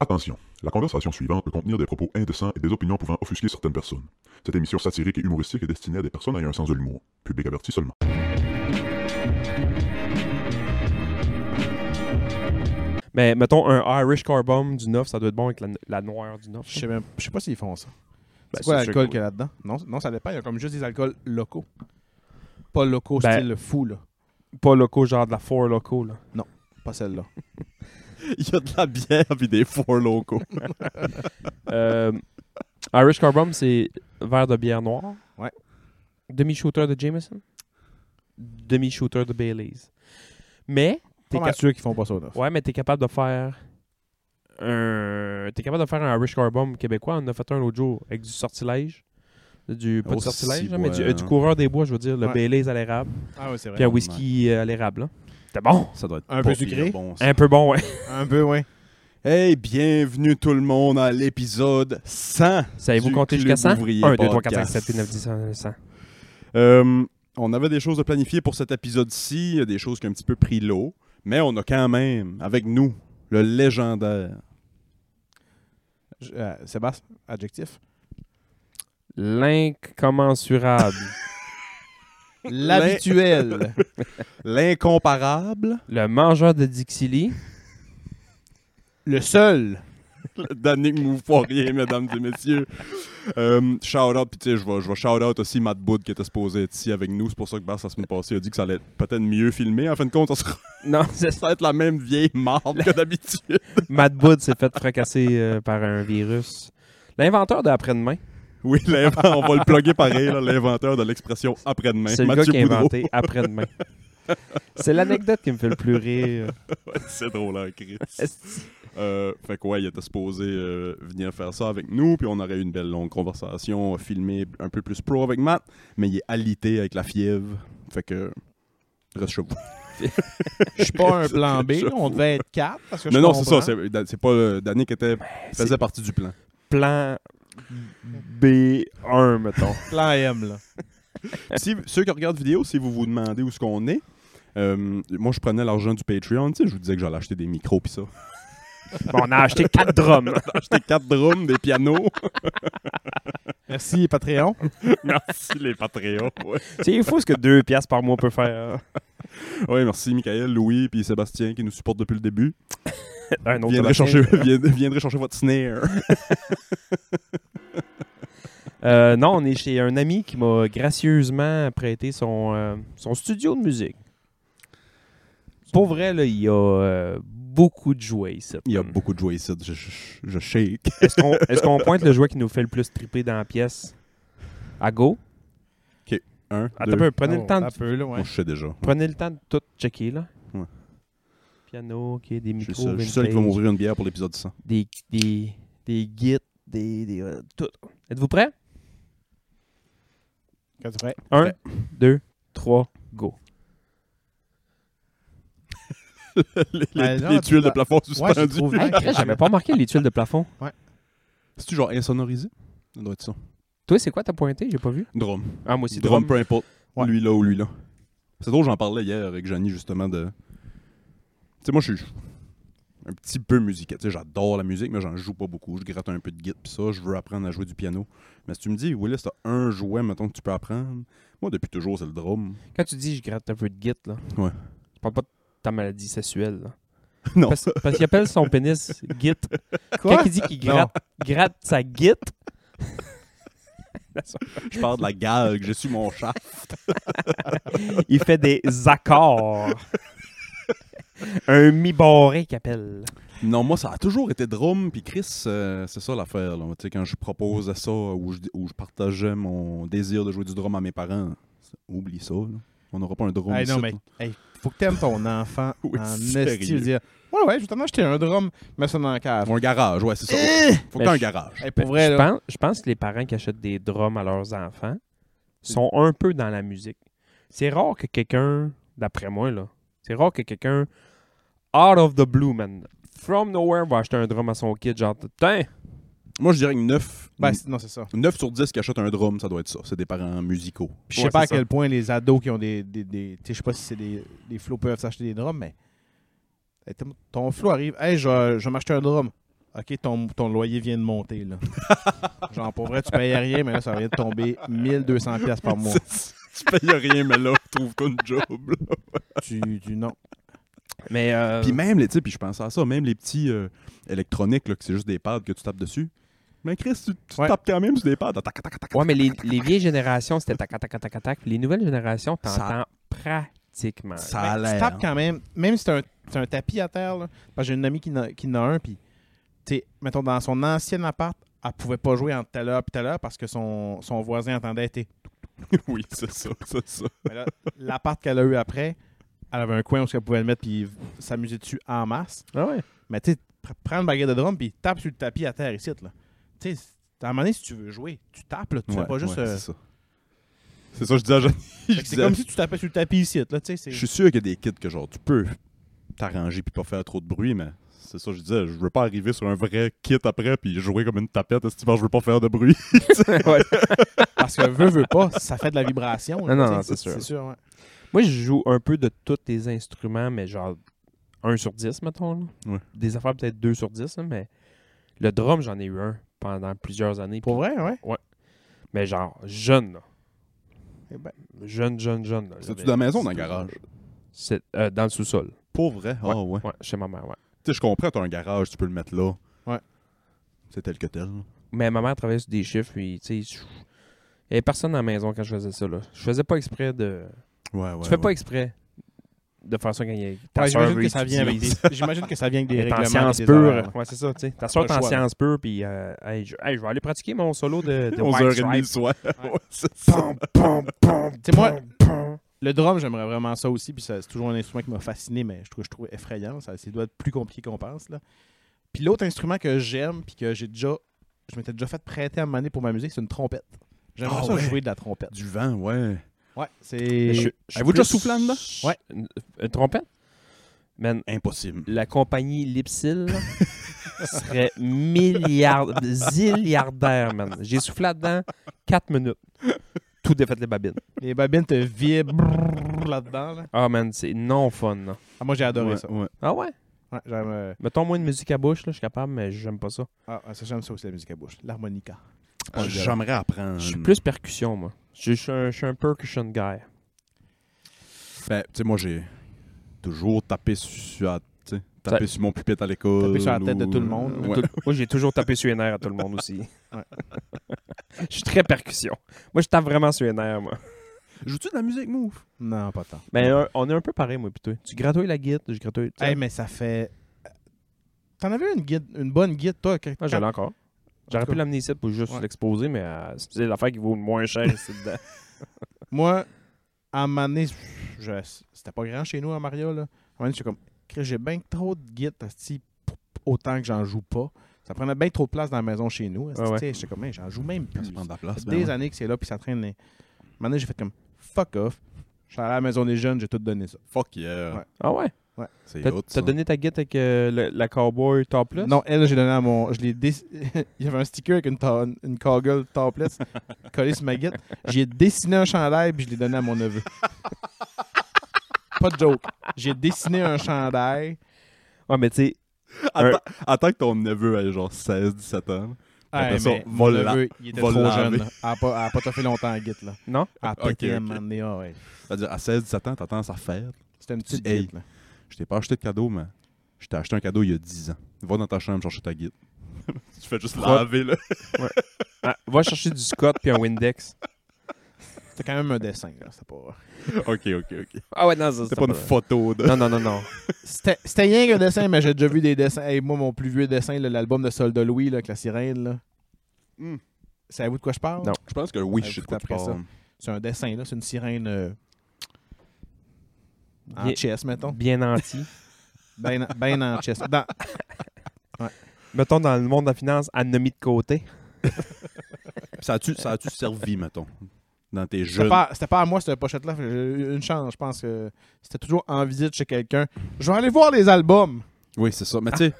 Attention, la conversation suivante peut contenir des propos indécents et des opinions pouvant offusquer certaines personnes. Cette émission satirique et humoristique est destinée à des personnes ayant un sens de l'humour. Public averti seulement. Mais mettons un Irish Car Bomb du 9, ça doit être bon avec la, la noire du 9. Je sais même, je sais pas s'ils font ça. Ben, c'est quoi c'est sûr l'alcool que qu'il y a là-dedans? Non, non, ça dépend. Il y a comme juste des alcools locaux. Pas locaux, Ben- style fou, là. Pas locaux, genre de la Four locaux. Là. Pas celle-là. Il y a de la bière puis des four locaux. Euh, Irish Car Bomb, c'est verre de bière noire. Ouais. Demi-shooter de Jameson. Demi-shooter de Bailey's. Mais, t'es Pas mal ca- sûr qu'ils font pas ça, là. ouais, mais t'es capable de faire un. T'es capable de faire un Irish Car Bomb québécois. On en a fait un l'autre jour avec du sortilège. Du, pas Oh, du sortilège, si, là, mais du, ouais, Ben euh, du hein. coureur des bois, je veux dire, le Ouais. Bailey's à l'érable. Ah oui, c'est vrai. Puis un whisky euh, à l'érable. là. C'était bon. Ça doit être Un pas peu pire, sucré. Bon, ça. Un peu bon, ouais. Un peu, oui. Hey, bienvenue tout le monde à l'épisode 100. Savez-vous Du compter jusqu'à Club 100? 1, 2, ouvrier 3, 4, 5, podcast. 7, 8, 9, 10, 11, 100. Euh, on avait des choses de planifier pour cet épisode-ci, Il y a des choses qui ont un petit peu pris l'eau, mais on a quand même avec nous le légendaire, Je- euh, Sébastien, adjectif. L'incommensurable. L'habituel. l'incomparable le mangeur de Dixili. le seul. Danick Moufoirier, mesdames et messieurs. Euh, shout out, puis tu sais, je vais, je vais shout out aussi Matt Boud qui était supposé être ici avec nous. C'est pour ça que Bass, la semaine passée, a dit que ça allait être peut-être mieux filmé. En fin de compte, ça sera- Non, c'est ça va être la même vieille marde que d'habitude. Matt Wood s'est fait fracasser euh, par un virus. L'inventeur de après-demain, Oui, l'invent- on va le plugger pareil, là, l'inventeur de l'expression après-demain. c'est le gars Mathieu qui a Boudreau. inventé après-demain. C'est l'anecdote qui me fait le plus rire. Ouais, c'est drôle, hein, Chris. Esti. Euh, fait que ouais, il était supposé euh, venir faire ça avec nous, puis on aurait eu une belle longue conversation euh, filmée un peu plus pro avec Matt, mais il est alité avec la fièvre. Fait que reste chez vous. Je suis pas un plan B. là. On devait être quatre. Parce que je Non, non, c'est ça. comprends. C'est Dan- c'est pas euh, Danick était faisait C'est partie du plan. plan B1, mettons. Plan M, là. si, ceux qui regardent vidéo, si vous vous demandez où ce qu'on est, euh, moi je prenais l'argent du Patreon. Tu sais, je vous disais que j'allais acheter des micros puis ça. Bon, on a acheté quatre drums. Acheter quatre drums, des pianos. Merci, Patreon. Merci les Patreons. Ouais. C'est fou ce que deux piastres par mois peut faire. hein. Ouais, merci Michael, Louis puis Sébastien qui nous supportent depuis le début. Un autre Viendrez requin. chercher, viendrez- viendrez chercher votre snare. Euh, non, on est chez un ami qui m'a gracieusement prêté son, euh, son studio de musique. Pour vrai, là, il y a euh, beaucoup de jouets ici. Il y a beaucoup de jouets ici. Je, je- je shake. Est-ce qu'on est-ce qu'on pointe le jouet qui nous fait le plus triper dans la pièce? À go? Un, Attends deux. un peu, prenez, le temps de, Un Oh, peu, là, ouais. Moi, je sais déjà. prenez le temps de tout checker, là. Ouais. Piano, ok, des Je suis micros, seul, je suis seul qui va vintage, m'ouvrir une bière pour l'épisode 100. des, des, des guides, des, des, euh, tout. Êtes-vous prêts? Quand tu ferais. Un, Ouais. deux, trois, go. les, Ben les- non, les tu tuiles de l'as- plafond Ouais, je suspendues. trouve Hey, Chris, J'avais pas marqué les tuiles de plafond. C'est-tu genre insonorisé? Ça doit être ça. Toi, c'est quoi ta pointée? J'ai pas vu. Drum. Ah, moi aussi, Drum, drum. peu importe. Ouais. Lui là ou lui là. C'est drôle, j'en parlais hier avec Janie justement de. Tu sais, moi, je suis un petit peu musical. Tu sais, j'adore la musique, mais j'en joue pas beaucoup. Je gratte un peu de guitare, pis ça. Je veux apprendre à jouer du piano. Mais si tu me dis, Willis, t'as un jouet, mettons, que tu peux apprendre. Moi, depuis toujours, c'est le drum. Quand tu dis je gratte un peu de guite, là. Ouais. Tu parles pas de ta maladie sexuelle, là. Non. Parce, parce qu'il appelle son pénis guite. Quand il dit qu'il gratte, gratte sa guite, Je parle de la galgue, je suis mon chat. il fait des accords. un mi-barré qu'il appelle. Non, moi, ça a toujours été drum. Puis Chris, euh, c'est ça l'affaire. là. Tu sais, quand je proposais ça ou je, ou je partageais mon désir de jouer du drum à mes parents, c'est- oublie ça. là. On n'aura pas un drum. Hey, non, ici, mais là. hey, faut que t'aimes ton enfant Oui, en sérieux. esti. veux dire, ouais, ouais, je vais t'en acheter un drum, mets ça dans la cave. Ou un garage, ouais, c'est ça. Faut Ben, que t'aies un je- garage. Hey, pour vrai, je, là, pense, je pense que les parents qui achètent des drums à leurs enfants sont Hmm. un peu dans la musique. C'est rare que quelqu'un, d'après moi, là, c'est rare que quelqu'un, out of the blue, man, from nowhere, va acheter un drum à son kid, genre, hein? putain, Moi, je dirais que 9, ben, c'est- non, c'est ça. 9 sur 10 qui achètent un drum, ça doit être ça. C'est des parents musicaux. Puis je sais Ouais, pas c'est à ça. quel point les ados qui ont des. des, des- tu sais, je sais pas si c'est des, des flots peuvent s'acheter des drums, mais. Hey, t'aimes- Ton flot arrive, hey, je, vais- je vais m'acheter un drum. OK, ton, ton loyer vient de monter, là. Genre, pour vrai, tu payais rien, mais là, ça vient de tomber 1200$ piastres par mois. Euh. tu payes rien, mais là, trouve-toi une job. là. Tu, tu, non. Mais euh, Puis même, les, tu sais, puis je pensais à ça, même les petits euh, électroniques, là, que c'est juste des pads que tu tapes dessus. Mais Chris, tu, tu Ouais. tapes quand même sur des pads. Tac, tac, tac, tac, ouais, mais tac, les, tac, tac, les vieilles générations, c'était tac, tac, tac, tac, tac. Puis les nouvelles générations, t'entends Ça- pratiquement. Ça Ben, a Tu l'air. tapes quand même, même si t'as un, t'as un tapis à terre, là, parce que j'ai une amie qui n'a qui n'a un, puis, tu sais, mettons, dans son ancien appart, elle pouvait pas jouer entre telle heure et telle heure parce que son, son voisin entendait été. hein. oui, c'est ça, c'est ça. Mais là, l'appart qu'elle a eu après, elle avait un coin où elle pouvait le mettre puis s'amuser dessus en masse. Ah ouais. Mais tu sais, pr- prends une baguette de drum puis tape sur le tapis à terre ici, là. Tu sais, à un moment donné, si tu veux jouer, tu tapes, là. Tu fais Ouais, pas juste... ouais, euh, C'est ça. C'est ça que je disais à Jeannie. Je fait que C'est disais- comme si tu tapais sur le tapis ici, là. Tu sais, c'est... Je suis sûr qu'il y a des kits que genre tu peux t'arranger puis pas faire trop de bruit, mais c'est ça que je disais, je veux pas arriver sur un vrai kit après puis jouer comme une tapette, est-ce que je veux pas faire de bruit. Ouais. Parce que veut, veut pas, ça fait de la vibration. là, Non, non, tu sais, non, c'est sûr. C'est sûr, ouais. Moi, je joue un peu de tous les instruments, mais genre 1 sur 10, mettons. là. Ouais. Des affaires peut-être 2 sur 10, là, mais le drum, j'en ai eu un pendant plusieurs années. Pour puis- vrai, ouais. Mais genre jeune, là. Eh ben. Jeune, jeune, jeune. là. C'est-tu J'avais dans la maison ou dans le 18 garage? C'est euh, dans le sous-sol. Pour vrai? Ah ouais. Ouais, chez ma mère, ouais. Tu sais, je comprends, t'as un garage, tu peux le mettre là. Ouais. C'est tel que tel. là. Mais ma mère travaillait sur des chiffres, puis tu sais, je- il n'y avait personne à la maison quand je faisais ça, là. Je faisais pas exprès de. Ouais, ouais. tu fais ouais. pas exprès de faire ça quand il y a. ta Ouais, sœur j'imagine, que veut ça vient avec étudier. des, j'imagine que ça vient avec des Elle est en règlements. sciences et des horaires, pures. là. Ouais, c'est ça, tu sais. Ta soeur Pas est le en choix, sciences pures, puis euh, hey, je, hey, je vais aller pratiquer mon solo de, de White 11h30 Stripes. le soir. Ouais. Ouais, c'est ça. Tu sais, moi, le drum, j'aimerais vraiment ça aussi. Puis ça, c'est toujours un instrument qui m'a fasciné, mais je trouve, je trouve effrayant. Ça, ça doit être plus compliqué qu'on pense. Là. Puis l'autre instrument que j'aime, puis que j'ai déjà, je m'étais déjà fait prêter à un moment donné pour ma musique, c'est une trompette. J'aimerais Ah ça ouais. jouer de la trompette. Du vent, ouais. Ouais, Je- c'est. je suis Avez-vous déjà plus- soufflé en dedans? Ouais. Une, Euh, une trompette? Man, Impossible. la compagnie Lipsil serait milliard, zilliardaire, man. J'ai soufflé là-dedans 4 minutes. Tout défaite les babines. Les babines te vibrent là-dedans. là. Ah, man, c'est non fun. là. Ah, moi, j'ai adoré Ouais, ça. ouais. Ah ouais? Ouais, j'aime, euh, Mettons-moi une musique à bouche, là, je suis capable, mais j'aime pas ça. ah, ah, ça, j'aime ça aussi, la musique à bouche. L'harmonica. Ah, J'aimerais apprendre. Je suis plus percussion, moi. Je je suis un, je suis un percussion guy. Ben, tu sais, moi, j'ai toujours tapé sur, la- tu sais, tapé sur mon pupitre à l'école. Tapé sur la tête de ou- tout le monde. Ouais. Tout- moi, j'ai toujours tapé sur les nerfs à tout le monde aussi. Ouais. je suis très percussion. Moi, je tape vraiment sur les nerfs, moi. Joues-tu de la musique, Move? Non, pas tant. Ben, un- on est un peu pareil, moi, pis toi. Tu gratouilles la guide, je gratouille. tu sais. Hey, mais ça fait. T'en avais une, guide, une bonne guide, toi, quand- Ah, je l'ai encore. J'aurais tout pu cas. l'amener ici pour juste Ouais. l'exposer, mais euh, c'est l'affaire qui vaut le moins cher ici dedans. Moi, à un moment donné, je- c'était pas grand chez nous à Maria. Là. À un moment donné, j'étais comme, Chris, j'ai bien trop de guides, asti, pour- autant que j'en joue pas. Ça prenait bien trop de place dans la maison chez nous. asti, Ouais, ouais. tu sais, J'étais comme, Hey, j'en joue même plus. Ça prend de la place. Ça fait ben des ouais. années que c'est là, puis ça traîne. les- À un moment donné, j'ai fait comme, fuck off. Je suis allé à la maison des jeunes, j'ai tout donné ça. Fuck yeah. Ouais. Ah ouais? C'est T'as- hot, T'as ça. donné ta guide avec euh, le- la cowboy topless? Non, elle, j'ai donné à mon. Je l'ai dess- Il y avait un sticker avec une, ta- une cargle topless collée sur ma guide. J'ai dessiné un chandail puis je l'ai donné à mon neveu. Pas de joke. J'ai dessiné un chandail. Ouais, mais tu sais, Attends, attends que ton neveu ait genre 16-17 ans. Après Hey, ça, Ah, mais va mon la- neveu, il était va trop laver. jeune. là. Elle a pas, elle a pas toffé longtemps à guide, là. non? Elle a Ok, pété à un ok. moment donné, ah ouais. C'est-à-dire, à 16-17 ans, t'attends sa fête. C'était une petite Hey. guide, là. Je t'ai pas acheté de cadeau, mais je t'ai acheté un cadeau il y a 10 ans. Va dans ta chambre chercher ta guide. tu fais juste Propre. laver, là. Ah, va chercher du Scott puis un Windex. C'était quand même un dessin, là. C'était pas. ok, ok, ok. Ah ouais, non, ça, C'est pas une photo de. Non, non, non, non. C'était c'était rien qu'un dessin, mais j'ai déjà vu des dessins. Hey, moi, mon plus vieux dessin, là, l'album de Sol de Louis, là, avec la sirène, là. Hmm. Savez-vous de quoi je parle? Non. Je pense que oui, Ah, je sais de écoute, quoi tu après ça. parles. C'est un dessin, là. C'est une sirène euh, en Bien- chess, mettons. Bien anti. Ben, en- ben en chess. Dans- Mettons dans le monde de la finance, elle l'a mis de côté. Ça a-tu ça a-tu servi, mettons, dans tes C'était jeunes. pas, c'était pas à moi, cette pochette-là. J'ai eu une chance, je pense que c'était toujours en visite chez quelqu'un. Je vais aller voir les albums. Oui, c'est ça. Mais tu sais,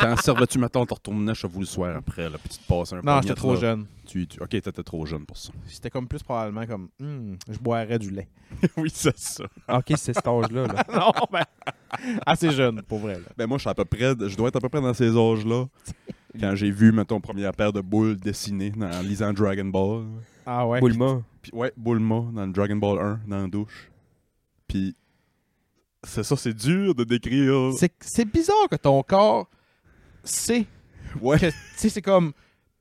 T'en servais-tu maintenant, t'en retournais chez vous le soir après, la petite passe un Non, pognette, j'étais trop là. jeune. Tu, tu- Ok, t'étais trop jeune pour ça. C'était comme plus probablement comme, Hmm, je boirais du lait. oui, c'est ça. Ok, c'est cet âge-là. là. non, ben, assez jeune, pour vrai. Là. Ben moi, je suis à peu près, je dois être à peu près dans ces âges-là. Quand j'ai vu, mettons, première paire de boules dessinées dans- en lisant Dragon Ball. Ah ouais. Bulma. Puis, ouais, Bulma dans le Dragon Ball 1, dans la douche. Puis, c'est ça, c'est dur de décrire. C'est- C'est bizarre que ton corps sait Ouais. que, tu sais, c'est comme,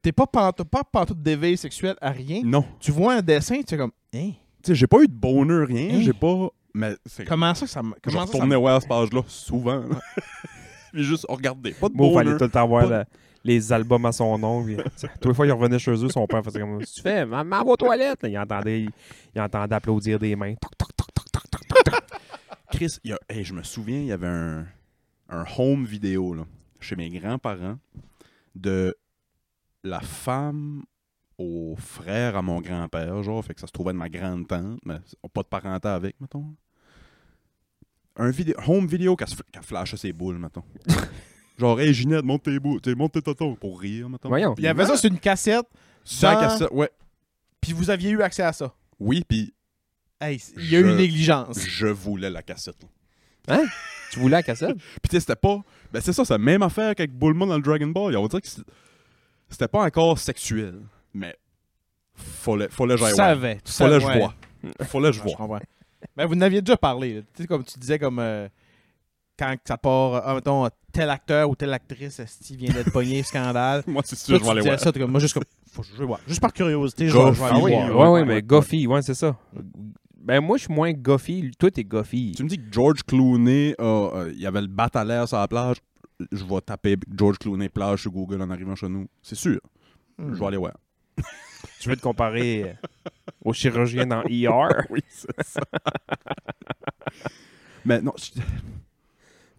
t'es pas pantoute, pas pantoute d'éveil sexuel à rien. Non. Tu vois un dessin, tu es comme, hein, Tu sais, j'ai pas eu de bonheur, rien. Hein? J'ai pas. Mais c'est comme. comment ça, ça me. Je Comment ça, ça retournais ouais, à ce page-là, souvent. Puis juste regarder. Pas de Moi, il fallait bonheur. tout le temps voir Pas- la- les albums à son nom. puis, tu sais, Tous les fois, il revenait chez eux, son père faisait comme Qu'est-ce que tu fais Maman, va aux toilettes. Là, Il entendait, il, il entendait applaudir des mains. Toc, toc, toc, toc, toc, toc, toc, toc. Chris, il y a- hey, je me souviens, il y avait un, un home vidéo là, chez mes grands-parents de la femme au frère à mon grand-père, genre, fait que ça se trouvait de ma grande-tante, mais pas de parenté avec, mettons. Un vidé- home vidéo qui flash ses boules, mettons. genre, hey Ginette, monte tes boules, t'sais, monte tes tontons pour rire, mettons. Voyons. Il y avait ça sur une cassette, Sans dans- cassette, ouais. puis vous aviez eu accès à ça. Oui, puis Hey, c'est- il y a eu Je- une négligence. je voulais la cassette. là. Tu voulais la cassette Puis tu sais, c'était pas. Ben c'est ça, c'est la même affaire qu'avec Bulma dans le Dragon Ball. On dirait que c'est- c'était pas encore sexuel, mais fallait, fallait que Tu j'aille voir. savais. Tu Fallait savais. que je vois. Fallait que je Ouais, je vois. comprends. Ben, vous en aviez déjà parlé. là. Tu sais, comme tu disais, comme euh, quand ça part, euh, ah, mettons, euh, tel acteur ou telle actrice esti, vient d'être pogné, scandale. Moi, c'est Toi, sûr, tu je vais aller disais voir. ça, t'es comme, moi, juste comme, faut que je vais voir. Juste par curiosité, je Go vais je vais aller Ah oui, ouais, voir. ouais, ouais, ouais, mais ouais. Goffy, ouais, c'est ça. Ben, moi, je suis moins Goffy. Toi, t'es Goffy. Tu me dis que George Clooney, euh, euh, il y avait le bat à l'air sur la plage. Je vais taper George Clooney plage sur Google en arrivant chez nous. C'est sûr. Je vais aller voir. Tu veux te comparer euh, au chirurgien dans ER Oui, c'est ça. mais non, je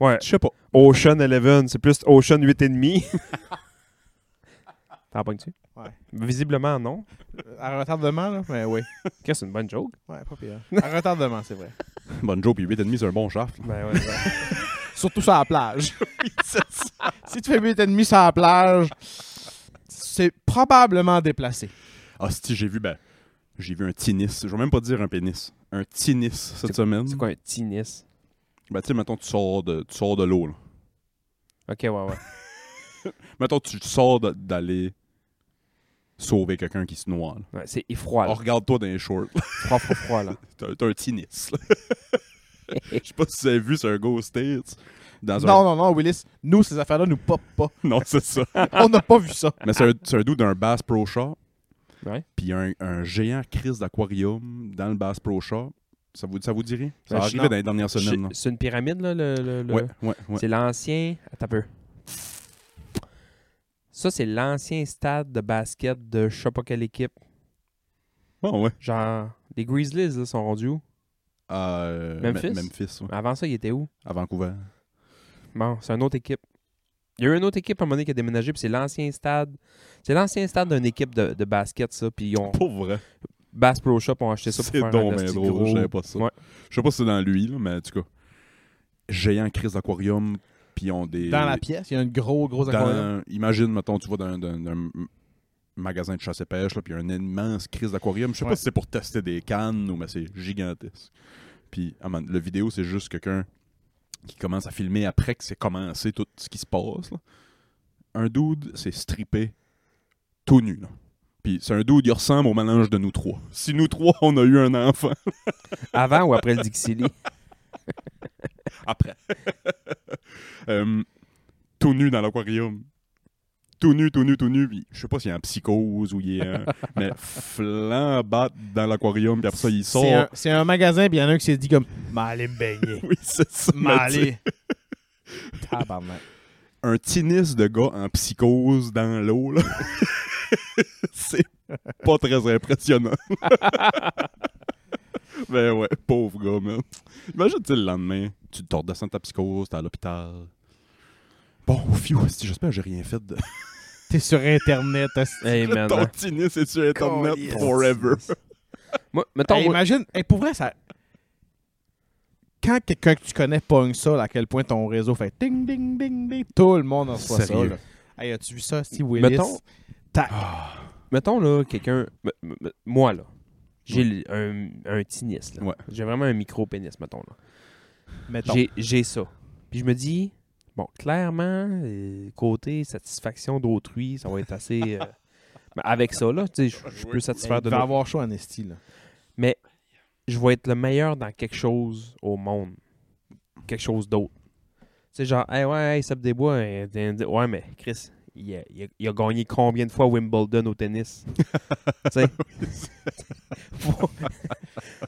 Ouais. je sais pas. Ocean 11, c'est plus Ocean 8,5. T'en pognes-tu Ouais. Visiblement, non. À retardement, là, mais oui. Qu'est-ce que c'est une bonne joke Ouais, pas pire. À retardement, c'est vrai. Bon Joe, puis 8,5, c'est un bon shaft. Ben, ouais, ouais. Surtout sur la plage. si tu fais 8,5 sur la plage, c'est probablement déplacé. Ah, si, j'ai vu, ben, j'ai vu un tennis. Je vais même pas dire un pénis. Un tennis cette semaine. C'est quoi un tennis? Ben, tu sais, mettons, tu sors de, tu sors de l'eau. là. Ok, ouais, ouais. Mettons, tu sors de- d'aller sauver quelqu'un qui se noie. là. Ouais, c'est froid, Oh, là. regarde-toi dans les shorts. là. Froid, froid, froid, là. T'as t'as un tennis. là. Je sais pas si vous avez vu, c'est un Go States. Dans Non, non, non, Willis, nous, ces affaires-là nous pop pas. un... non c'est ça. On n'a pas vu ça. Mais c'est un, c'est un doux d'un Bass Pro Shop. Ouais. Puis il y a un, un géant crise d'aquarium dans le Bass Pro Shop. Ça vous, ça vous dit rien? Ça Ben, je- arrivait non. dans les dernières semaines. là. C'est c'est une pyramide, là, le... le- le- Ouais, ouais, ouais. C'est l'ancien... Attends un peu. Ça, c'est l'ancien stade de basket de je sais pas quelle équipe. Bon, Ah, ouais. Genre, les Grizzlies, là, sont rendus où? Euh, Memphis? Me- Memphis, ouais. Avant ça, ils étaient où? À Vancouver. Bon, c'est une autre équipe. Il y a eu une autre équipe à un moment donné qui a déménagé, puis c'est l'ancien stade. C'est l'ancien stade d'une équipe de, de basket, ça. Puis ils ont. Pour vrai. Bass Pro Shop ont acheté ça pour C'est faire donc un bien esti drôle, gros- je savais pas ça. Ouais. Je sais pas si c'est dans lui, là, mais en tout cas. Géant crise d'aquarium, puis ils ont des. Dans la pièce, il y a un gros, gros dans- aquarium. Imagine, mettons, tu vas dans dans- dans un magasin de chasse et pêche, là, puis il y a un immense crise d'aquarium. Je sais Ouais. pas si c'est pour tester des cannes ou, mais c'est gigantesque. Puis, ah man, le vidéo, c'est juste quelqu'un qui commence à filmer après que c'est commencé tout ce qui se passe. là. Un dude s'est strippé tout nu. là. Puis c'est un dude, il ressemble au mélange de nous trois. Si nous trois, on a eu un enfant, Avant ou après le Dixili? après. Euh, tout nu dans l'aquarium. Tout nu, tout nu, tout nu. Puis, je sais pas s'il est en psychose ou il est en- mais flambat dans l'aquarium. Puis après ça, il sort. C'est un, c'est un magasin, puis il y en a un qui s'est dit comme « M'aller me baigner. Oui, c'est ça. mais tu sais, M'aller. » Tabarnak. Un tennis de gars en psychose dans l'eau, là. c'est pas très impressionnant. ben ouais, pauvre gars, man. Imagine, tu sais, le lendemain, tu te redescends de ta psychose, t'es à l'hôpital. Bon, fiu, esti, j'espère que j'ai rien fait de... T'es sur Internet. hostie. Hey, man. Ton hein. tennis c'est sur Internet Colisse. forever. Moi, mettons, Hey, moi- imagine, hey, pour vrai, ça... quand quelqu'un que tu connais pogne ça, là, à quel point ton réseau fait ding, ding, ding, ding, tout le monde en reçoit ça. Sérieux. Là. Hey, as-tu vu ça, Steve Willis? Mettons- Ah, Tac. Mettons, là, quelqu'un. m- m- m- Moi, là. J'ai le- un, un tinnis, là. Ouais. J'ai vraiment un micro-pénis, mettons, là. Mettons. J'ai- J'ai ça. Puis je me dis, bon, clairement, euh, côté satisfaction d'autrui, ça va être assez. euh, mais avec ça, là, tu sais, je je suis plus satisfait Il de devait l'autre. avoir chaud en esti, là. Je vais être le meilleur dans quelque chose au monde. Quelque chose d'autre. Tu sais, genre, hey, ouais, hey, Seb Desbois, euh, t'es- t'es- ouais, mais Chris, il a, il a- il a gagné combien de fois Wimbledon au tennis? tu sais? Faut-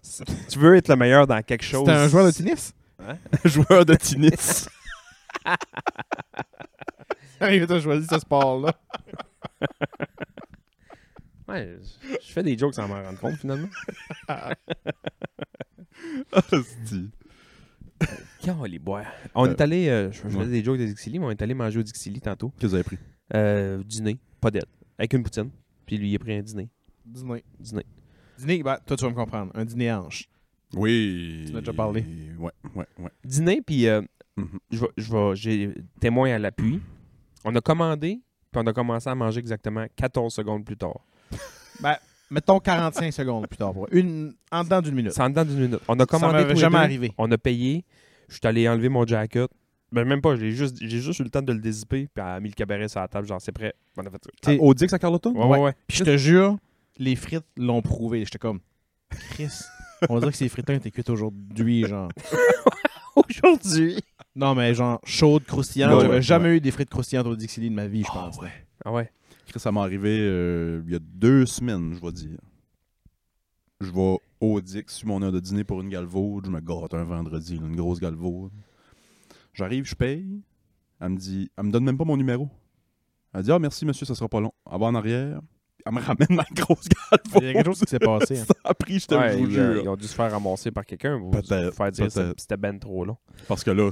Si tu veux être le meilleur dans quelque chose. C'était un joueur de tennis? Joueur de tennis. Sérieux, t'as choisi ce sport-là? Ouais, je- je fais des jokes sans m'en rendre compte, finalement. Hostie. Quand on les boit. On Euh, est allé, euh, je je faisais ouais. des jokes des Dixili, mais on est allé manger au Dixili tantôt. que vous avez pris? Euh, dîner, pas d'aide, avec une poutine. Puis lui, il a pris un dîner. Dîner. Dîner. Dîner, ben, toi, tu vas me comprendre. Un dîner hanche. Oui. Tu m'as déjà parlé. Ouais, ouais, ouais. Dîner, puis euh, Mhm. je vais- je vais- j'ai témoin à l'appui. On a commandé, puis on a commencé à manger exactement 14 secondes plus tard. Ben, mettons 45 secondes plus tard. Pour une, en dedans d'une minute. C'est en dedans d'une minute. On a commandé. m'avait tous les jamais deux. arrivé. On a payé. Je suis allé enlever mon jacket. Ben, même pas, j'ai juste, j'ai juste eu le temps de le dézipper, puis elle a mis le cabaret sur la table, genre c'est prêt. On a fait ça. Ah Au Dix à Carlotta? Ouais, ouais, ouais. Puis je te jure, les frites l'ont prouvé. J'étais comme, Chris, on dirait que ces frites étaient cuites aujourd'hui, genre. Aujourd'hui. Non, mais genre, chaudes, croustillantes. Ouais, J'avais ouais, jamais eu des frites croustillantes au Dixili de ma vie, je pense. là. Ah ouais. Chris, ça m'est arrivé euh, il y a deux semaines, je vais dire. Je vais au Dix sur mon heure de dîner pour une galvaude. Je me gâte un vendredi, là, une grosse galvaude. J'arrive, je paye. Elle me dit, elle me donne même pas mon numéro. Elle dit, ah merci monsieur, ça sera pas long. Elle va en arrière. Elle me ramène ma grosse galvaude. Il y a quelque chose qui s'est passé. hein. Ça a pris, je te Ouais, le ils, euh, jure. ils ont dû se faire ramasser par quelqu'un pour se Peut-être, faire dire que c'était- peut-être. c'était ben trop long. Parce que là,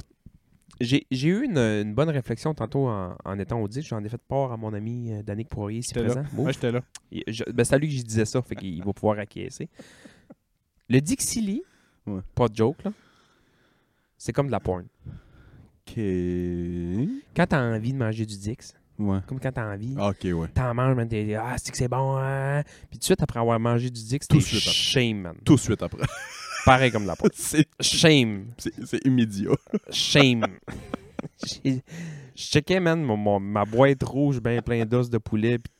J'ai j'ai eu une, une bonne réflexion tantôt en, en étant au 10. J'en ai fait part à mon ami euh, Danick Poirier, si J'étais présent. Mouf. Moi, j'étais là. Il- je- ben, c'est à lui que je disais ça, fait qu'il va pouvoir acquiescer. Le Dixili, Ouais. pas de joke, là, c'est comme de la porn. OK. Ouais. Quand t'as envie de manger du Dix, comme quand t'as envie, Ah, OK, ouais. t'en manges, man, t'es ah, c'est que c'est bon, hein? Puis tout de suite, après avoir mangé du Dix, Tout t'es de suite hein. après. shame, man. Tout de suite après. Pareil comme de la porn. c'est, Shame. c'est, c'est immédiat. Shame. J'ai- Je checkais, man, mon- mon- ma boîte rouge, ben plein d'os de poulet, puis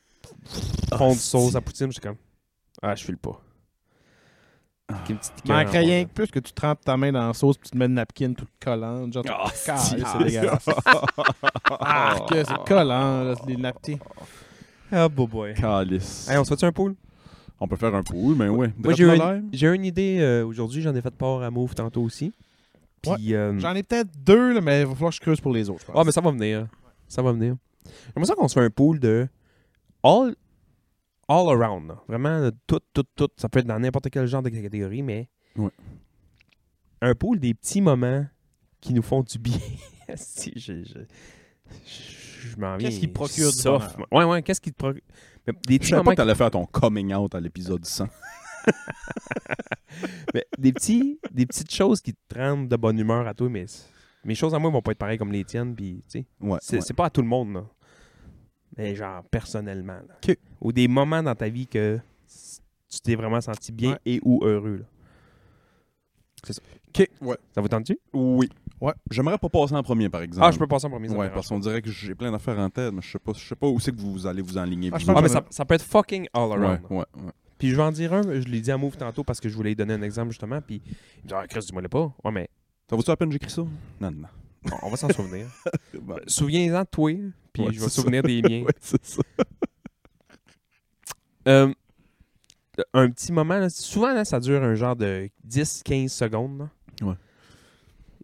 fond de sauce à poutine. J'étais comme, ah, je file pas. Avec une petite Il manque écoeure en rien fond, que plus que tu trempes ta main dans la sauce puis tu te mets une napkin toute collante. Genre, Ah, Calais, si, c'est dégueulasse. Ah, que c'est collant, là, les napkins. là. Ah, beau boy. Calice. Hey, on se fait un pool? On peut faire un pool, mais ouais. Moi, j'ai eu une, j'ai eu une idée euh, aujourd'hui. J'en ai fait part à Move tantôt aussi. Puis, Mm. euh, J'en ai peut-être deux, là, mais il va falloir que je creuse pour les autres. je pense. Ah, mais ça va venir. Ça va venir. J'aimerais ça qu'on se fait un pool de all, all around. là. Vraiment, là, tout, tout, tout. Ça peut être dans n'importe quel genre de catégorie, mais Ouais. un pool des petits moments qui nous font du bien. si, je, je, je, je m'en viens. Qu'est-ce qui te procure du soft, moi. Ouais, ouais, qu'est-ce qui te procure. Mais Des Je petits savais moments pas que t'allais faire ton coming out à l'épisode 100. Mais des, petits, des petites choses qui te rendent de bonne humeur à toi, mais c- mes choses à moi vont pas être pareilles comme les tiennes. Puis, tu sais, Ouais. c'est ouais. c'est pas à tout le monde, là. Mais genre, personnellement. là. Ok. Ou des moments dans ta vie que s- tu t'es vraiment senti bien Ouais. et ou heureux. là. C'est ça. Ok, ouais. Ça vous tente-tu? Oui. Ouais. J'aimerais pas passer en premier, par exemple. Ah, je peux passer en premier. ça Ouais, me dérange parce qu'on dirait que j'ai plein d'affaires en tête, mais je sais pas, je sais pas où c'est que vous allez vous enligner. Ah, je vous pas. pense Ah, autres. mais ça, ça peut être fucking all around. Ouais, ouais, ouais. Puis je vais en dire un, je l'ai dit à Move tantôt parce que je voulais lui donner un exemple justement. Puis il me dit, ah, Chris, dis-moi le pas. Ouais, mais Ça vaut-tu la peine que j'écris ça? Non, non. on, on va s'en souvenir. Bon. Souviens-en de toi, puis Ouais, je vais me c'est ça. souvenir des miens. Ouais, c'est ça. Euh, un petit moment, là, souvent là, ça dure un genre de 10-15 secondes. là. Ouais.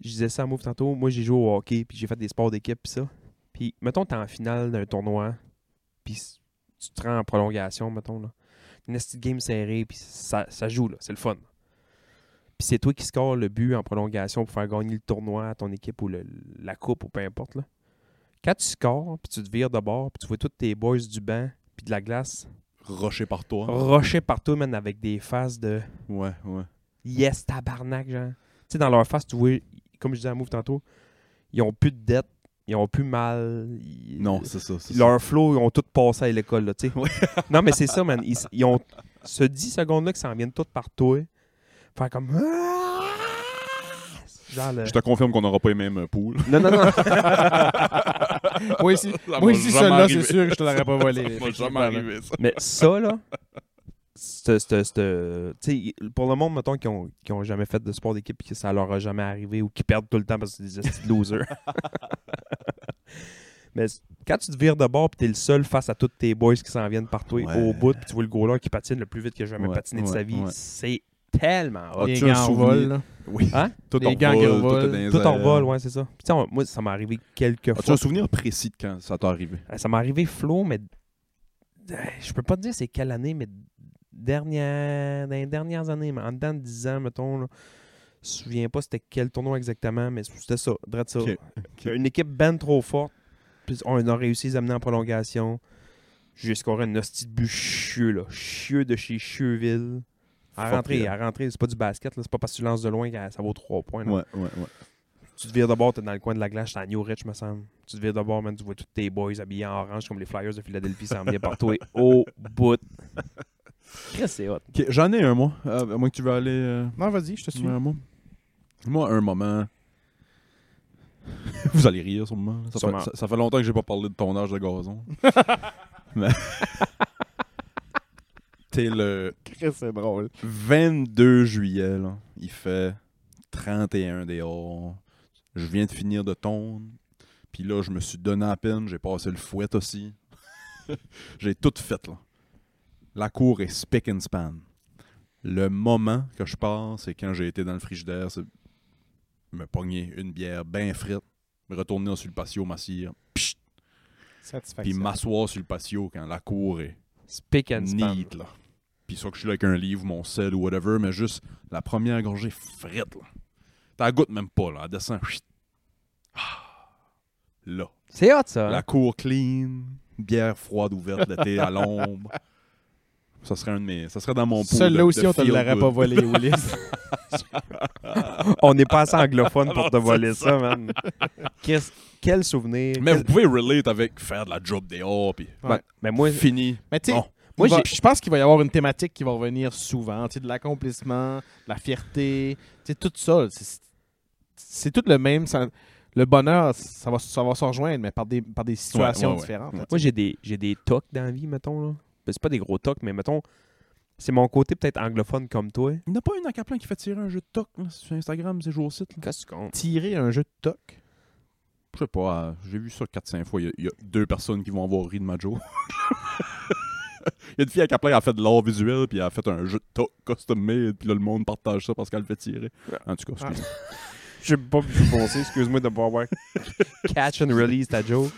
Je disais ça à Move tantôt, moi j'ai joué au hockey, puis j'ai fait des sports d'équipe, puis ça. Puis mettons, t'es en finale d'un tournoi, puis s- tu te rends en prolongation, mettons. Là. Une petite game serrée, puis ça, ça joue, là, c'est le fun. Puis c'est toi qui score le but en prolongation pour faire gagner le tournoi à ton équipe ou le- la coupe ou peu importe. Là. Quand tu scores, puis tu te vires de bord, puis tu vois tous tes boys du banc, puis de la glace, Rocher par toi. rocher partout, man, avec des faces de Ouais, ouais. yes, tabarnak, genre. sais, dans leur face, tu vois, comme je disais à Move tantôt, ils ont plus de dettes, ils ont plus mal. ils- Non, c'est ça. c'est ça. leur flow, ils ont tout passé à l'école, là, tu sais. non, mais c'est ça, man. Ils, ils ont ce 10 secondes-là qui s'en viennent toutes par toi. Faire comme. Ah! Genre le- Je te confirme qu'on n'aura pas les mêmes poules. Non, non, non. Moi, ici, Ça moi, m'a ici, jamais celle-là, arrivé. c'est sûr que je te l'aurais pas volé. Ça m'a jamais arrivé, ça. mais ça, là. c'est- c'est- c'est- euh, tu sais, Pour le monde, mettons, qui ont, qui ont jamais fait de sport d'équipe et que ça leur a jamais arrivé ou qui perdent tout le temps parce que c'est des hosties de losers. Mais c- quand tu te vires de bord et t'es le seul face à tous tes boys qui s'en viennent par toi Ouais. au bout puis tu vois le goaler qui patine le plus vite que j'ai jamais Ouais, patiné de sa ouais, vie, ouais. c'est tellement hot. As-tu Les un gants en souvenir? vol, là. Oui. Hein? Tout Les en gangs vol, au tout vol. est dans les Tout en airs. Ah, vol, ouais, c'est ça. Puis, tu sais, on- moi, ça m'est arrivé quelques As-tu fois. un souvenir précis de quand ça t'est arrivé? Euh, Ça m'est arrivé flow, mais euh, je peux pas te dire c'est quelle année, mais dernière... dans les dernières années, mais en dedans de 10 ans, mettons, là, je me souviens pas c'était quel tournoi exactement, mais c'était ça, drette ça. Ok, Une équipe ben trop forte, puis on a réussi à les amener en prolongation. J'ai scoré une hostie de but chieux, là. Chieux de chez Chieuville. À Fuck rentrer, yeah. à rentrer, c'est pas du basket, là. c'est pas parce que tu lances de loin que ça vaut 3 points. là. Ouais, ouais, ouais. Tu te vires de bord, t'es dans le coin de la glace, t'es à New Rich, me semble. Tu te vires de bord, man, tu vois tous tes boys habillés en orange comme les Flyers de Philadelphie s'en viennent partout et au bout. Chris, c'est hot. Ok, J'en ai un, moi. Euh, à moins que tu veux aller. euh, Non, vas-y, je te suis. Ouais, moi. Moi, un moment. Vous allez rire sûrement. Ça, Sûrement. Fait, ça, ça fait longtemps que j'ai pas parlé de ton âge de gazon. Mais... T'es le c'est drôle. 22 juillet, là. Il fait 31 dehors. Je viens de finir de tondre. Puis là, je me suis donné à peine. J'ai passé le fouet aussi. j'ai tout fait, là. La cour est spick and span. Le moment que je pars, c'est quand j'ai été dans le frigidaire, c'est me pogner une bière bien frite, me retourner sur le patio, m'assire, puis Satisfaction. m'asseoir sur le patio quand la cour est Speak and span. Neat, là. Puis soit que je suis là avec un livre, mon sel ou whatever, mais juste la première gorgée frite, là. T'as goûte même pas, là. Elle descend. Chut. Ah. Là. C'est hot, ça. hein? La cour clean, bière froide ouverte l'été à l'ombre. Ça serait un de mes. Ça serait dans mon pot. Celle-là aussi, on te l'aurait pas volé, Willis. On n'est pas assez anglophone pour te voler Ah, ça, man. Chris, quel souvenir. Mais vous quel- pouvez relate avec faire de la job dehors, puis Ben, ben moi, fini. Mais tu sais, Bon. Moi, il va- j'ai- je pense qu'il va y avoir une thématique qui va revenir souvent. tu sais, De l'accomplissement, de la fierté, tu sais, tout ça. c'est- C'est tout le même. ça- le bonheur, ça va, ça va se rejoindre, mais par des, par des situations ouais, ouais. différentes. Ouais. moi j'ai des, j'ai des tocs dans la vie, mettons. Là. Ben, c'est pas des gros tocs, mais mettons, c'est mon côté peut-être anglophone comme toi. Il n'y en a pas une à Caplan qui fait tirer un jeu de toc là, sur Instagram, ces jours-ci. là. Qu'est-ce que tu comptes? Tirer un jeu de toc. Je sais pas, euh, j'ai vu ça 4-5 fois. Il y a- il y, a deux personnes qui vont avoir ri de ma joke. Il y a une fille à Caplan, elle a fait de l'art visuel, puis elle a fait un jeu de toc custom made, puis là, le monde partage ça parce qu'elle le fait tirer. En tout Ah. cas, excuse-moi. Je sais pas plus penser, excuse-moi de pas avoir catch and release ta joke.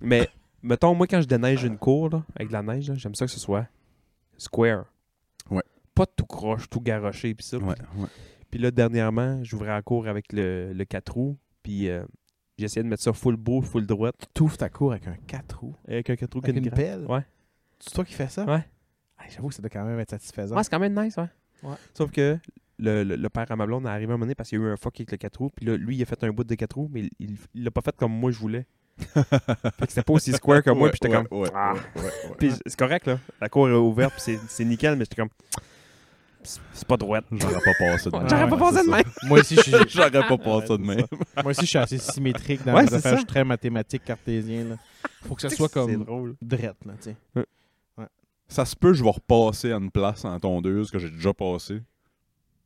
Mais mettons, moi quand je déneige une cour là, avec de la neige, là, j'aime ça que ce soit square. Ouais. Pas tout croche, tout garoché puis ça. Ouais, ouais. Puis là, dernièrement, j'ouvrais la cour avec le, le 4 roues, puis euh, j'essayais de mettre ça full beau, full droite. Tu ouvres ta cour avec un 4 roues, Avec un 4 roues avec une gratte. pelle. Ouais. C'est toi qui fais ça? Ouais. Ah, J'avoue que ça doit quand même être satisfaisant. Ouais, c'est quand même nice, ouais. Ouais. Sauf que le, le, le père à ma blonde est arrivé à un moment donné parce qu'il y a eu un fuck avec le 4 roues. Puis là, lui, il a fait un bout de 4 roues, mais il- il il l'a pas fait comme moi je voulais. fait que c'était pas aussi square que moi. Ouais, puis j'étais ouais, comme. ouais, ah. ouais, ouais, ouais. Puis c'est correct, là. La cour est ouverte, puis c'est- c'est nickel, mais j'étais comme. C'est c'est pas droite. J'aurais pas passé de même. J'aurais pas Ouais, pensé c'est de ça. même. Moi aussi, je suis, J'aurais pas passé de même. moi aussi, je suis assez symétrique dans Ouais, mes c'est affaires. ça. Je suis très mathématique, cartésien. Là. Faut que ça soit C'est comme drôle. drette. Là, tu sais. Ça se peut, je vais repasser à une place en tondeuse que j'ai déjà passé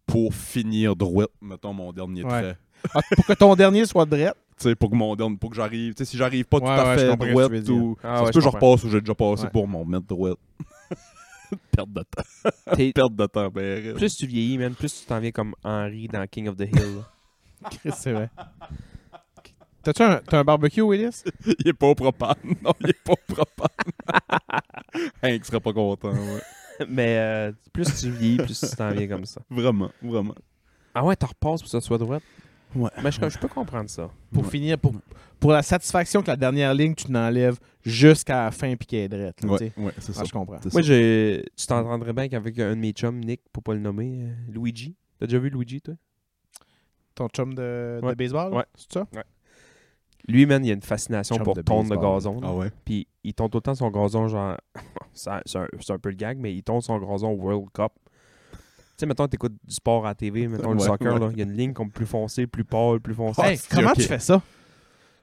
pour finir droite, mettons, mon dernier Ouais. trait. Ah, pour que ton dernier soit drette. Tu sais, pour que mon dernier, pour que j'arrive. Tu sais, si j'arrive pas tout Ouais, à ouais, je fait comprends ce que tu veux droite dire. ou. Ah ça ouais, se peut, je je comprends. repasse où j'ai déjà passé Ouais. pour m'en mettre droite. Perte de temps. T'es- Perte de temps, ben Plus tu vieillis, man, plus tu t'en viens comme Henry dans King of the Hill. là. Chris, C'est vrai. T'as-tu un, t'as un barbecue, Willis? Il est pas au propane. Non, il est pas au propane. Hank serait pas content, ouais. mais euh, plus tu vieillis, plus tu t'en viens comme ça. Vraiment, vraiment. Ah ouais, t'en repasses pour que ça soit droite. Ouais. Mais je, je peux comprendre ça. Pour Ouais. finir, pour, pour la satisfaction que la dernière ligne, tu n'enlèves jusqu'à la fin puis qu'elle est drette. là, tu Ouais, sais. ouais, c'est Ah, ça. je comprends. C'est Moi, ça. j'ai- tu t'entendrais bien qu'avec un de mes chums, Nick, pour pas le nommer, euh, Luigi. T'as déjà vu Luigi, toi? Ton chum de, de Ouais. baseball? là? Ouais. C'est ça? Lui, man, il a une fascination Chum pour de tondre le baseball. gazon. là. Ah ouais. Puis il tombe tout le temps son gazon, genre. c'est un, c'est un- c'est un peu le gag, mais il tombe son gazon au World Cup. Tu sais, mettons, t'écoutes du sport à la TV, mettons le Ouais, soccer, ouais. là, il y a une ligne comme plus foncée, plus pâle, plus foncée. Hey, comment ok. tu fais ça?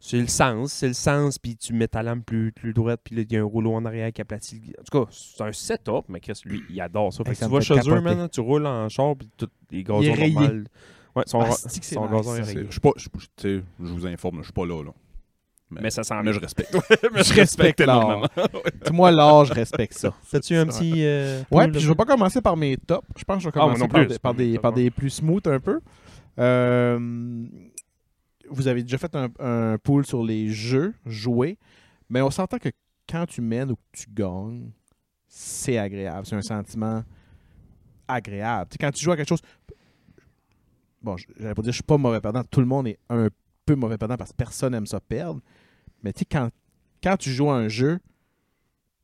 C'est le sens, c'est le sens, puis tu mets ta lame plus, plus droite, puis là, il y a un rouleau en arrière qui aplatit. le- En tout cas, c'est un setup, mais Chris, lui, il adore ça. Fait Hey, que ça tu me vas fait chez eux, capoter. man, tu roules en char, puis tout, les gazons Il est rayé. normales. Ouais, son, Asti que Ah, c'est son nice, gazon ça, est c'est- rayé. Je suis pas, je suis pas- tu sais, je vous informe, je suis pas là, là. Mais ça sent mais je respecte. Je respecte l'art. Tu- Moi, l'art, je respecte ça. T'as-tu un petit. euh, pool, Ouais, puis là? je vais pas commencer par mes tops. Je pense que je vais Ah, moi commencer non par, plus, des, c'est par, pas mes des, tops, par moi. des plus smooth un peu. Euh, vous avez déjà fait un, un pool sur les jeux, jouer, mais on s'entend que quand tu mènes ou que tu gagnes, c'est agréable. C'est un sentiment agréable. Tu sais, quand tu joues à quelque chose. Bon, je- j'allais pas dire je suis pas mauvais perdant. Tout le monde est un peu mauvais perdant parce que personne aime ça perdre. Mais tu sais, quand, quand tu joues à un jeu,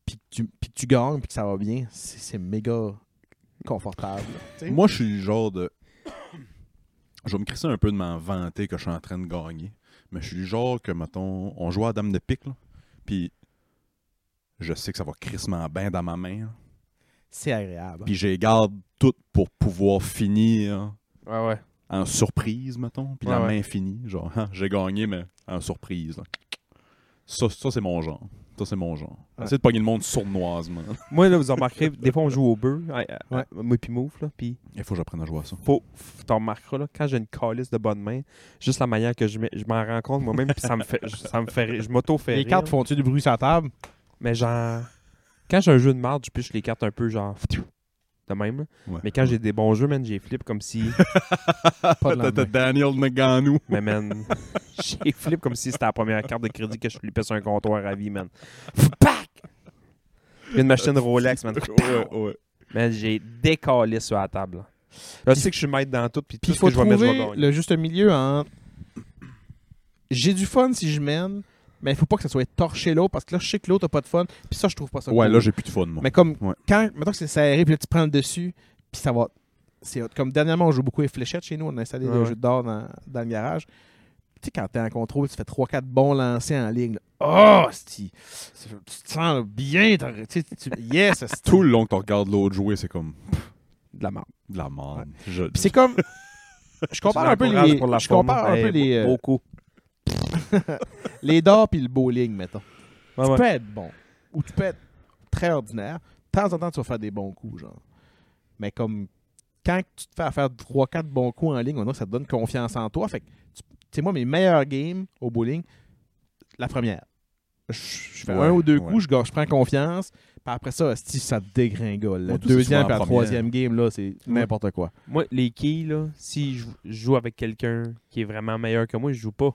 puis que tu, puis que tu gagnes, puis que ça va bien, c'est c'est méga confortable. là, tu sais. Moi, je suis le genre de. Je vais me crisser un peu de m'en vanter que je suis en train de gagner. Mais je suis le genre que, mettons, on joue à Dame de Pique, là. Puis je sais que ça va crissement bien dans ma main. là. c'est agréable. Puis j'ai garde tout pour pouvoir finir Ouais, ouais. en surprise, mettons. Puis la Ouais, ouais. main finie. Genre, Ah, j'ai gagné, mais en surprise. là. Ça, ça c'est mon genre. Ça, c'est mon genre. Ouais. Essaye de pogner le monde sournoisement. Moi, là, vous remarquerez, des fois, on joue au bœuf, à- à- Ouais. à- moi puis Mouf, là, puis Il faut que j'apprenne à jouer à ça. faut, faut- t'en remarqueras, là, quand j'ai une calice de bonne main, juste la manière que je, mets- je m'en rends compte moi-même, puis ça me fait, je- ça me fait rire, je m'auto-fais les rire, cartes font-tu du bruit sur la table? mais genre, quand j'ai un jeu de merde, je piche les cartes un peu, genre, pfiou, de même, là. Ouais. mais quand j'ai des bons jeux, man, j'ai flip comme si, Ah, Pas de T'as- t'as lendemain. Daniel Naganou. mais man, j'ai flip comme si c'était la première carte de crédit que je lui sur un comptoir à vie, man. Pac! Il y a une machine Rolex, man. Ouais, ouais. Man, j'ai décalé sur la table. Là, Là, tu sais que je suis maître dans tout, puis tout Puis il ce que faut je vais mettre, je vais trouver gagner. le juste milieu entre j'ai du fun si je mène, mais il faut pas que ça soit torché l'autre parce que là, je sais que l'autre a pas de fun. Puis ça, je trouve pas ça Ouais, cool. là, j'ai plus de fun, moi. Mais comme Ouais. quand, mettons que c'est serré, puis là, tu prends le dessus, puis ça va. C'est hot. Comme dernièrement, on joue beaucoup les fléchettes chez nous. On a installé Ouais, le ouais. jeu d'or dans, dans le garage. Tu sais, quand t'es en contrôle, tu fais 3-4 bons lancers en ligne. là. Ah, Oh, c'ti. C'est- tu te sens bien. t'en- tu sais, tu- Yes, c'ti. Tout le long que tu regardes l'autre jouer, c'est comme de la merde. de la merde. Je- Puis c'est comme. Je compare un peu les. Je compare un peu les, euh, ben, Beaucoup. les dards puis le bowling, mettons. Ouais, tu ouais. peux être bon ou tu peux être très ordinaire. De temps en temps, tu vas faire des bons coups, genre. Mais comme quand tu te fais à faire 3-4 bons coups en ligne, on dirait que ça te donne confiance en toi. Fait que, tu tu sais, moi, mes meilleurs games au bowling, la première. Je, je fais Ouais, un ou deux ouais. coups, je, gagne- je prends confiance. Puis après ça, si ça te dégringole. Moi, Le tout, c'est souvent deuxième la puis la première. troisième game, là, c'est n'importe quoi. Moi, les keys, là, si je je joue avec quelqu'un qui est vraiment meilleur que moi, je joue pas.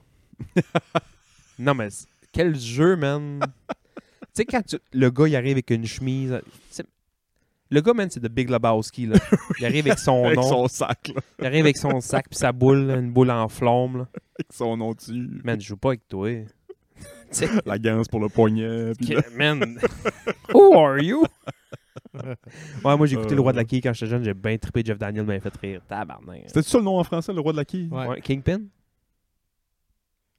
non, mais c'est- quel jeu, man. tu sais, quand tu- le gars, il arrive avec une chemise. tu sais, Le gars, man, c'est de Big Lebowski, là. Il arrive avec son avec nom, son sac, là, il arrive avec son sac puis sa boule, là, une boule en flamme, là. avec son nom dessus, Man, je joue pas avec toi. Tu sais, la ganse pour le poignet. puis là- Que- man, who are you? ouais, moi j'ai écouté Le Roi de Euh. la Quille quand j'étais jeune, j'ai bien trippé Jeff Daniel, m'a fait rire. Tabarnak. C'était ça le nom en français, le roi de la quille? Ouais. Ouais, Kingpin?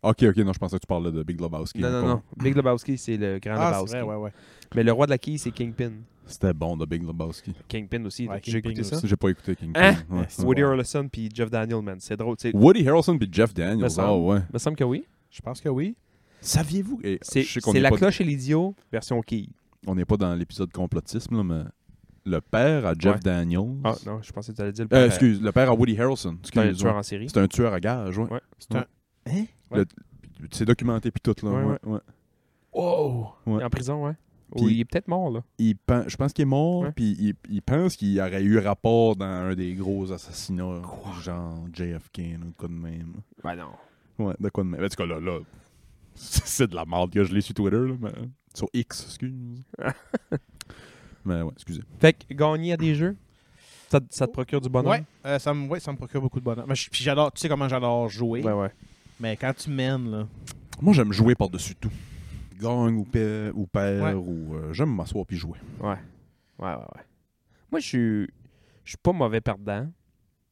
Ok, ok, non, je pensais que tu parlais de Big Lebowski. hein, Non, non, Encore. non. Big Lebowski, c'est le grand Ah, Lebowski. c'est vrai, ouais, ouais. Mais Le Roi de la Quille, c'est Kingpin. C'était bon, de Big Lebowski. Kingpin aussi, Ouais, j'ai Kingpin écouté ça. aussi. J'ai pas écouté King Hein? Kong. Ouais, c'est ouais. Woody Harrelson puis Jeff Daniel, man. C'est drôle, tu sais. Woody Harrelson puis Jeff Me Daniels. semble. Ah ouais. me semble que oui. Je pense que oui. Saviez-vous? eh, C'est je sais qu'on c'est est La pas- cloche et l'idiot, version quille. On n'est pas dans l'épisode complotisme, là, mais le père à Jeff Ouais. Daniels. Ah non, je pensais que tu allais dire le Euh, père- excuse, le père à Woody Harrelson. c'est un Excuse, tueur ouais. en série. C'est un tueur à gage, ouais. Ouais. C'est un- Hein? Le- C'est documenté puis tout, là. Ouais, ouais, ouais. Wow! Ouais. Il est En prison, ouais. Puis- Ou il est peut-être mort, là. il pen- je pense qu'il est mort, Ouais. puis il, il pense qu'il aurait eu rapport dans un des gros assassinats, genre JFK, là, ou de quoi de même. Ben non. Ouais, de quoi de même. En tout cas, là, là, c'est c'est de la merde que je l'ai sur Twitter, là, mais... sur X, excuse. mais ouais, excusez. Fait que gagner à des jeux, ça, te- ça te procure du bonheur? Ouais, euh, ça, me, ouais, ça me procure beaucoup de bonheur. Mais je- Puis j'adore, tu sais comment j'adore jouer. Ouais, ouais. Mais quand tu mènes, là. Moi, j'aime jouer par-dessus tout. Gagne ou, pa- ou perd, Ouais. ou euh, j'aime m'asseoir puis jouer. Ouais, ouais, ouais. Moi, je suis. Je suis pas mauvais perdant.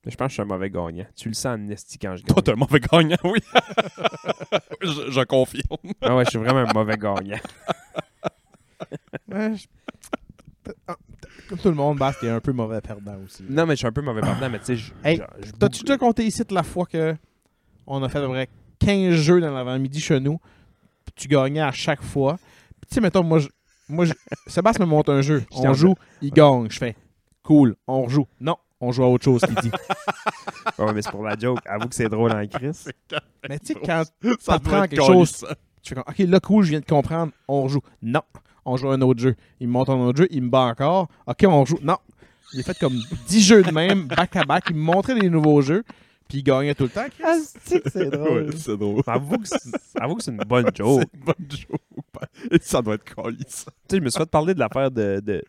Je pense que je suis un mauvais gagnant. Tu le sens, Amnesty, quand je Toi, gagne. t'es un mauvais gagnant, oui. je, je confirme. Ah ouais, je suis vraiment un mauvais gagnant. Ouais, je- Ah, Comme tout le monde, Bast, t'es un peu mauvais perdant aussi. Non, mais je suis un peu mauvais perdant, mais tu sais, je. Hey, je- je T'as-tu boucle. déjà compté ici de la fois que on a fait à peu près 15 jeux dans l'avant-midi chez nous, puis tu gagnais à chaque fois. Puis tu sais, mettons, moi, je, moi je- Sébastien me monte un jeu, J'étais en on joue, il gagne, je fais cool, on rejoue. Non, on joue à autre chose, il dit. Ouais, mais c'est pour la joke. Avoue que c'est drôle en crise. Mais tu sais, quand Ça T'apprends doit être quelque chose. calissant. tu fais comme, OK, là, cool, je viens de comprendre, on rejoue. Non, on joue à un autre jeu. Il me monte un autre jeu, il me bat encore. OK, on joue. Non, il a fait comme 10 jeux de même, back-à-back, il me montrait des nouveaux jeux, puis il gagnait tout le temps. c'est Ouais, c'est drôle. Avoue que c'est avoue que c'est une bonne joke. C'est une bonne joke. Et oh. ça doit être calissant. Tu sais, je me suis fait parler de l'affaire de. de-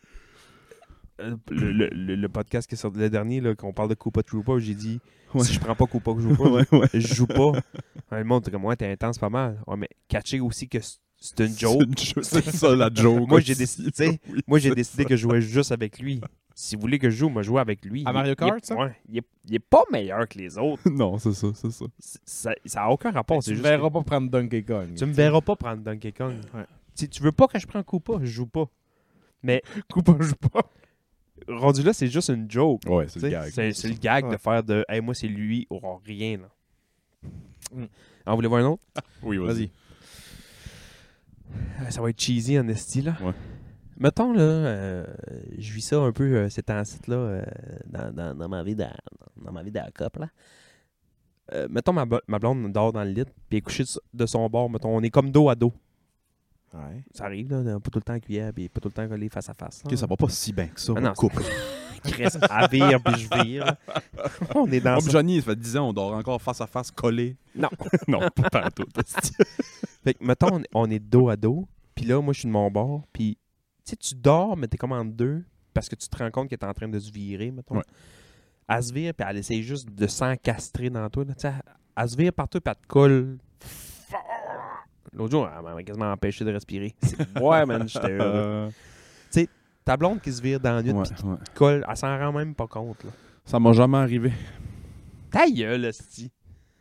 euh, Le, le- le- le podcast qui est sorti le dernier, là, qu'on parle de Koopa Troopa, j'ai dit Ouais. si je prends pas Koopa Troopa, ouais. je joue pas. Ouais, Le monde était comme, ouais, t'es intense pas mal. Ouais, mais catcher aussi que c- c'est une joke. C'est c'est ça, la joke. Moi, j'ai aussi, décidé, là. tu sais, Oui, Moi, j'ai c'est décidé que je jouais juste avec lui. Si vous voulez que je joue, moi, je joue avec lui. À Il- Mario il est- Kart, ça? ouais, il, est, il est pas meilleur que les autres. ça. Non, c'est ça, c'est ça. C- Ça n'a aucun rapport. Ben, Tu c'est ne juste verras pas prendre Donkey Kong. que- tu me verras pas prendre Donkey Kong. Ouais. Si tu veux pas que je prenne Koopa, je joue pas. coupes, je joue pas. Rendu là, c'est juste une joke. Ouais, c'est T'sais, le gag. C'est c'est le gag Ouais. de faire de Hey, moi, c'est lui, aura rien. Là. Mm. Ah, vous voulez voir un autre Oui, vas-y. Vas-y. Euh, Ça va être cheesy en esti, là. Ouais. Mettons, là, euh, je vis ça un peu, euh, ces temps-ci-là, euh, dans, dans, dans ma vie de, dans, dans ma vie de la couple, là. Euh, mettons, ma, bo- ma blonde dort dans le lit, puis elle est couchée de so- de son bord. Mettons, on est comme dos à dos. Ça arrive, là, pas tout le temps cuillère, puis pas tout le temps collé face à face. là. Ok, ça va pas si bien que ça. Ah on non, coupe. Chris, elle vire, puis je vire. on est dans Comme Ah, ça. Johnny, ça fait 10 ans, on dort encore face à face, collé. Non. non, pas partout. Fait que, mettons, on est, on est dos à dos, puis là, moi, je suis de mon bord, puis, tu sais, tu dors, mais t'es comme en deux, parce que tu te rends compte qu'elle est en train de se virer, mettons. Ouais. Elle se vire, puis elle essaye juste de s'encastrer dans toi, là, tu sais, elle, elle se vire partout, puis elle te colle. fort. L'autre jour, elle m'a quasiment empêché de respirer. C'est- Ouais, man, j'étais euh, heureux. Ta blonde qui se vire dans la nuit, puis Euh, ouais. qui te colle, elle s'en rend même pas compte, là. Ça m'a jamais arrivé. Ta gueule, hostie.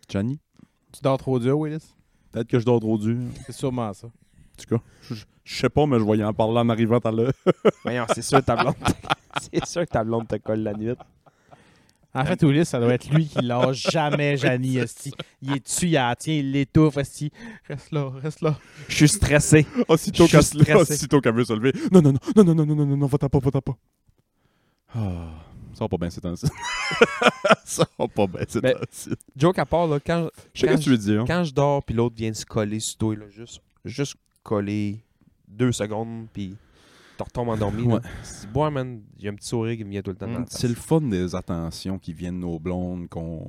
Johnny, Tu dors trop dur, Willis? peut-être que je dors trop dur. C'est sûrement ça. En tout cas, je, je- je sais pas, mais je voyais en parler en arrivant à l'heure. Voyons, c'est sûr que ta blonde... c'est sûr que ta blonde te colle la nuit. En fait, Willis, ça doit être lui qui lâche jamais Janie, esti. Il est dessus, il la tient, il l'étouffe, esti. Reste là, reste là. Je suis stressé. Aussitôt Je qu'elle suis se lève, stressé. aussitôt qu'elle veut se lever. Non, non, non, non, non, non, non, non, non, non, va-t'en pas, va-t'en pas. Ah, ça va pas bien ces temps-ci. ça va pas bien ces Mais- temps-ci. Joke à part, là, quand, Ben, Je sais Quand que tu veux dire. quand je dors, puis l'autre vient se coller sur toi, là, juste, juste coller deux secondes, puis tu retombes endormi. là. Ouais. C'est bon, man. J'ai un petit sourire qui me vient tout le temps. dans la C'est le face. fun des attentions qui viennent de nos blondes qu'on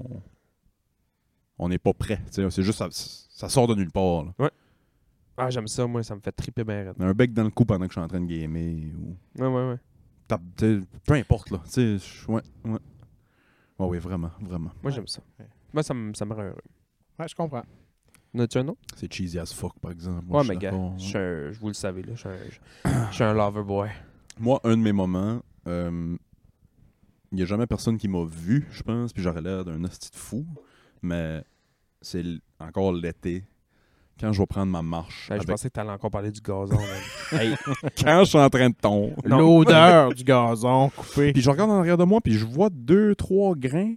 on n'est pas prêt. tu sais, C'est juste ça, ça sort de nulle part. là. Ah, j'aime ça, moi, ça me fait triper bien. raide. Un bec dans le cou pendant que je suis en train de gamer ou Ouais, ouais, ouais. T'as- t'sais, peu importe là. Tu sais, je- ouais, ouais. Ouais, oui, vraiment, vraiment. Moi, j'aime ça. Ouais. Moi, ça me, ça me rend heureux. Ouais, je comprends. En as-tu un autre? C'est cheesy as fuck, par exemple. Moi, ouais, je mais suis gars, d'accord, je ouais. suis un- je vous le savez, là, je suis un, je- je suis un lover boy. Moi, un de mes moments, euh, il n'y a jamais personne qui m'a vu, je pense, puis j'aurais l'air d'un hostie de fou, mais c'est l- encore l'été, quand je vais prendre ma marche. Hey, Je avec- pensais que t'allais encore parler du gazon, man. Hey, Quand je suis en train de tomber. Non. L'odeur du gazon coupé. Puis je regarde en arrière de moi, puis je vois deux, trois grains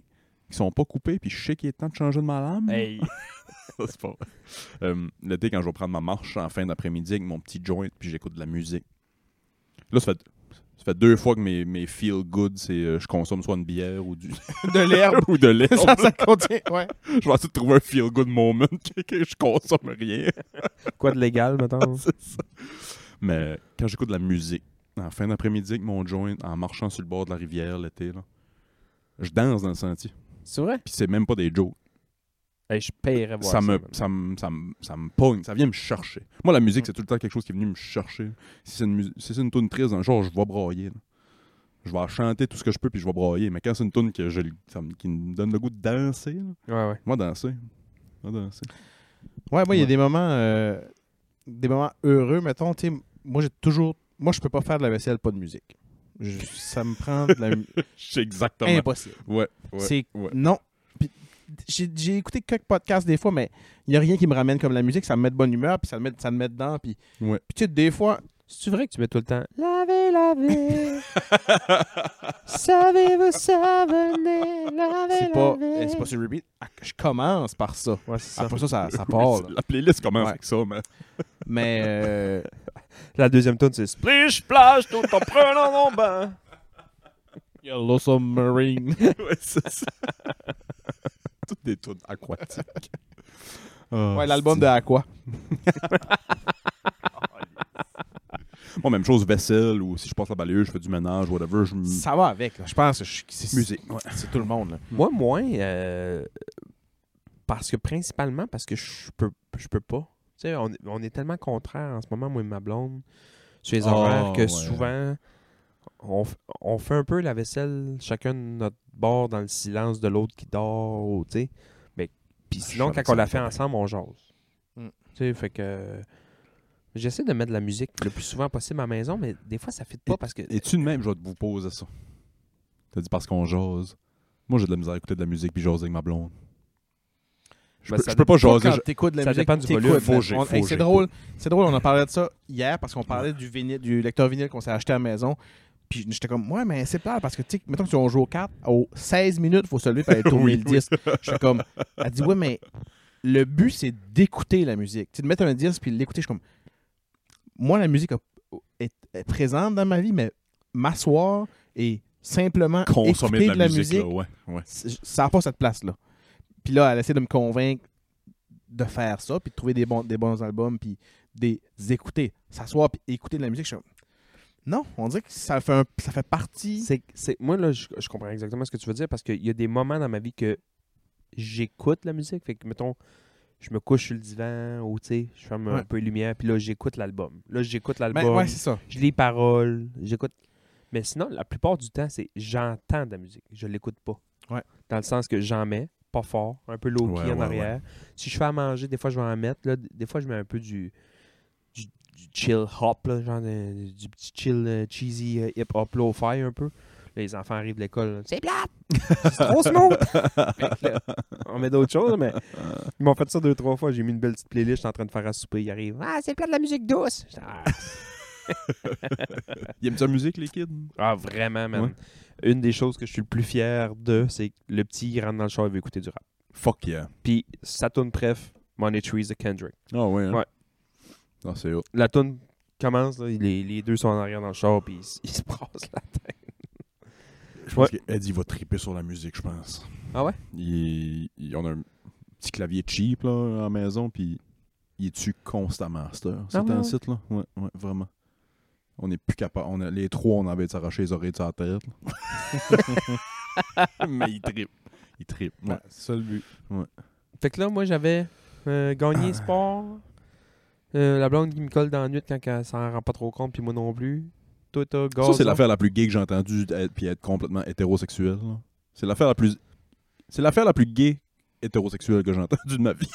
qui sont pas coupés, puis je sais qu'il est temps de changer de ma lame. hey. Ça, c'est pas vrai. Euh, L'été, quand je vais prendre ma marche en fin d'après-midi avec mon petit joint, puis j'écoute de la musique. Là, ça fait, ça fait deux fois que mes, mes feel good, c'est euh, je consomme soit une bière ou du de l'herbe. ou de lait. ça, ça contient. Ouais. je vais essayer de trouver un feel good moment que, que je consomme rien. Quoi de légal, maintenant? C'est ça. Mais quand j'écoute de la musique, en fin d'après-midi avec mon joint, en marchant sur le bord de la rivière l'été, là, je danse dans le sentier. C'est vrai? Puis c'est même pas des jokes. Hey, je Ah, paierais voir ça, me, man. ça, me, ça, me, ça me pogne, ça vient me chercher. Moi, la musique, c'est tout le temps quelque chose qui est venu me chercher. Si c'est une, mus- si c'est une tune triste, un jour, je vais brailler. là. Je vais chanter tout ce que je peux, puis je vais brailler. Mais quand c'est une tune que je, ça me- qui me donne le goût de danser, là, Ouais, ouais. moi, danser. Moi, danser. Ouais, moi, il y a Ouais. des moments, euh, des moments heureux, mettons. tu sais, moi, j'ai toujours. Moi, je peux pas faire de la vaisselle, pas de musique. Je- ça me prend de la mu- Je sais exactement. impossible. Ouais, ouais. c'est ouais. non. Puis, J'ai j'ai écouté quelques podcasts des fois, mais il n'y a rien qui me ramène comme la musique. Ça me met de bonne humeur, puis ça me met, ça me met dedans. Puis, Ouais. puis tu sais, des fois, C'est vrai que tu mets tout le temps Lavez, lavez. Savez-vous, ça venait. Lavez, c'est pas, eh, lavez. c'est pas sur repeat. Ah, Je commence par ça. Ouais, c'est ça. Après ça, ça, ça Oui, part. c'est- là. la playlist commence Ouais. avec ça, mais. Mais euh, La deuxième tune, c'est Splish, splash, tout en prenant mon bain. Yellow Submarine. ouais, c'est ça. Toutes des tunes aquatiques. Ah, Ouais, l'album de Aqua. Moi, même chose, vaisselle, ou si je passe la balayeuse, je fais du ménage, whatever, je. m- Ça va avec. là. Mm. Je pense que je- c'est Musique, ouais. C'est tout le monde. là. Moi, moins. euh, parce que principalement parce que je peux, je peux pas. Tu sais, on, est- on est tellement contraire en ce moment, moi et ma blonde, sur les Ah, horaires, que ouais. souvent, on, f- on fait un peu la vaisselle chacun de notre bord dans le silence de l'autre qui dort, ou, tu sais. Mais, puis Ah, je sinon, suis avec quand on ça, la fait pareil. ensemble, on jase. Mm. Tu sais, fait que. J'essaie de mettre de la musique le plus souvent possible à la maison, mais des fois, ça ne fit pas parce que. Es-tu de même, je vais te vous poser ça? T'as dit parce qu'on jase. Moi, j'ai de la misère à écouter de la musique puis jaser avec ma blonde. Je, Ben, peux, ça je peux pas Toi, jaser. quand je- t'écoutes de la ça musique, dépend du t'écoutes, volume. Faut mais j'ai- on- faut hey, j'ai c'est pas. drôle, c'est drôle, on en parlait de ça hier parce qu'on parlait du vinyle, du lecteur vinyle qu'on s'est acheté à la maison. Puis j'étais comme, ouais, mais c'est pas parce que, tu sais, mettons que si on joue aux cartes, aux 16 minutes, il faut se lever pour aller tourner Oui, le disque. Je suis comme, elle dit, ouais, mais le but, c'est d'écouter la musique. Tu sais, de mettre un disque puis l'écouter, je suis comme, moi, la musique a- est, est présente dans ma vie, mais m'asseoir et simplement consommer écouter de la musique, là, ouais, ouais. c- ça n'a pas cette place-là. Puis là, elle essaie de me convaincre de faire ça, puis de trouver des bons, des bons albums, puis des écouter, s'asseoir, puis écouter de la musique. Je suis comme, non, on dirait que ça fait, un- ça fait partie. C'est, c'est- moi, là, je, je comprends exactement ce que tu veux dire parce qu'il y a des moments dans ma vie que j'écoute la musique. Fait que, mettons, je me couche sur le divan ou, tu sais, je ferme un Ouais. peu les lumières, puis là, j'écoute l'album. Là, j'écoute Mais l'album, Ben, ouais, c'est ça. je lis les paroles, j'écoute. Mais sinon, la plupart du temps, c'est j'entends de la musique, je l'écoute pas. Ouais. Dans le sens que j'en mets, pas fort, un peu low-key Ouais, en ouais, arrière. Si je fais à manger, des fois, je vais en mettre. Là, des fois, je mets un peu du, du, du chill hop, là, genre de- du petit chill euh, cheesy euh, hip-hop low-fi un peu. Là, les enfants arrivent de l'école. là, C'est plate! C'est trop smooth! Fait que là, on met d'autres choses, mais ils m'ont fait ça deux, trois fois. J'ai mis une belle petite playlist, je suis en train de faire à souper. Ils arrivent. Ah, c'est plate de la musique douce! J'étais, Ah, Il aime sa musique, les kids? Ah, vraiment, man. Ouais. Une des choses que je suis le plus fier de, c'est que le petit, il rentre dans le char, il veut écouter du rap. Fuck yeah. Puis, sa tune préf, Money Trees de Kendrick. Ah ouais, hein? Ouais. Non, c'est hot. La tune commence, là, les, les deux sont en arrière dans le char, puis ils, s- ils se brassent la tête. Je pense pense qu'Eddie va triper sur la musique, je pense. Ah ouais? Il, il- on a un petit clavier cheap, là, à la maison, puis il tue constamment à cette heure. C'est ouais, un ouais. site, là. Ouais, ouais, vraiment. On est plus capable. On a, les trois, on avait de s'arracher les oreilles de sa tête. là. Mais il tripe. Il tripe. Ouais. Ouais, c'est ça le but. Fait que là, moi, j'avais euh, gagné sport. Euh, la blonde qui me colle dans la nuit quand elle s'en rend pas trop compte, puis moi non plus. Toi, t'as Ça, gaz. c'est l'affaire la plus gay que j'ai entendue, être- puis être complètement hétérosexuel. là. C'est l'affaire la plus. C'est l'affaire la plus gay hétérosexuelle que j'ai entendue de ma vie.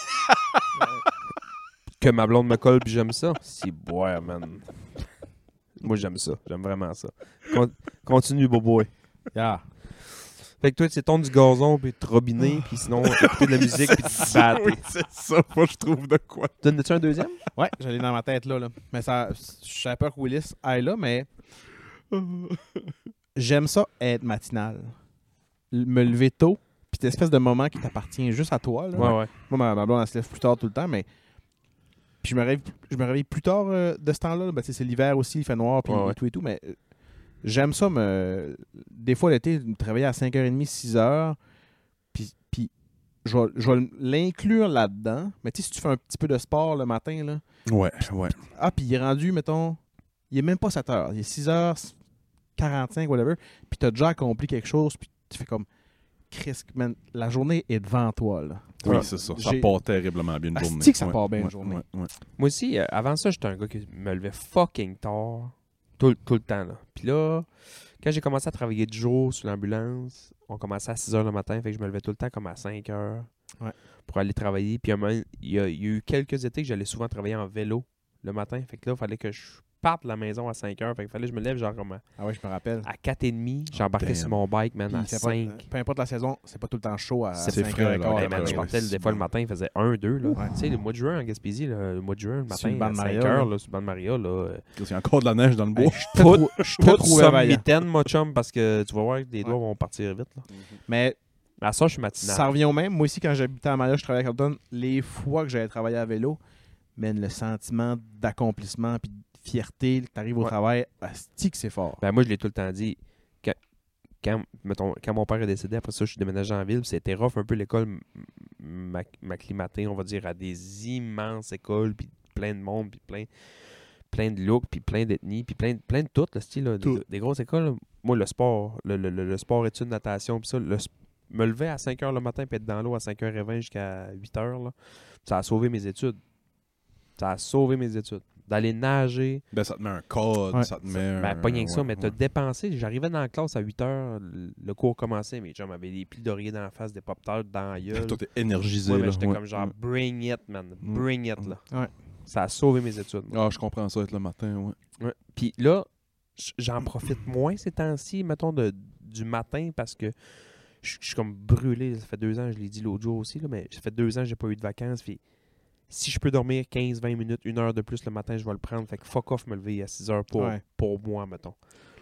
que ma blonde me colle puis j'aime ça. C'est boire, man. Moi, j'aime ça. J'aime vraiment ça. Con- continue, Boboy. Yeah. Fait que toi, c'est ton du gazon puis te robiner, puis sinon, écouter de la musique puis te battre. Oui, c'est ça, moi je trouve de quoi. Donnes-tu un deuxième? Ouais, j'allais dans ma tête là. là. Mais ça, je savais pas que Willis aille là, mais j'aime ça être matinal. L- Me lever tôt, puis cette espèce de moment qui t'appartient juste à toi. Là. ouais. Moi, ma, ma blonde, elle se lève plus tard tout le temps, mais. Puis je me réveille, je me réveille plus tard euh, de ce temps-là. là. Ben, tu sais, c'est l'hiver aussi, il fait noir, puis Ouais, ouais. et tout et tout, mais euh, j'aime ça. Me... Des fois, l'été, me travailler à 5h30, 6h, puis, puis je vais- je vais l'inclure là-dedans. Mais tu sais, si tu fais un petit peu de sport le matin, là, Ouais, ouais. ah, puis il est rendu, mettons, il est même pas 7 heures. Il est 6 h 45, whatever. Puis t'as déjà accompli quelque chose, puis tu fais comme, Chris, man, la journée est devant toi, là. Oui, Ouais. c'est ça. Ça J'ai- part terriblement bien une Ah, journée. c'est-tu que ça Ouais, part bien une ouais, journée? ouais, ouais. Moi aussi, euh, avant ça, j'étais un gars qui me levait fucking tard. Tout, tout le temps, là. Puis là, quand j'ai commencé à travailler du jour sur l'ambulance, on commençait à 6 h le matin, fait que je me levais tout le temps comme à 5 h Ouais. pour aller travailler. Puis à un moment, il y, a, il y a eu quelques étés que j'allais souvent travailler en vélo le matin, fait que là, il fallait que je parte de la maison à 5 heures. Fait qu'il fallait que je me lève genre comme à Ah ouais, je me rappelle. à 4h30. J'embarquais Oh, damn. sur mon bike, man, à Puis c'est pas- euh, 5. peu importe la saison, c'est pas tout le temps chaud à C'est 5 frais, heures et là, quart. ouais, Hey, man, ouais, je ouais, partais c'est Ben, des fois le bon. matin, il faisait 1, 2. Là. Ouais. Tu sais, le mois de juin en Gaspésie, là, le mois de juin, le matin, Sur le banc à de 5 Maria, heures, là. là, sur le banc de Maria, là, euh, Il y a encore de la neige dans le bois. Hey, je te trou- je te tout trouvais vaillant. sommitaine, mon chum, parce que tu vas voir que les doigts vont partir vite. Là. Mais Mais à ça, je suis matinal. ça revient au même. Moi aussi, quand j'habitais à Maya, je travaillais à Carlton. Les fois que j'allais travailler à vélo, man, le sentiment d'accomplissement puis de fierté, que t'arrives au Ouais. travail, asti que c'est fort. Ben, moi, je l'ai tout le temps dit. Quand, quand, mettons, quand mon père est décédé, après ça, je suis déménagé en ville. puis C'était rough un peu l'école m- m'a- m'acclimater, on va dire, à des immenses écoles, puis plein de monde, puis plein, plein de looks, puis plein d'ethnies, puis plein, de- plein de tout, le style. là, de- Tout. de- des grosses écoles, là. moi, le sport, le, le, le- le sport études, natation, puis ça, le sp- me lever à 5 h le matin, puis être dans l'eau à 5h20 jusqu'à 8 h, là, ça a sauvé mes études. Ça a sauvé mes études. D'aller nager, Ben, ça te met un code, Ouais. ça te met. un- ben, pas rien que ça, ouais, mais t'as Euh, ouais. dépensé. J'arrivais dans la classe à 8 heures, le le cours commençait, mes chums avaient des plis d'oreiller dans la face, des pop-tarts dans la gueule. Toi, t'es énergisé. Ouais, ben, là, mais j'étais ouais. comme genre, Ouais. bring it, man, Mm. bring it, là. Ouais. Ça a sauvé mes études. moi. Ah, je comprends ça, être le matin, ouais. Ouais. Puis là, j- j'en profite moins ces temps-ci, mettons, de, du matin, parce que je je suis comme brûlé. Ça fait deux ans, je l'ai dit l'autre jour aussi, là, mais ça fait deux ans que j'ai pas eu de vacances. Puis si je peux dormir 15-20 minutes, une heure de plus le matin, je vais le prendre. Fait que fuck off me lever à 6 heures pour, Ouais. pour moi, mettons.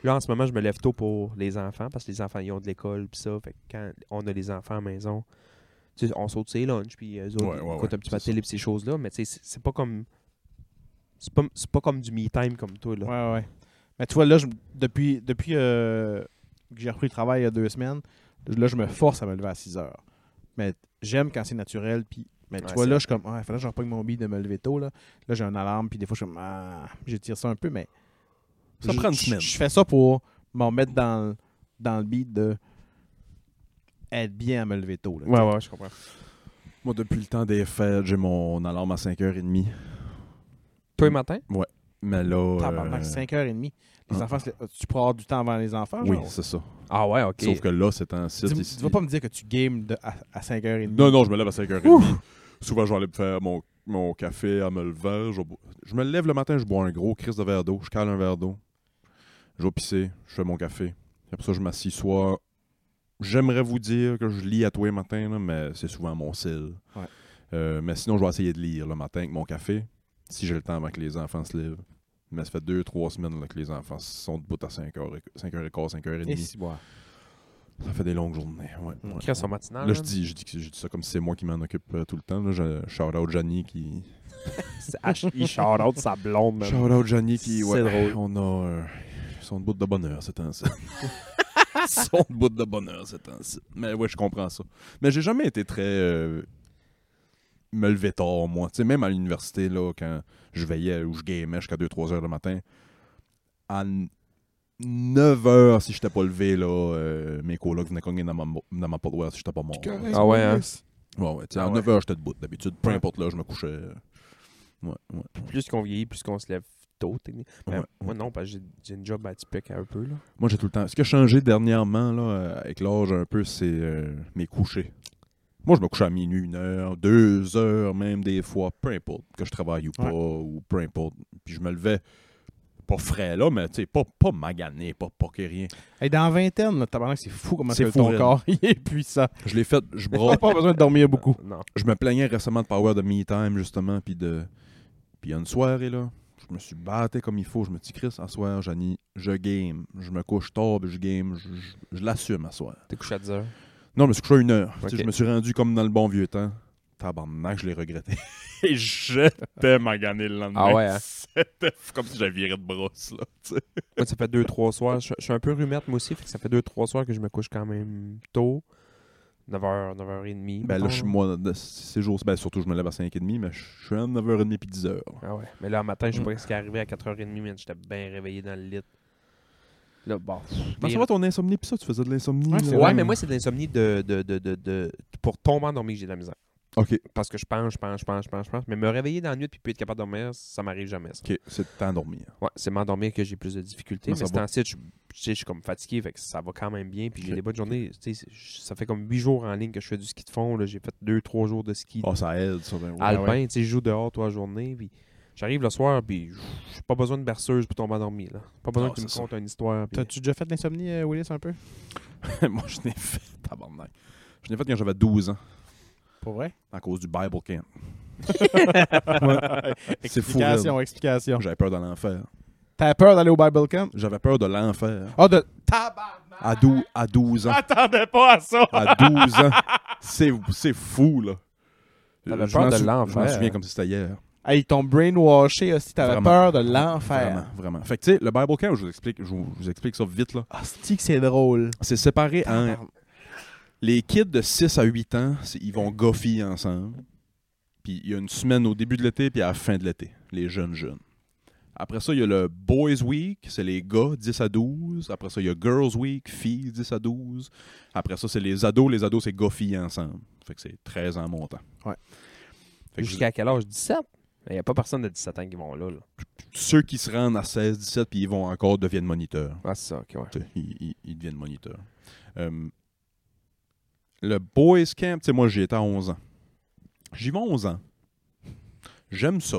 Là, en ce moment, je me lève tôt pour les enfants, parce que les enfants, ils ont de l'école, puis ça. Fait que quand on a les enfants à la maison, tu sais, on saute ses lunchs, puis eux autres, Ouais, ouais, ils écoutent ouais, un petit peu la c'est télé, puis ces choses-là. Mais tu sais, c'est- c'est pas comme... C'est pas, c'est pas comme du me-time comme toi, là. Ouais, ouais. Mais tu vois, là, je- depuis, depuis euh, que j'ai repris le travail il y a deux semaines, là, je me force à me lever à 6 heures. Mais j'aime quand c'est naturel. Puis, mais tu Ouais, vois, c'est là, vrai. je suis comme, ah, il faudrait que je repogne mon billet de me lever tôt. Là, là j'ai un alarme. Puis des fois, je suis comme, ah, j'étire ça un peu. Mais Ça je- prend une je- semaine. Je fais ça pour m'en mettre dans, le- dans le beat de être bien à me lever tôt. là, tu sais. Ouais, ouais, je comprends. Moi, depuis le temps des fêtes, j'ai mon alarme à 5h30. Toi le matin? Mais là. Tabarnak, euh, 5h30. Les hein. enfants, c'est- tu peux avoir du temps avant les enfants. Oui, genre? c'est ça. Ah ouais, ok. Sauf que là, c'est un Tu site. tu vas pas me dire que tu games de- à, à 5h30. Non, non, je me lève à 5h30. Souvent, je vais aller me faire mon, mon café à me lever. Je, bo- je me lève le matin, je bois un gros crise de verre d'eau. Je cale un verre d'eau. Je vais pisser, je fais mon café. Après ça, je m'assis soit. J'aimerais vous dire que je lis à tous les matins, là, mais c'est souvent mon cil. Ouais. Euh, mais sinon, je vais essayer de lire le matin avec mon café, si j'ai le temps avant que les enfants se lèvent. Mais ça fait deux, trois semaines là, que les enfants sont debout à 5h15, 5h15, 5h30. Et si, ouais. Ça fait des longues journées. ouais, ouais. Chris, son matinal. Là, je man. dis, je dis, que- je dis ça comme si c'est moi qui m'en occupe euh, tout le temps. Là. Je, shout out Johnny qui. C'est H- Il shout out sa blonde, man. Shout out Johnny qui- qui. ouais, On a. euh, son bout de bonheur, c'est un son bout de bonheur, c'est un Mais ouais, je comprends ça. Mais j'ai jamais été très. euh, me lever tard, moi. Tu sais, même à l'université, là, quand je veillais ou je gamais jusqu'à 2-3 heures le matin, à 9 heures, si je n'étais pas levé, là, euh, mes colocs venaient cogner dans ma, dans ma porte. Ouais, si j'étais pas mort. Ah ouais, hein? Ouais, ouais. tu sais, Ah à ouais. 9h, j'étais debout d'habitude. Peu Ouais. importe là, je me couchais. euh, Ouais, ouais. Plus qu'on vieillit, plus qu'on se lève tôt, techniquement. Ben, Ouais. Moi, non, parce que j'ai- j'ai une job atypique un peu, là. Moi, j'ai tout le temps. Ce qui a changé dernièrement, là, euh, avec l'âge un peu, c'est euh, mes couchers. Moi, je me couche à minuit, une heure, deux heures, même des fois, peu importe, que je travaille ou Ouais. pas, ou peu importe. Puis je me levais, pas frais là, mais tu sais, pas, pas magané, pas poqué rien. Hey, dans la vingtaine, là, tabarnak, c'est fou comment C'est que fou, ton raide. corps il est puissant. Je l'ai fait, je T'as brasse. pas besoin de dormir beaucoup. Euh, non. je me plaignais récemment de Power de Me Time, justement, puis de. Puis il y a une soirée, là, je me suis batté comme il faut. Je me dis, Chris, à soir, Janie, je game. Je me couche tard, puis je game. Je, je- je l'assume à soir. T'es couché à 10 heures. Non, je me suis couché à une heure. Tu sais, Ok. Je me suis rendu comme dans le bon vieux temps. Tabarnak, je l'ai regretté. Et j'étais magané le lendemain. Ah ouais, hein? C'était comme si j'avais viré de brosse, là. tu sais. Moi, ça fait deux, trois soirs. Je, je suis un peu rhumette, moi aussi. Fait que ça fait deux, trois soirs que je me couche quand même tôt. 9h, 9h30. Ben là, mettons, je suis moi, de ces jours ben surtout, je me lève à 5h30, mais je suis à 9h30 puis 10h. Ah ouais. Mais là, le matin, je sais pas ce qui est arrivé à 4h30, man. J'étais bien réveillé dans le lit. Là, bon. Ben, ça va ton insomnie pis ça, tu faisais de l'insomnie. Ouais, là? c'est Ouais, vrai. mais moi, c'est de l'insomnie de, de, de, de, de- Pour tomber endormi, j'ai de la misère. Ok, Parce que je pense, je pense, je pense, je pense, je pense. Mais me réveiller dans la nuit puis plus être capable de dormir, ça m'arrive jamais. Ça. ok, c'est le temps de dormir. Ouais, c'est m'endormir que j'ai plus de difficultés. Mais Mais, ça c'est va. en je, je sais, je suis comme fatigué, fait que ça va quand même bien. Puis j'ai Ok. des bonnes journées. Tu sais, je- ça fait comme huit jours en ligne que je fais du ski de fond. là. J'ai fait deux, trois jours de ski Ah, ça aide, ça. Ben, ouais. alpin. Tu sais, je joue dehors trois journées. Puis J'arrive le soir, puis j'ai pas besoin de berceuse pour tomber endormi. Là. Pas besoin Non, que tu me c'est contes une histoire. puis- T'as-tu déjà fait de l'insomnie, euh, Willis, un peu Moi, je n'ai fait. Tabarnak. Je l'ai fait quand j'avais 12 ans, Pour vrai à cause du Bible Camp. C'est fou, Explication, explication. J'avais peur de l'enfer. T'as peur d'aller au Bible Camp J'avais peur de l'enfer. Ah, de. Tabarnak À, dou- à 12 ans. Attendez pas à ça À 12 ans. C'est, c'est fou, là. T'avais Je peur m'en de sou- Je m'en l'enfer. souviens comme si c'était hier. Hey, ils t'ont brainwashé aussi, t'avais Vraiment. peur de l'enfer. Vraiment, vraiment. Fait que, tu sais, le Bible Camp, je vous explique, je vous, je vous explique ça vite, là. Ah, c'est que c'est drôle. C'est séparé en... Tabarnak. Les kids de 6 à 8 ans, c'est- ils vont goffer ensemble. Puis il y a une semaine au début de l'été, puis à la fin de l'été, les jeunes jeunes. Après ça, il y a le Boys Week, c'est les gars 10 à 12. Après ça, il y a Girls Week, filles 10 à 12. Après ça, c'est les ados. Les ados, c'est gars-filles ensemble. Fait que c'est 13 ans montant. Ouais. Fait que je- Jusqu'à quel âge 17 Il n'y a pas personne de 17 ans qui vont là. là. ceux qui se rendent à 16, 17, puis ils vont encore deviennent moniteurs. Ah, c'est ça, ok, ouais. Tu sais, Ils, ils- ils deviennent moniteurs. Euh, le Boys Camp, tu sais, moi, j'y étais à 11 ans. J'y vais à 11 ans. J'aime ça.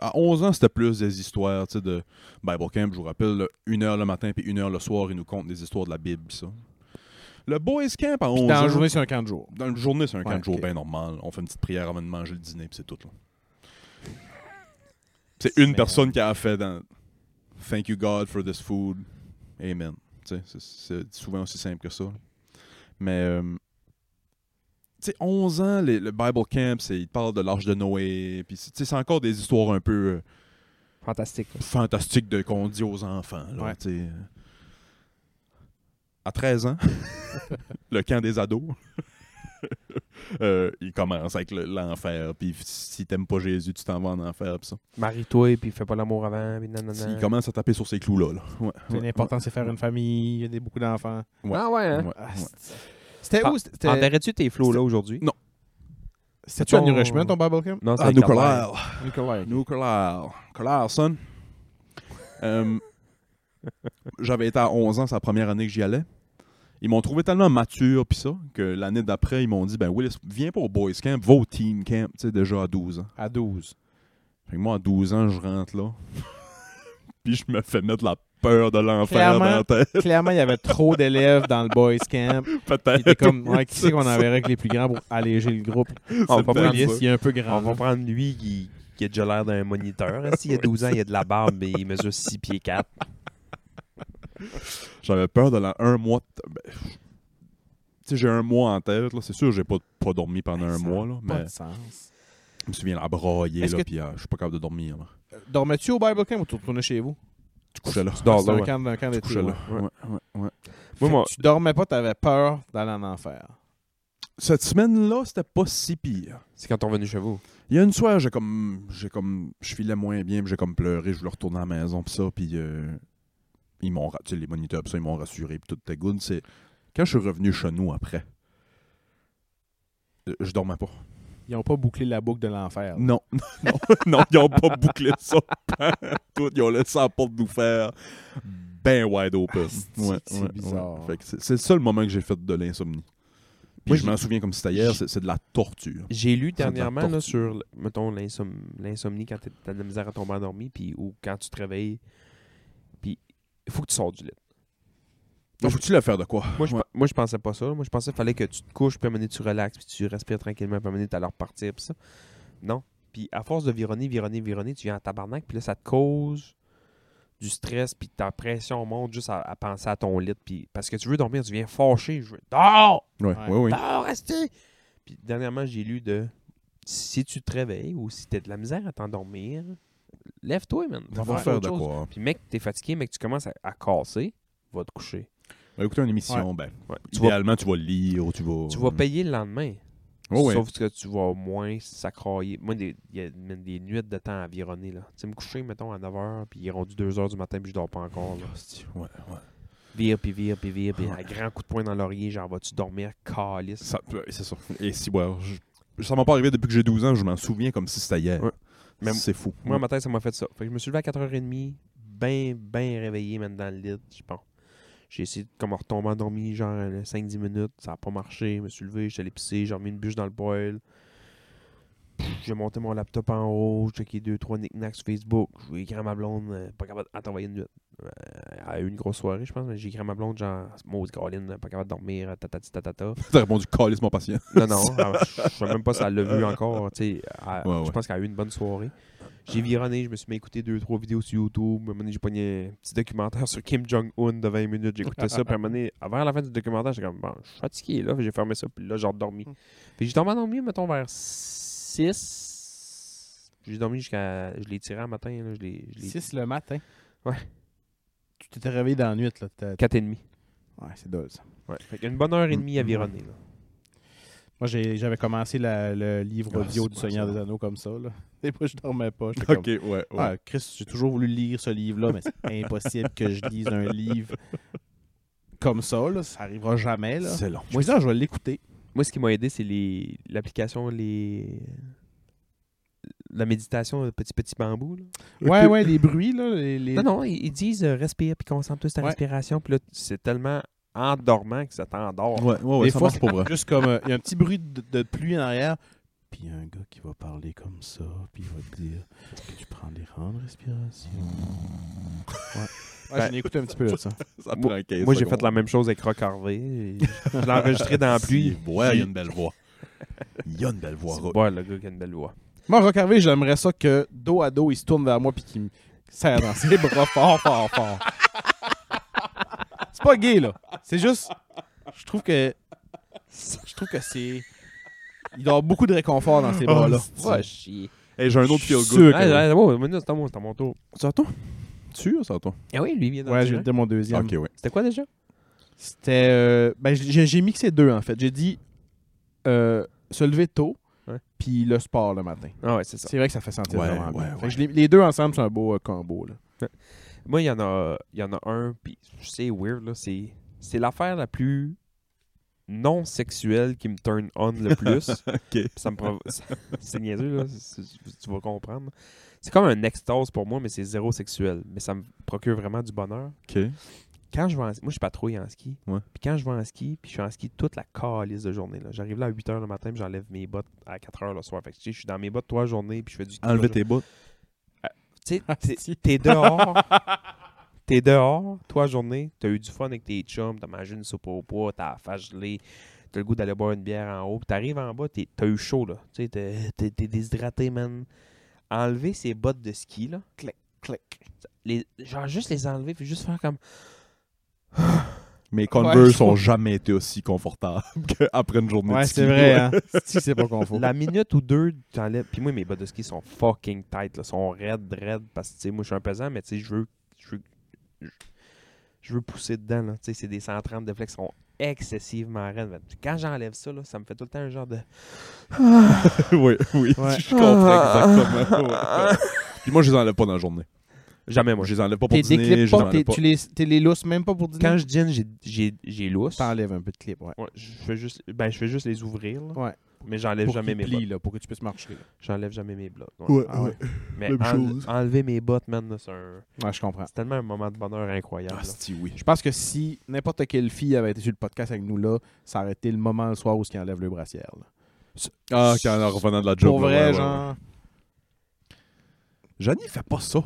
À 11 ans, c'était plus des histoires, tu sais, de Bible Camp, je vous rappelle, là, une heure le matin puis une heure le soir, ils nous content des histoires de la Bible, pis ça. Le Boys Camp à 11 Dans la ans. journée, c'est un camp de jour. Dans la journée, c'est un camp Ouais, de jour ok. bien normal. On fait une petite prière avant de manger le dîner, puis c'est tout. là. C'est une personne qui a fait dans Thank you God for this food. Amen. Tu sais, C'est c'est souvent aussi simple que ça. Mais, euh, tu sais, 11 ans, les- le Bible Camp, c'est- il parle de l'Arche de Noé. Puis, c'est- tu sais, c'est encore des histoires un peu. euh, Fantastique. là. fantastique de qu'on dit aux enfants. là, Ouais. tu sais. euh. À 13 ans, le camp des ados, euh, il commence avec le- l'enfer. Puis si t'aimes pas Jésus, tu t'en vas en enfer. Puis ça. Marie-toi, puis fais pas l'amour avant, puis nanana. Il commence à taper sur ces clous-là. là. Ouais, ouais, L'important, c'est faire une famille, il y a des- beaucoup d'enfants. ouais. Ah ouais, hein? ouais, Ah, ouais. c'est- C'était Ah, où C'était Enverrais-tu tes flots là aujourd'hui? Non. C'était-tu à New ton- Richmond, ton Bible Camp Non, c'est Ah, avec nous, ta mère. Carlisle. Nicolas. Nous, Carlisle. Carlisle, son. Euh, J'avais été à 11 ans, c'est la première année que j'y allais. Ils m'ont trouvé tellement mature, puis ça, que l'année d'après, ils m'ont dit Ben, Willis, viens pas au Boys Camp, va au Team Camp, tu sais, déjà à 12 ans. À 12. Fait que moi, à 12 ans, je rentre là. puis je me fais mettre la peur de l'enfer dans Clairement. la tête, Clairement, il y avait trop d'élèves dans le Boys Camp. Il était peut-être. comme, ouais, qui c'est qu'on enverrait avec les plus grands pour alléger le groupe? On va C'est pas peut-être prendre ça. Willis, il est un peu grand. On va prendre lui qui, qui a déjà l'air d'un moniteur. hein. S'il a 12 ans, il a de la barbe, mais il mesure 6 pieds 4. J'avais peur de la un mois. de- ben, tu sais, j'ai un mois en tête, là. C'est sûr, j'ai pas, pas dormi pendant un Ça mois, a là. Pas Mais de sens. je me souviens, la brailler, Est-ce là, que- puis euh, je suis pas capable de dormir, là. Euh, Dormais-tu au Bible Camp ou tu retournais chez vous? Tu couchais là. Tu dors C'était là, un ouais. camp, un camp d'été. couchais là. ouais. Ouais, ouais, ouais. Moi, moi, Tu dormais pas, t'avais peur d'aller en enfer. Cette semaine-là, c'était pas si pire. c'est quand on est venu chez vous. Il y a une soirée, j'ai comme. J'ai comme. Je filais moins bien, puis j'ai comme pleuré, je voulais retourner à la maison, pis ça, puis euh, ils m'ont. ra- Tu sais, les moniteurs, pis ça, ils m'ont rassuré, pis tout était good. C'est. Quand je suis revenu chez nous après, euh, je dormais pas. Ils ont pas bouclé la boucle de l'enfer. Non, non, non, ils ont pas bouclé ça. Écoute, ils ont laissé la porte nous faire ben wide open. Ah, c'est- c'est bizarre. Fait que c'est- c'est le seul moment que j'ai fait de l'insomnie. Puis Moi, je m'en souviens comme si c'était hier, c'est c'est de la torture. J'ai lu C'est de la dernièrement là, torture. sur, le- mettons, l'insom- l'insomnie quand t'as t'as de la misère à tomber endormi, puis ou quand tu te réveilles, puis il faut que tu sors du lit. Donc, faut-tu le faire de quoi? Moi, je, Ouais. moi, je pensais pas ça. Moi, je pensais qu'il fallait que tu te couches, puis à un moment donné, tu relaxes, puis tu respires tranquillement, puis à un moment donné, t'allais repartir, puis ça. Non. Puis à force de vironner, vironner, vironner, tu viens en tabarnak, puis là, ça te cause du stress, puis ta pression monte juste à, à penser à ton lit, puis parce que tu veux dormir, tu viens fâché, je veux dors, Ouais, Ouais. ouais, ouais. dors, restez. Puis dernièrement, j'ai lu de si tu te réveilles ou si t'as de la misère à t'endormir, lève-toi, man. On va faire autre de chose. quoi? Puis mec, t'es fatigué, mec, tu commences à, à casser, va te coucher. On va écouter une émission, ben, Ouais. Tu vas idéalement, tu vas lire ou tu vas... tu vas payer le lendemain. Ouais, ouais. Sauf que tu vas moins sacrailler. Moi, des- il y a même des nuits de temps à vironner. Là. Tu sais, me coucher, mettons, à 9h, puis il est rendu 2h du matin, puis je dors pas encore. Là. Ouais, ouais. Vire, puis vire, puis vire, puis un grand coup de poing dans l'oreiller, genre, vas-tu dormir, calice? Ça peut- C'est ça. Et si, ouais, je- ça m'a pas arrivé depuis que j'ai 12 ans, je m'en souviens comme si c'était hier. Ouais. Mais- C'est fou. Moi, ma tête, ça m'a fait ça. Fait que je me suis levé à 4h30, bien, bien réveillé, même dans le lit, je pense. J'ai essayé de comme retomber endormi, genre euh, 5-10 minutes. Ça n'a pas marché. Je me suis levé, j'étais allé pisser, j'ai remis une bûche dans le poêle. Pff, j'ai monté mon laptop en haut, j'ai checké deux, trois knickknacks sur Facebook, j'ai écrit à ma blonde, euh, pas capable de t'envoyer une nuit. Euh, elle a eu une grosse soirée, je pense, mais j'ai écrit à ma blonde, genre, Maud Caroline, pas capable de dormir, tatati tatata. T'as répondu calisse mon patient. Non, non, elle- je sais même pas si elle l'a vu encore. tu sais, elle- Ouais, Je ouais. pense qu'elle a eu une bonne soirée. J'ai vironné, je me suis mis à écouter deux, trois vidéos sur YouTube. À un moment donné, j'ai pogné un petit documentaire sur Kim Jong-un de 20 minutes. J'écoutais ça, puis à un moment donné, avant la fin du documentaire, j'étais comme, bon, je suis fatigué, là. Fait que J'ai fermé ça, puis là, j'ai redormi. Fait que j'ai tombé endormi, mettons, vers 6. J'ai dormi jusqu'à. Je l'ai tiré un matin, là. Je l'ai. je l'ai- 6 le matin. Ouais. Tu t'étais réveillé dans la nuit, là. t'étais- Quatre et demi. Ouais, c'est dole, ça. Ouais. Fait qu'une bonne heure et demie à Mm. vironner, là. Moi, j'ai- j'avais commencé la- le livre Ah, audio c'est du bon, Seigneur ça. des Anneaux comme ça, là. Et moi, je dormais pas. j'étais Ok, comme, ouais, ouais. Ah, Chris, j'ai toujours voulu lire ce livre-là, mais c'est impossible que je lise un livre comme ça, là. Ça arrivera jamais, là. C'est long. Moi, je dis, Ah, je vais l'écouter. Moi, ce qui m'a aidé, c'est les l'application, les... la méditation, le petit petit bambou. là. Ouais, ouais, les bruits, là. Les, les- Non, non, ils, ils disent euh, respire, puis concentre-toi sur ta Ouais. respiration. Puis là, c'est tellement endormant que ça t'endort. Ouais, ouais, ouais, Des ça fois, marche pour vrai. Juste comme euh, il y a un petit bruit de, de pluie en arrière, puis il y a un gars qui va parler comme ça, puis il va te dire que tu prends des grandes respirations. Ouais. Ouais, Ben, j'en ai écouté un petit peu là, de ça. Ça prend 15 Moi, j'ai secondes. fait la même chose avec Rock Harvey. Je l'ai enregistré dans la pluie. Si, Ouais, il y a une belle voix. Il y a une belle voix. C'est Rock. bon, le gars qui a une belle voix. Moi, Rock Harvey, j'aimerais ça que dos à dos, il se tourne vers moi puis qu'il me serre dans ses bras fort, fort, fort. C'est pas gay, là. C'est juste. Je trouve que. Je trouve que c'est. Il doit avoir beaucoup de réconfort dans ses bras-là. Ouais, chier. Hey, j'ai Ah, un autre feel Sûr good. Ah, ah, ouais, mais là, c'est à moi, c'est à mon tour. C'est à toi? Tu c'est à toi? Ah oui, lui, il vient d'en Ouais, dire j'ai un. dit mon deuxième. Ok, ouais. C'était quoi déjà? C'était. euh, ben, j'ai j'ai mixé deux, en fait. J'ai dit euh, se lever tôt, Ouais. puis le sport le matin. Ah ouais, c'est ça. C'est vrai que ça fait sentir Ouais, vraiment ouais, bien. Fait que ouais. je l'ai- les deux ensemble, c'est un beau euh, combo. Là. Moi, il y en a, il y en a un, puis c'est weird, là. C'est, c'est l'affaire la plus non sexuelle qui me turn on le plus. Puis ça me provo- ça- c'est niaiseux, là. c'est- c'est- Tu vas comprendre. C'est comme un extase pour moi, mais c'est zéro sexuel. Mais ça me procure vraiment du bonheur. Ok. Quand je vais en- Moi, je patrouille en ski. Ouais. Puis quand je vais en ski, puis je suis en ski toute la calice de journée. Là. J'arrive là à 8h le matin, puis j'enlève mes bottes à 4h le soir. Fait que, tu sais, je suis dans mes bottes trois journées, puis je fais du ski trois Enlevez tes bottes. tu sais, t'es- t'es dehors. T'es dehors, toi, journée, t'as eu du fun avec tes chums, t'as mangé une soupe au poids, t'as la face gelée, t'as le goût d'aller boire une bière en haut, puis t'arrives en bas, t'es- t'as eu chaud, là. Tu sais, t'es- t'es t'es déshydraté, man. Enlever ces bottes de ski, là. Clic, clic. Les, genre, juste les enlever, puis juste faire comme. Mes Ouais, Converse je trouve- ont jamais été aussi confortables qu'après une journée de ski. hein. si c'est pas confort. La minute ou deux, t'enlèves. Puis moi, mes bottes de ski sont fucking tight, là. Sont raides, raides, parce que, tu sais, moi, je suis un pesant, mais, tu sais, je veux. Je veux, je- je veux pousser dedans, là. Tu sais, c'est des 130 de flex qui sont excessivement raides. man. Puis Quand j'enlève ça, là, ça me fait tout le temps un genre de. oui, oui. Ouais. Je comprends exactement. Ouais, ouais. Puis moi, je les enlève pas dans la journée. Jamais, moi. Je les enlève pas pour T'es des dîner. clips Je les pas, t'es- enlève pas. tu les, t'es les lousses même pas pour dîner. Quand je dîne, j'ai- j'ai j'ai lousse. t'enlèves un peu de clip, ouais. Ouais, je fais juste, ben, je fais juste les ouvrir, là. Ouais. Mais j'enlève Pour jamais qu'ils mes plient, bottes. là, pour que tu puisses marcher. là. J'enlève jamais mes bottes. ouais. Ouais, Ah ouais. Mais même en- chose. enlever mes bottes, man, là, c'est un- Ouais, je comprends. c'est tellement un moment de bonheur incroyable. Ah, là. si oui. Je pense que si n'importe quelle fille avait été sur le podcast avec nous là, ça aurait été le moment le soir où ce qui enlève le brassière. là. Ah, quand en revenant de la job. Pour là, vrai, ouais, ouais, ouais. genre. Janie fait pas ça.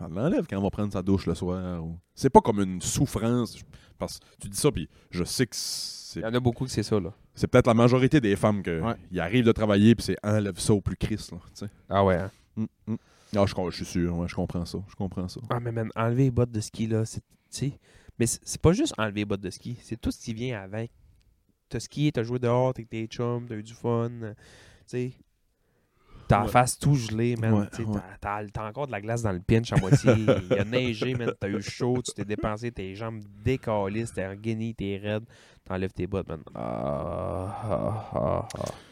Elle l'enlève quand elle va prendre sa douche le soir. ou- C'est pas comme une souffrance. je- Parce que tu dis ça, puis je sais que c'est, Il y en a beaucoup que c'est ça, là. c'est peut-être la majorité des femmes que Ouais. ils arrivent de travailler, puis c'est enlève ça au plus Christ. Là, tu sais. Ah ouais, hein. Mm, mm. Ah, je, com- je suis sûr, ouais, je comprends ça. Je comprends ça. Ah, mais man, enlever les bottes de ski, là, c'est. tu sais, Mais c'est c'est pas juste enlever les bottes de ski, c'est tout ce qui vient avec. T'as skié, t'as joué dehors, t'es avec tes chums, t'as eu du fun. euh, Tu sais. T'as la Ouais. face tout gelée, man. Ouais, tu sais, ouais. T'as t'as- t'as encore de la glace dans le pinch à moitié. Il a neigé, man. T'as eu chaud, tu t'es dépensé, tes jambes décalissent, t'es en guenille, t'es raide. T'enlèves tes bottes, man. Ah, ah, ah,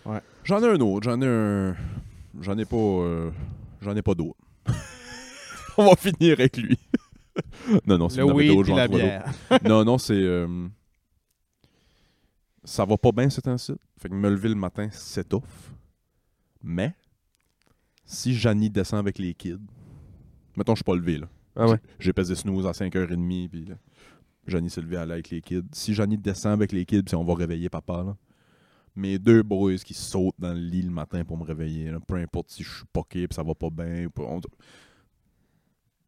ah. J'en ai un autre. J'en ai un. J'en ai pas. euh, J'en ai pas d'autre. On va finir avec lui. non, non, c'est Le weed puis la j'en trouve d'autres. bière. non, non, c'est. euh, ça va pas bien ces temps-ci. Fait que me lever le matin, c'est off. Mais, si Janie descend avec les kids, mettons, je suis pas levé, là. Ah ouais. J'ai pesé snooze à 5h30, puis là, Janie s'est levée à l'air avec les kids. Si Janie descend avec les kids, puis on va réveiller papa, là. mes deux boys qui sautent dans le lit le matin pour me réveiller. là. peu importe si je suis poqué, puis ça va pas bien. puis on-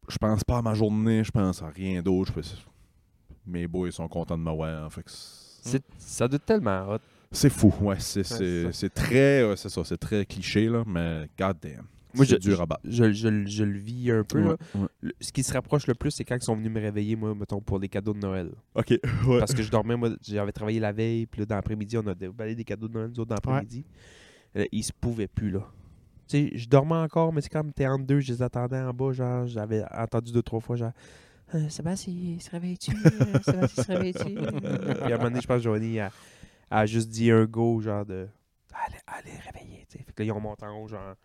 Je pense pas à ma journée, je pense à rien d'autre. je fais- Mes boys sont contents de me voir. Fait que c'est- C'est- Ça doit être tellement hot. c'est fou, ouais. C'est c'est- ça. c'est très, ouais, c'est ça, c'est très cliché, là, mais goddamn. Moi, c'est je- dur à battre. Je, je- je le vis un peu. là. Ouais, ouais. Le- ce qui se rapproche le plus, c'est quand ils sont venus me réveiller, moi, mettons, pour les cadeaux de Noël. Ok, ouais. Parce que je dormais, moi, j'avais travaillé la veille, puis là, dans l'après-midi, on a déballé des cadeaux de Noël, nous autres, dans l'après-midi. Euh, ils se pouvaient plus, là. Tu sais, je dormais encore, mais c'est comme t'es entre deux, je les attendais en bas, genre, j'avais entendu deux, trois fois, genre, Euh, Sébastien, il se réveille-tu? Euh, Sébastien, il se réveille-tu? puis à un moment donné, je pense que Joanie a, a juste dit un go, genre, de, allez, allez, réveillez, tu sais. Fait que là, ils ont monté en haut, genre,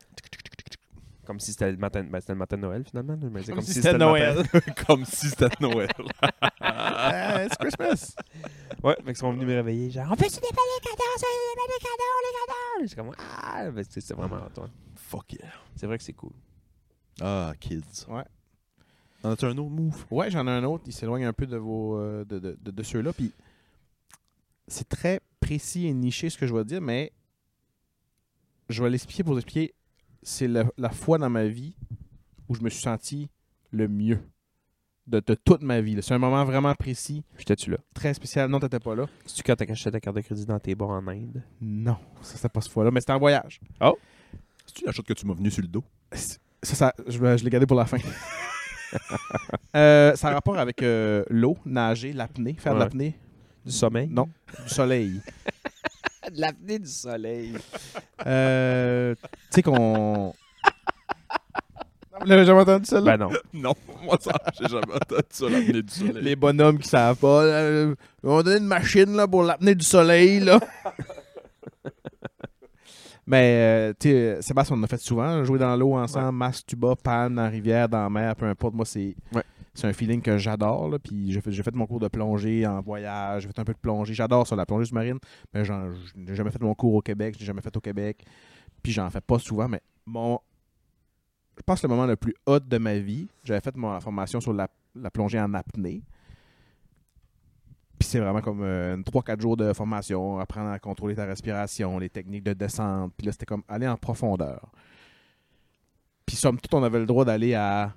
comme si c'était le matin, ben, c'était le matin de Noël, finalement. là, mais c'est Comme si c'était le matin. Noël. Comme si c'était Noël. Ah, it's Christmas! Ouais, mais ils sont venus me réveiller, genre, on peut-tu déballer les cadeaux, on déballer les cadeaux, les cadeaux? J'étais comme, ah, mais c'est c'est vraiment toi. Fuck yeah. C'est vrai que c'est cool. Ah, kids. Ouais. En as-tu un autre move? Ouais, j'en ai un autre. Il s'éloigne un peu de vos euh, de, de- de- de ceux-là. Puis c'est très précis et niché ce que je vais dire, mais je vais l'expliquer pour vous expliquer. C'est la, la fois dans ma vie où je me suis senti le mieux de, de toute ma vie. là. C'est un moment vraiment précis, J'étais-tu là? très spécial. Non, t'étais pas là. C'est-tu quand t'as caché ta carte de crédit dans tes bars en Inde? Non, ça c'était pas ce fois-là, mais c'était en voyage. C'est-tu la chose que tu m'as venu sur le dos? Ça, ça, je, je l'ai gardé pour la fin. Euh, ça a rapport avec euh, l'eau, nager, l'apnée, faire de Ouais. l'apnée, Du sommeil? Non. du soleil. de l'apnée du soleil. Euh, tu sais qu'on. Vous l'avez jamais entendu, ça, là? Ben non. Non, moi ça, j'ai jamais entendu ça, l'apnée du soleil. Les bonhommes qui savent pas. là, euh, on a donné une machine là, pour l'apnée du soleil. Là. Mais, euh, tu sais, Sébastien, on en a fait souvent, jouer dans l'eau ensemble, masse, tuba, panne, en rivière, dans la mer, peu importe. Moi, c'est Ouais. c'est un feeling que j'adore. là, Puis, j'ai fait, j'ai fait mon cours de plongée en voyage, j'ai fait un peu de plongée. J'adore ça, la plongée sous-marine. Mais, j'en- je n'ai jamais fait mon cours au Québec, je l'ai jamais fait au Québec. Puis, j'en fais pas souvent, mais mon. Je pense que le moment le plus hot de ma vie, j'avais fait ma formation sur la, la plongée en apnée. Puis c'est vraiment comme euh, une 3-4 jours de formation, apprendre à contrôler ta respiration, les techniques de descente. Puis là, c'était comme aller en profondeur. Puis somme toute, on avait le droit d'aller à,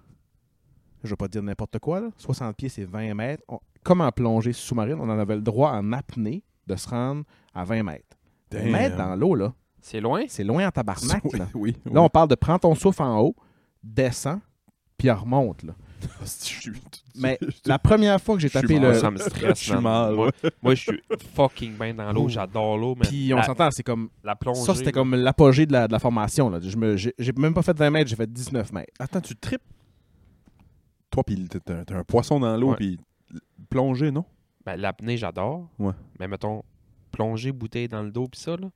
je vais pas dire n'importe quoi, là, 60 pieds, c'est 20 mètres. On- comme en plongée sous-marine, on en avait le droit en apnée de se rendre à 20 mètres. 20 Damn. mètres dans l'eau, là, C'est loin? c'est loin en tabarnak. Oui, Là. oui. Là, on parle de prends ton souffle en haut, descends, puis remonte. Là. Mais la première fois que j'ai Je suis tapé mort, le. Ah, ça me stresse. Je suis man. mal, Moi, moi, je suis fucking bien dans l'eau. J'adore l'eau, mais Ah. Puis on la, s'entend, c'est comme. la plongée... Ça, c'était comme l'apogée de la, de la formation. là. Je me- J'ai j'ai même pas fait 20 mètres, j'ai fait 19 mètres. Attends, tu tripes. Toi, puis t'es un, t'es un poisson dans l'eau, Ouais. puis plonger, non? Ben, l'apnée, j'adore. Ouais. Mais mettons, plonger, bouteille dans le dos, pis ça, là...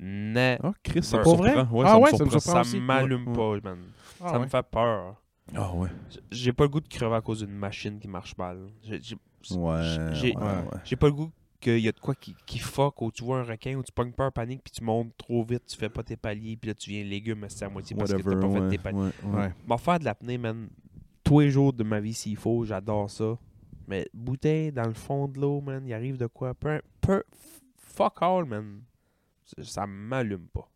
Non. Ah, Chris, ça me Pour vrai? surprend. Ah ouais, ça me Ça surprend. surprend aussi. m'allume Ouais, pas, man. Ah Ça me fait peur. Ah ouais. J'ai pas le goût de crever à cause d'une machine qui marche mal. J'ai- J'ai Ouais, J'ai- ouais, ouais. ouais. j'ai pas le goût qu'il y a de quoi qui, qui fuck, ou tu vois un requin, ou tu pognes peur, panique, puis tu montes trop vite, tu fais pas tes paliers, puis là tu viens légumes, c'est à moitié parce que Whatever, t'as pas fait ouais, tes paliers. ouais, ouais. Ouais. M'en faire de l'apnée, man, tous les jours de ma vie s'il faut, j'adore ça. Mais bouteille dans le fond de l'eau, man, il arrive de quoi? Peu, peu, fuck all, man. Ça- Ça m'allume pas.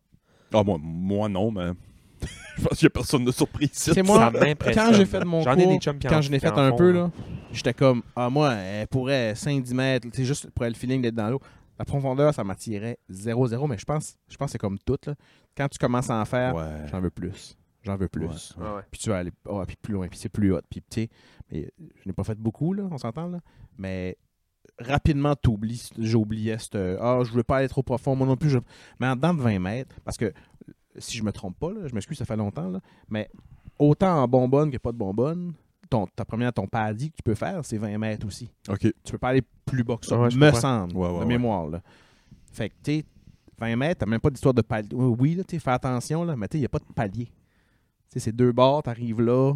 Ah, moi, moi non, mais je pense qu'il n'y a personne de surpris ici. C'est moi, ça m'impressionne. quand j'ai fait de mon J'en ai des cours, chums qui en- quand je l'ai qui fait en un font, peu, là, j'étais comme, ah, moi, elle pourrait 5-10 mètres, c'est juste pour le feeling d'être dans l'eau. La profondeur, ça m'attirait 0-0, mais je pense, je pense que c'est comme tout. Là. Quand tu commences à en faire, Ouais. j'en veux plus. J'en veux plus. Ouais, ouais. Ah ouais. Puis tu vas aller ah, puis plus loin, puis c'est plus haut. Puis tu sais, mais je n'ai pas fait beaucoup, là, on s'entend, là. Mais rapidement, tu oublies, j'oubliais ce. Ah, je ne veux pas aller trop profond, moi non plus. je- Mais en dedans de 20 mètres, parce que si je me trompe pas, là, je m'excuse, ça fait longtemps, là, mais autant en bonbonne que pas de bonbonne, ton, ta première, ton paradis que tu peux faire, c'est 20 mètres aussi. Ok. Tu peux pas aller plus bas que ça, Ouais, je me comprends. semble, Ouais, ouais, de ouais. mémoire. Là. Fait que, tu sais, 20 mètres, t'as même pas d'histoire de palier. Oui, là, tu sais, fais attention, là, mais tu sais, il n'y a pas de palier. Tu sais, c'est deux bords, t'arrives là,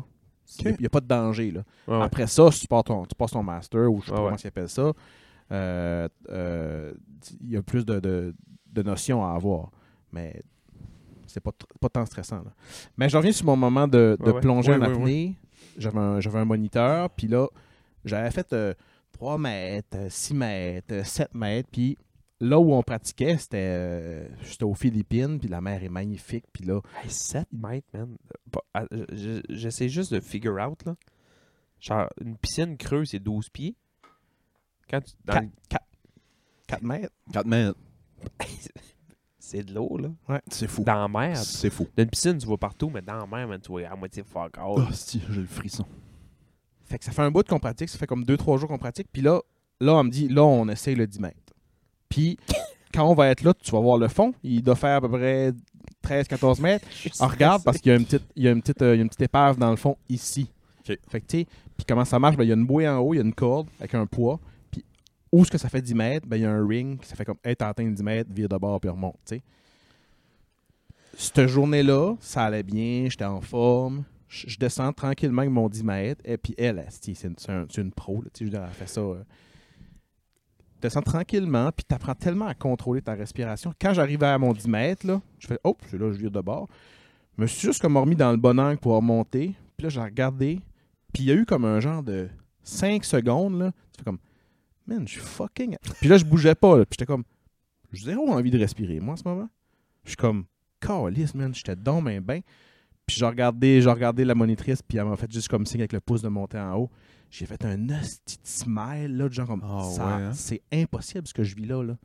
il n'y a pas de danger, là. Ouais, ouais. Après ça, si tu, pars ton- tu passes ton master, ou je sais pas Ouais, comment ouais. ils appellent ça, euh, euh, il y a plus de, de- de notions à avoir. Mais c'est pas, tr- pas tant stressant. là. Mais je reviens sur mon moment de, de Ouais, ouais. plonger Ouais, en ouais, apnée. J'avais un, j'avais un moniteur, puis là, j'avais fait euh, 3 mètres, euh, 6 mètres, euh, 7 mètres, puis là où on pratiquait, c'était euh, c'était aux Philippines, puis la mer est magnifique, puis là, Hey, 7 mètres, man. Pas- ah, je- je- J'essaie juste de figure out, là. Genre, une piscine creuse, c'est 12 pieds. Quand tu- dans le- 4 mètres. 4 mètres. C'est de l'eau, là. C'est fou. Dans la mer. C'est fou. D'une piscine, tu vois partout, mais dans la mer, man, tu vois à moitié fuck all. Ah, Oh, si, j'ai le frisson. Fait que ça fait un bout qu'on pratique, ça fait comme 2-3 jours qu'on pratique, puis là, là, on me dit, là, on essaye le 10 mètres. Puis, quand on va être là, tu vas voir le fond, il doit faire à peu près 13-14 mètres. On ah, regarde parce qu'il y a une petite, il y a une petite, euh, il y a une petite épave dans le fond ici. OK. Fait que, tu sais, puis comment ça marche? Ben, il y a une bouée en haut, il y a une corde avec un poids. Puis où est-ce que ça fait 10 mètres? Ben, il y a un ring qui ça fait comme, hey, t'atteins 10 mètres, vire de bord puis remonte, tu sais. Cette journée-là, ça allait bien, j'étais en forme. Je je descends tranquillement avec mon 10 mètres. Et puis elle, asti, c'est une, c'est un- c'est une pro, là, tu sais, je veux dire, elle fait ça. euh. Descends tranquillement, puis t'apprends tellement à contrôler ta respiration. Quand j'arrivais à mon 10 mètres, là, je fais, oh, c'est là, je vire de bord. Je me suis juste comme remis dans le bon angle pour remonter. Puis là, j'ai regardé. Puis il y a eu comme un genre de 5 secondes. Là. Tu fais comme, man, je suis fucking. Puis là, je bougeais pas. là. Puis j'étais comme, j'ai zéro envie de respirer, moi, en ce moment. Je suis comme, calice, man, j'étais dans mes bains. Puis j'ai regardé, j'ai regardé la monitrice. Puis elle m'a fait juste comme signe avec le pouce de monter en haut. J'ai fait un hostie de smile, là, de genre comme, Ah ça, ouais, hein? c'est impossible ce que je vis là. là.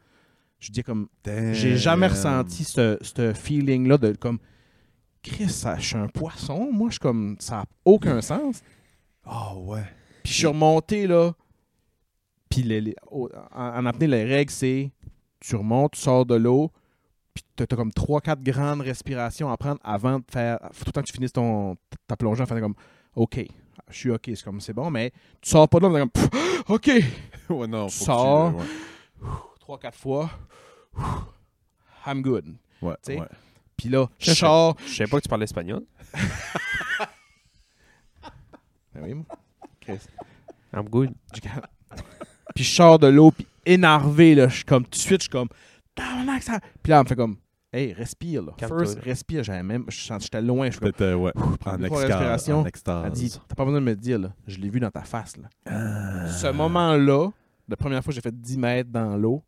Je dis comme, Euh, j'ai jamais ressenti ce, ce feeling-là de comme Chris, ça- je suis un poisson. Moi, je suis comme ça n'a aucun sens. Ah ouais. Puis je suis remonté là. Puis les- les- au- en, en apnée, les règles, c'est tu remontes, tu sors de l'eau, puis tu as, comme 3-4 grandes respirations à prendre avant de faire. Tout le temps que tu finisses ton, ta plongée, en faisant comme OK, je suis OK, c'est comme c'est bon, mais tu sors pas de l'eau en faisant comme Pff, OK, ouais, non. Tu faut que sors. tu- ouais. 3-4 fois, I'm good. Ouais, Tu sais, ouais. Puis là, je Ça, ça- sors, Je savais pas que tu parlais espagnol. Ben oui, moi. Chris. I'm good. Du cal- puis je sors de l'eau, puis énervé, là, je suis comme, tout de suite, je suis comme, tabarnak, ça. Puis là, on me fait comme, hey, respire, là. Calme-toi, First, là. respire. J'avais même, je sens- j'étais loin, je suis comme, C'était, euh, ouais. prends En deux, trois extase. respirations. En extase. elle dit, t'as pas besoin de me le dire, là. Je l'ai vu dans ta face, là. Ah. Ce moment-là, la première fois que j'ai fait 10 mètres dans l'eau,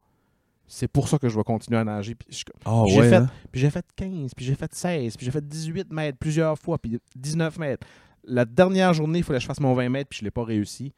c'est pour ça que je vais continuer à nager. Puis je suis comme- Ah J'ai ouais. fait- hein? puis j'ai fait 15, puis j'ai fait 16, puis j'ai fait 18 mètres plusieurs fois, puis 19 mètres. La dernière journée, il fallait que je fasse mon 20 mètres, puis je l'ai pas réussi.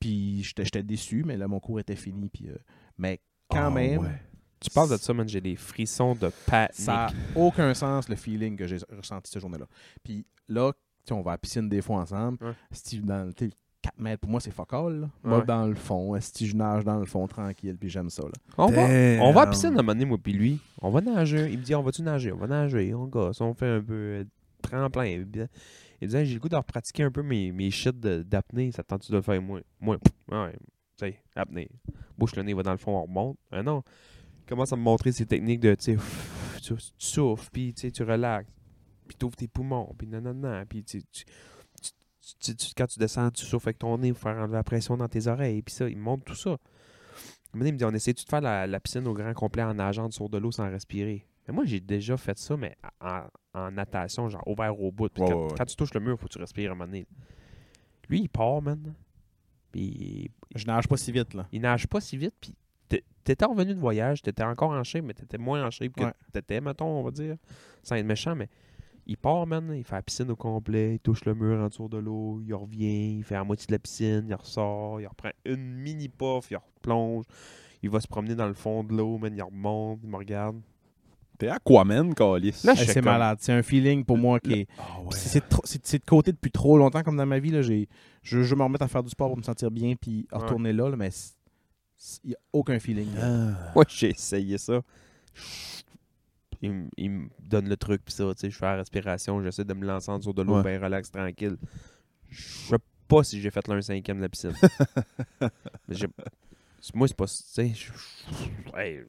Puis j'étais j'étais déçu, mais là, mon cours était fini. Puis, euh, mais quand Ah même, ouais. Tu parles de ça, man, j'ai des frissons de panique. ça n'a aucun sens le feeling que j'ai ressenti cette journée-là. Puis là, tu sais, on va à la piscine des fois ensemble. Ouais. Steve, dans 4 mètres, pour moi, c'est focal. Là. Moi, Ouais. dans le fond, si je nage dans le fond tranquille, puis j'aime ça. Là. On va, on va à la euh, Damn. piscine à un moment donné, moi puis lui. On va nager. Il me dit, on va-tu nager? On va nager. On gosse. On fait un peu euh, tremplin. Il me dit, il me dit, j'ai le goût de repratiquer un peu mes, mes shit de- d'apnée. Ça te tente-tu de le faire, moi? Moi, pff, ouais. Tu sais, apnée. Bouche le nez, va dans le fond, on remonte. Ah non. Il commence à me montrer ses techniques de, tu sais, pff, tu tu souffles, puis tu sais, tu relaxes. Puis tu ouvres tes poumons, puis nanana. Puis tu... tu- tu- tu- tu- quand tu descends, tu souffles avec ton nez pour faire enlever la pression dans tes oreilles. Puis ça, il me montre tout ça. Un moment donné, Il me dit, on essaie-tu de faire la, la piscine au grand complet en nageant sur de l'eau sans respirer? Mais moi, j'ai déjà fait ça, mais en, en natation, genre ouvert au bout. Puis Ouais, quand, ouais, ouais. quand tu touches le mur, faut que tu respires un moment donné. Lui, il part, man. Puis Je nage pas si vite. là. il nage pas si vite, puis t'é- t'étais revenu de voyage, t'étais encore en shape, mais t'étais moins en shape que Ouais. t'étais, mettons, on va dire, sans être méchant, mais il part, man, il fait la piscine au complet, il touche le mur en dessous de l'eau, il revient, il fait la moitié de la piscine, il ressort, il reprend une mini puff, il replonge, il va se promener dans le fond de l'eau, man, il remonte, il me regarde. T'es Aquaman, Calis. Là, Hey, je Euh, c'est sais comme- malade. C'est un feeling pour moi qui est. Ah Puis C'est, trop- c'est- c'est de côté depuis trop longtemps, comme dans ma vie. Là, j'ai, je, je veux me remettre à faire du sport pour me sentir bien, puis Ouais. retourner là, là, mais il n'y a aucun feeling. là. Ah. Moi, j'ai essayé ça. Il, me- il me donne le truc, puis ça, tu sais, je fais la respiration, j'essaie de me lancer en dessous de l'eau, Ouais. bien relax, tranquille. Je sais pas si j'ai fait l'un cinquième de la piscine. Mais j'ai- c'est- Moi, c'est pas. Tu sais, je- hey,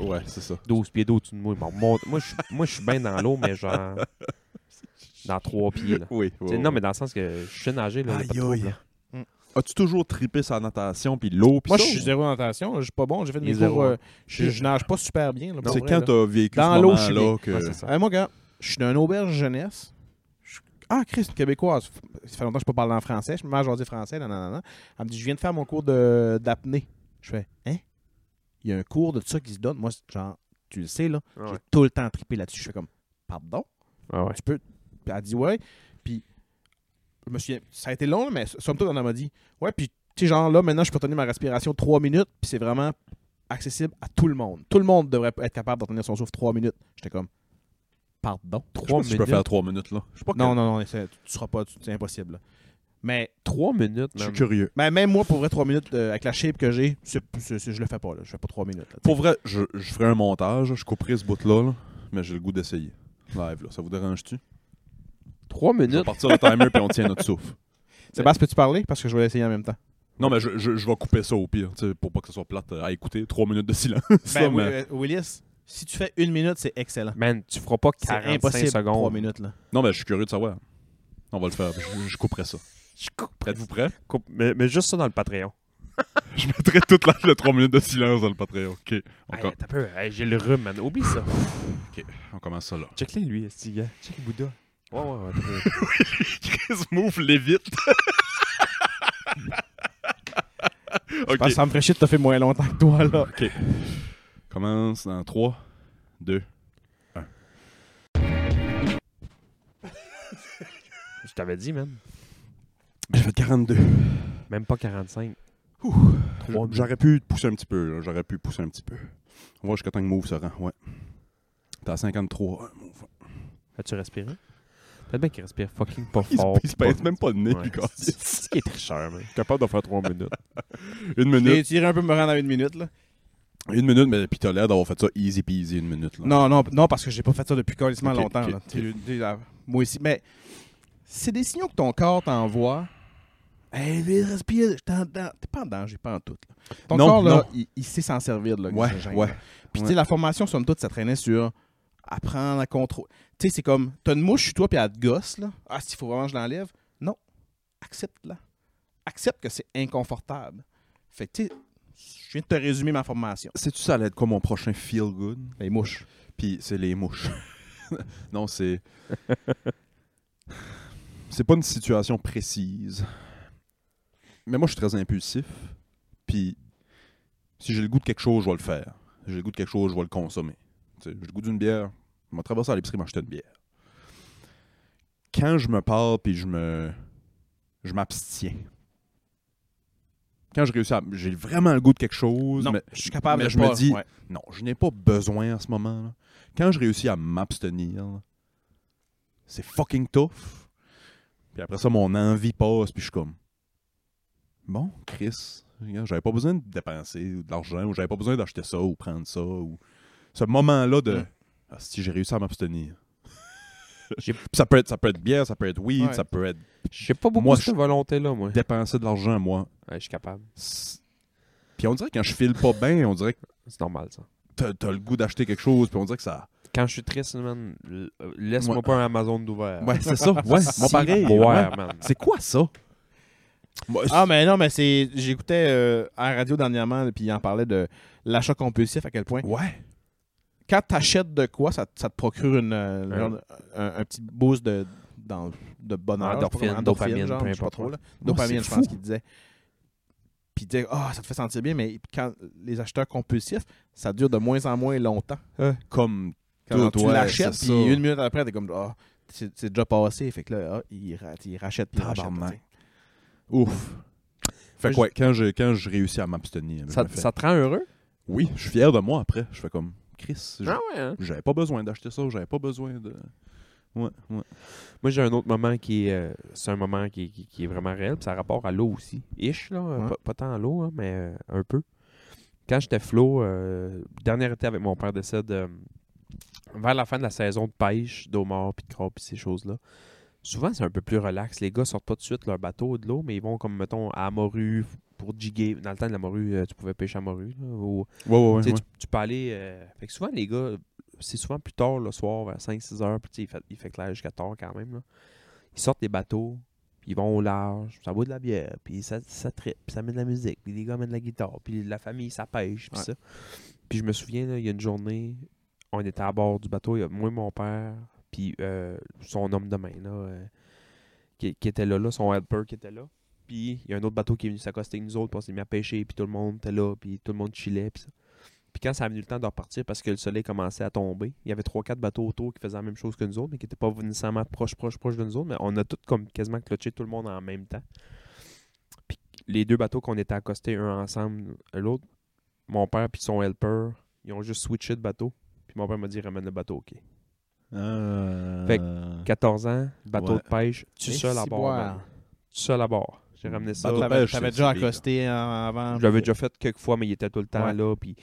Ouais, c'est ça. 12 pieds d'eau au-dessus de moi, il m'en remonte. Moi, je suis- moi, je suis bien dans l'eau, mais genre. Dans 3 pieds, là. Oui. ouais, Tu sais, ouais. non, mais dans le sens que je suis nager, là. y a pas de Aïe, trouble, aïe. là. Mm. As-tu toujours trippé sa natation puis l'eau puis Moi, ça, je suis ou- zéro en natation. là, Je suis pas bon. J'ai fait Il est mes zéro, cours. euh, hein. je, je nage pas super bien. là, pour C'est vrai, quand là. t'as vécu Dans ce l'eau, je suis moment-là que... Ouais, c'est ça. Ah, moi, gars, je suis d'un auberge jeunesse. Je- Ah, Chris, une québécoise. F- Ça fait longtemps que je peux parler en français. Je me mets à jaser français. Nan, nan, nan, nan. Elle me dit Je viens de faire mon cours de, d'apnée. Je fais Hein il y a un cours de ça qui se donne. Moi, c'est genre, tu le sais, là, Ah j'ai ouais. tout le temps trippé là-dessus. Je fais comme, pardon? Ah ouais. Ben, Tu peux. Puis elle dit ouais. Puis je me souviens, ça a été long, mais somme toute, on en m'a dit ouais. Puis tu sais, genre là, maintenant, je peux tenir ma respiration 3 minutes, puis c'est vraiment accessible à tout le monde. Tout le monde devrait être capable de tenir son souffle 3 minutes. J'étais comme pardon. Je sais pas Trois si je peux minutes. faire 3 minutes là. Je sais pas Non, non, non, c'est- tu seras pas, tu- c'est impossible. là. Mais, Trois minutes, Je suis man. curieux. mais même moi, pour vrai, 3 minutes euh, avec la shape que j'ai, c'est- c'est- c'est- je le fais pas. Là. Je fais pas 3 minutes. là. Pour vrai, je, je ferai un montage, je couperai ce bout-là, là, mais j'ai le goût d'essayer. Live, là. Ça vous dérange-tu? Trois Je vais minutes. partir le timer puis on tient notre souffle. Sébastien, peux-tu parler Parce que je vais l'essayer en même temps. Non, mais je, je, je vais couper ça au pire, tu sais, pour pas que ce soit plate euh, à écouter. 3 minutes de silence. là, Ben, mais- Wi- Willis, si tu fais une minute, c'est excellent. Man, tu feras pas C'est 45 impossible. 3 secondes. minutes, là. Non, mais je suis curieux de savoir. On va le faire. Je, je couperai ça. Je coupe- Êtes-vous prêts? coupe- mais, mais juste ça dans le Patreon. Je mettrai toute la, le 3 minutes de silence dans le Patreon. OK. On, Hey, com- t'as peur. Hey, j'ai le rhume, man. Oublie ça. on commence ça là. Check-les, lui, esti, gars. Check le Bouddha. Ouais, ouais, ouais. t'as peur. Chris move lévite. Je pense OK. que ça me ferait chier de te faire moins longtemps que toi, là. OK. Commence dans 3, 2. Je t'avais dit, man. J'ai fait 42. Même pas 45. Trois minutes. J'aurais pu pousser un petit peu. là. J'aurais pu pousser un petit peu. On va jusqu'à temps que move se rend. Ouais. T'as 53. Ouais, move. As-tu respiré? Peut-être bien qu'il respire fucking pas Il se, fort. il se pince même pas de nez, Ouais. lui, gars. C'est ce qui est très cher, man. Capable de faire 3 minutes. Une J'ai minute. tiré un peu me rendre à une minute, là. Une minute, mais puis t'as l'air d'avoir fait ça easy peasy une minute. Là. Non, non, non, parce que j'ai pas fait ça depuis carrément Ok, longtemps, ok, là. ok. T'es- t'es là, euh, Moi aussi. Mais c'est des signaux que ton corps t'envoie. Hey, vite, respire. je t'en- dans- T'es pas en danger, pas en tout. là. Ton Non, corps, là, non. Il, il sait s'en servir, de Ouais, l'oxygène, ouais. là. Puis, tu sais, la formation, somme toute, ça traînait sur apprendre à contrôler. Tu sais, c'est comme, t'as une mouche sur toi, puis elle te gosse, là. Ah, s'il faut vraiment que je l'enlève. Non. Accepte-la. Accepte que c'est inconfortable. Fait que, tu sais, je viens de te résumer ma formation. Sais-tu ça allait être quoi mon prochain feel good? Les mouches. Puis c'est les mouches. non, c'est. c'est pas une situation précise. Mais moi, je suis très impulsif. Puis si j'ai le goût de quelque chose, je vais le faire. J'ai le goût de quelque chose, je vais le consommer. Tu sais, J'ai le goût d'une bière. Je vais traverser à l'épicerie m'acheter une bière. Quand je me parle, puis je me. Je m'abstiens. Quand je réussis à. J'ai vraiment le goût de quelque chose. Non, mais je suis capable mais de je me pas- dis, ouais. non, je n'ai pas besoin en ce moment. là. Quand je réussis à m'abstenir, là, c'est fucking tough. Puis après ça, mon envie passe, puis je suis comme, bon, Chris, regarde, j'avais pas besoin de dépenser ou de l'argent, ou j'avais pas besoin d'acheter ça ou prendre ça. ou Ce moment-là de, Mm. Ah, si j'ai réussi à m'abstenir. J'ai- ça, peut être, ça peut être bière, ça peut être weed, Ouais. ça peut être J'ai pas beaucoup Moi, de cette je- volonté-là, moi. dépenser de l'argent, moi. Ouais, je suis capable. C'est- Puis on dirait que quand je file pas bien, on dirait que C'est normal, ça. t'as- t'as le goût d'acheter quelque chose, puis on dirait que ça. Quand je suis triste, man, l- euh, laisse-moi Ouais. pas un Amazon d'ouvert. Ouais, c'est ça. Ouais, moi Si, pareil. boire, ouais. man. C'est quoi ça? Ah, mais non, mais c'est. J'écoutais euh, à la radio dernièrement, puis il en parlait de l'achat compulsif, à quel point. ouais. Quand t'achètes de quoi, ça, ça te procure une, euh, Ouais. genre, un, un petit boost de, dans- de bonheur. je sais pas Endorphine, comment- dopamine, genre, peu je sais pas importe trop. quoi. Là. Moi, Dopamine, c'est je pense fou. qu'il disait. Puis il disait, ah, ça te fait sentir bien, mais quand les acheteurs compulsifs, ça dure de moins en moins longtemps. Comme Quand tout, tu ouais, l'achètes, c'est puis ça. une minute après, t'es comme, ah, c'est c'est déjà passé. Fait que là, ah, ils ra- ils rachètent, puis ils rachètent. Tabarnak. là, tu sais. Ouf. Fait que Moi, ouais, quand je, quand je réussis à m'abstenir, je Ça, me fais- ça te rend heureux? oui, je suis fier de moi après. Je fais comme Chris, je- ouais, hein? j'avais pas besoin d'acheter ça, j'avais pas besoin de. Ouais, ouais. Moi, j'ai un autre moment qui est. euh, c'est un moment qui, qui- qui est vraiment réel. puis ça a rapport à l'eau aussi. Ish, là. euh, Ouais. Pas, pas tant à l'eau, hein, mais euh, un peu. Quand j'étais flot, euh, dernier été avec mon père décède, euh, vers la fin de la saison de pêche, d'eau mort, puis de crabe, puis ces choses-là. Souvent, c'est un peu plus relax. Les gars sortent pas tout de suite leur bateau de l'eau, mais ils vont comme, mettons, à la morue pour jiguer. Dans le temps de la morue, euh, tu pouvais pêcher à morue. là, ou Ouais, ouais, Tu sais, ouais. Tu, tu peux aller. euh, Fait que souvent, les gars, c'est souvent plus tard le soir, vers 5-6 heures, puis tu sais, il fait, il fait clair jusqu'à tard quand même. là. Ils sortent des bateaux, puis ils vont au large, ça boit de la bière, puis ça, ça tripe, puis ça met de la musique, puis les gars mettent de la guitare, puis la famille, ça pêche, puis Ouais. ça. Puis je me souviens, là, il y a une journée, on était à bord du bateau, il y a moi, mon père, puis euh, son homme de main, là, euh, qui, qui était là, là, son helper qui était là. Puis il y a un autre bateau qui est venu s'accoster avec nous autres, puis on s'est mis à pêcher, puis tout le monde était là, puis tout le monde chillait, puis ça. Puis quand ça a venu le temps de repartir parce que le soleil commençait à tomber, il y avait 3-4 bateaux autour qui faisaient la même chose que nous autres, mais qui n'étaient pas nécessairement proches, proches, proches de nous autres. Mais on a tous comme quasiment clutché tout le monde en même temps. Puis les deux bateaux qu'on était accostés un ensemble, l'autre, mon père puis son helper, ils ont juste switché de bateau. Puis mon père m'a dit ramène le bateau, ok. Fait 14 ans, bateau Ouais. de pêche, tu seul à bord. man. Tu seul à bord. J'ai ramené ça. Bateau de T'avais pêche, t'avais c'est- déjà c'est pire. accosté en- avant. Je l'avais déjà fait quelques fois, mais il était tout le temps Ouais. là. Puis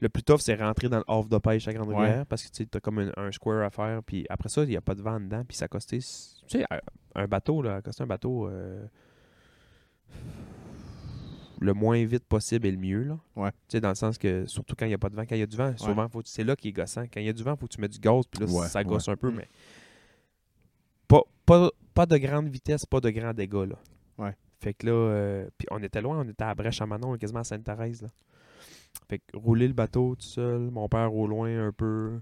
le plus tough, c'est rentrer dans le off de pêche à Grande Ouais. Rivière parce que tu as comme un, un square à faire. Puis après ça, il n'y a pas de vent dedans. Puis ça costait. s- Tu sais, un- un bateau, là, coster un bateau euh, le moins vite possible et le mieux. Là. Ouais. Tu sais, dans le sens que, surtout quand il n'y a pas de vent, quand il y a du vent, souvent, faut que- c'est là qu'il est gossant. Quand il y a du vent, faut que tu mettes du gaz. Puis là, Ouais, ça ouais. gosse un Mm. peu, mais. Pas, pas, pas de grande vitesse, pas de grand dégâts, là. Fait que là, euh, puis on était loin, on était à Brèche à Manon, quasiment à Sainte-Thérèse. Là. Fait que rouler le bateau tout seul, mon père au loin un peu.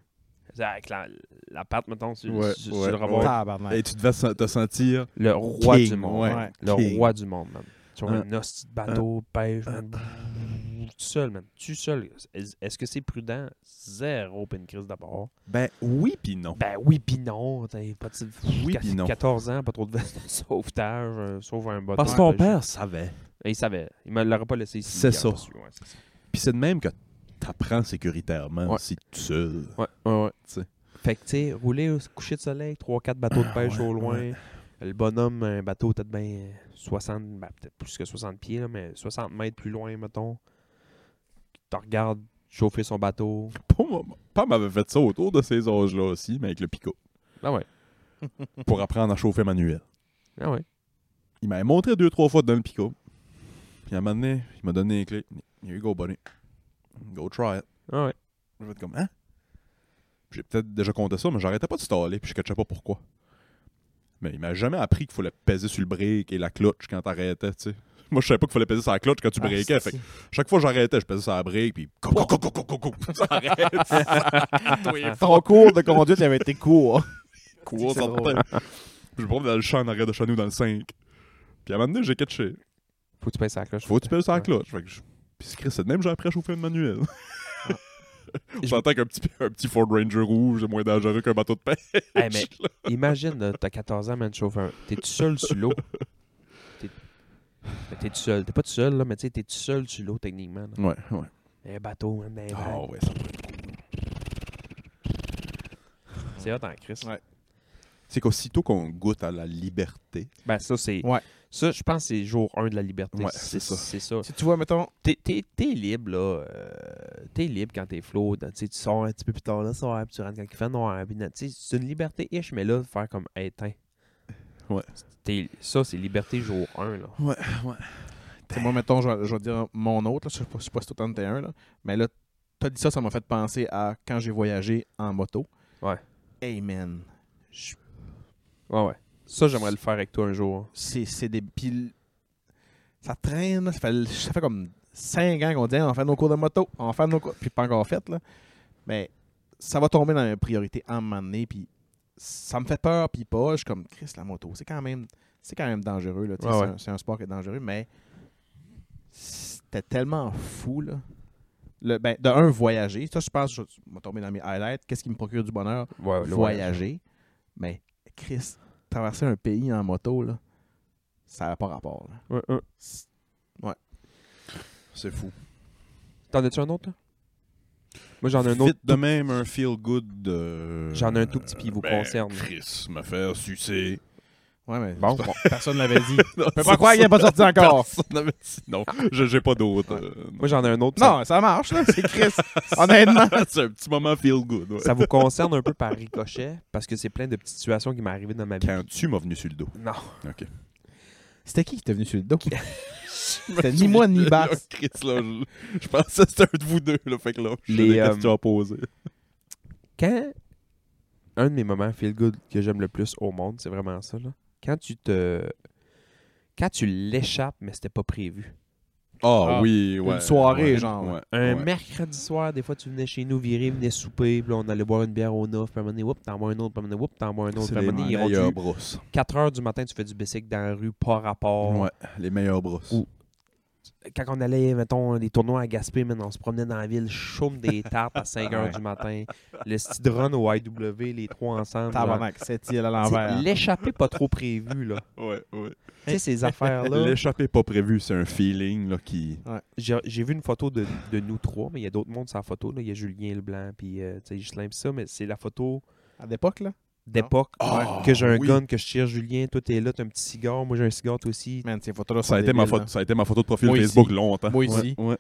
Avec la, la patte, mettons, sur, Ouais, sur- ouais, sur le rebord. ouais. Tabarnak. Et tu devais sen- te sentir. Le roi King, du monde. ouais, man. Le king. roi du monde, man. Sur Hein. un hostie de bateau, pêche, man. Tout seul, man. Tout seul. Est- Est-ce que c'est prudent? Zéro, puis une crise d'abord. Ben oui, puis non. Ben oui, puis non. T'as pas de- Oui, Qu'à- puis non. 14 ans, pas trop de veste de sauvetage, euh, sauve un bateau. Parce que ton pêche. père savait. Et il savait. Il ne l'aurait pas laissé ici. C'est il aurait ça. pas su, ouais, c'est ça. Puis c'est de même que t'apprends sécuritairement Ouais. si tout seul. Ouais, ouais, ouais. Tu sais. Ah, Fait que, tu sais, rouler au coucher de soleil, 3-4 bateaux de pêche ouais, au loin. Le bonhomme, un bateau peut-être bien 60, ben, peut-être plus que 60 pieds, là, mais 60 mètres plus loin, mettons. Tu regardes chauffer son bateau. Pas ma- Pam avait fait ça autour de ces âges-là aussi, mais avec le picot, Ah ouais, pour apprendre à chauffer manuel. ah ouais. Il m'avait montré deux, trois fois dans le picot. Puis à un moment donné, il m'a donné les clés. Here you go, buddy. Go try it. Ah ouais. Je vais être comme, hein? J'ai peut-être déjà compté ça, mais j'arrêtais pas de staller, puis je ne pas pourquoi. Mais il m'a jamais appris qu'il fallait peser sur le brick et la clutch quand t'arrêtais, tu sais. Moi, je savais pas qu'il fallait peser sur la clutch quand tu Ah, breakais. c'est- Fait que chaque fois que j'arrêtais, je pesais sur la brick, puis... co- co- co- co- co- co- co- Ça arrête. Ton cours de conduite il avait été court. Quoi, C'est ça drôle. te peine. Puis Je me promène dans le champ en arrière de chez nous, dans le 5. Puis à un moment donné, j'ai catché. Faut que tu pèses à la cloche. Faut que tu pèles sur la cloche. Fait que je... Puis c'est Chris, c'est de même, j'ai appris à chauffer une manuelle. J'entends qu'un petit, un petit Ford Ranger rouge est moins dangereux qu'un bateau de pêche. Hey, mais imagine, là, t'as 14 ans, man, tu chauffes un. T'es tout seul sur l'eau. T'es mais t'es tout seul. T'es pas tout seul, là, mais tu sais, t'es tout seul sur l'eau, techniquement. là. Ouais, ouais. Un bateau, man, dans les vagues. Oh, ouais, ça... C'est hot en Christ. C'est qu'aussitôt qu'on goûte à la liberté, Ben, ça, c'est. Ouais. Ça, je pense que c'est jour 1 de la liberté. Ouais, c'est c'est ça. C'est ça. Si tu vois, mettons, T'es, t'es- t'es libre, là. euh, t'es libre quand t'es flow. Tu sais, tu sors un petit peu plus tard, là, soir, puis tu rentres quand il fait noir. puis, tu sais, c'est une liberté ish, mais là, de faire comme éteint. Ouais. ça, c'est liberté jour 1, là. Tu sais, moi, mettons, je vais, je vais dire mon autre, là, je ne sais pas je sais pas si toi, t'en étais un, là, mais là, t'as dit ça, ça m'a fait penser à quand j'ai voyagé en moto. Ouais. Hey, man. je- Ouais, ouais. Ça, j'aimerais le faire avec toi un jour. C'est c'est des. Puis, l- ça traîne, là, ça fait, ça fait comme 5 ans qu'on dit, hein, on fait nos cours de moto, on fait nos cours, puis pas encore fait, là. Mais ça va tomber dans mes priorités à un moment donné, puis ça me fait peur, puis pas. Je suis comme, Chris, la moto, c'est quand même c'est quand même dangereux, là. tu sais, Ouais, c'est ouais. un- c'est un, sport qui est dangereux, mais c'était tellement fou, là. Le, ben, de un, voyager. Ça, je pense, je vais tomber dans mes highlights. Qu'est-ce qui me procure du bonheur? Ouais, voyager. Mais, Chris, traverser un pays en moto, là, ça n'a pas rapport, là. Ouais, ouais. C'est- c'est fou. T'en as-tu un autre, là? Moi, j'en ai un Vite autre. de même, un feel good. euh, J'en ai un tout petit, puis il vous ben, concerne. Chris, me faire sucer. Ouais, mais Bon, personne ne l'avait dit. Je Non, peux pas croire qu'il n'est pas sorti encore. Personne n'avait dit- Non, je- j'ai pas d'autre. euh, moi, j'en ai un autre. Non, ça marche, là. C'est Chris. Honnêtement. c'est un petit moment feel good. ouais. Ça, ça vous concerne un peu par ricochet, parce que c'est plein de petites situations qui m'est arrivé dans ma vie. Quand tu m'as venu sur le dos. Non. C'était qui qui t'est venu sur le dos? C'était ni moi ni Là, Bax. Chris, là, je, je pensais que c'était un de vous deux, là. Fait que là, j'ai Les, des euh, questions à poser. quand un de mes moments feel good que j'aime le plus au monde, c'est vraiment ça là. Quand tu te quand tu l'échappes mais c'était pas prévu. Ah, Ah, oui, une soirée, genre, ouais. Un mercredi soir, des fois tu venais chez nous virer, venais souper, puis là, on allait boire une bière au neuf, puis à un moment donné, whoop, t'en bois un autre, puis à un moment donné, whoop, t'en bois un autre, puis C'est à un les moment donné, ils ont meilleures dû- brosses. Oh. 4 heures du matin, tu fais du bicycle dans la rue, pas rapport. Ouais, les meilleures brosses. Ou- quand on allait, mettons, des tournois à Gaspé, man, on se promenait dans la ville, chaume des tartes à 5 h du matin, le speed run au IW, les trois ensemble. genre. Tabarnak, hein. cette île à T'sais, l'envers. L'échappée pas trop prévue, là. Ouais, ouais. tu sais, ces affaires-là. L'échappée pas prévue, c'est un feeling là, qui. J'ai j'ai vu une photo de, de nous trois, mais il y a d'autres mondes sur la photo. là. Il y a Julien Leblanc, puis euh, tu sais, Ghislain, puis ça, mais c'est la photo À l'époque, là. d'époque Ah, que j'ai un oui. gun, que je tire Julien, toi t'es là, t'as un petit cigare, moi j'ai un cigare, toi aussi. Man, ces photos-là sont Ça a, été ma débiles, photo, ça a été ma photo de profil hein. Moi ici. Facebook longtemps. Moi ici. Ouais.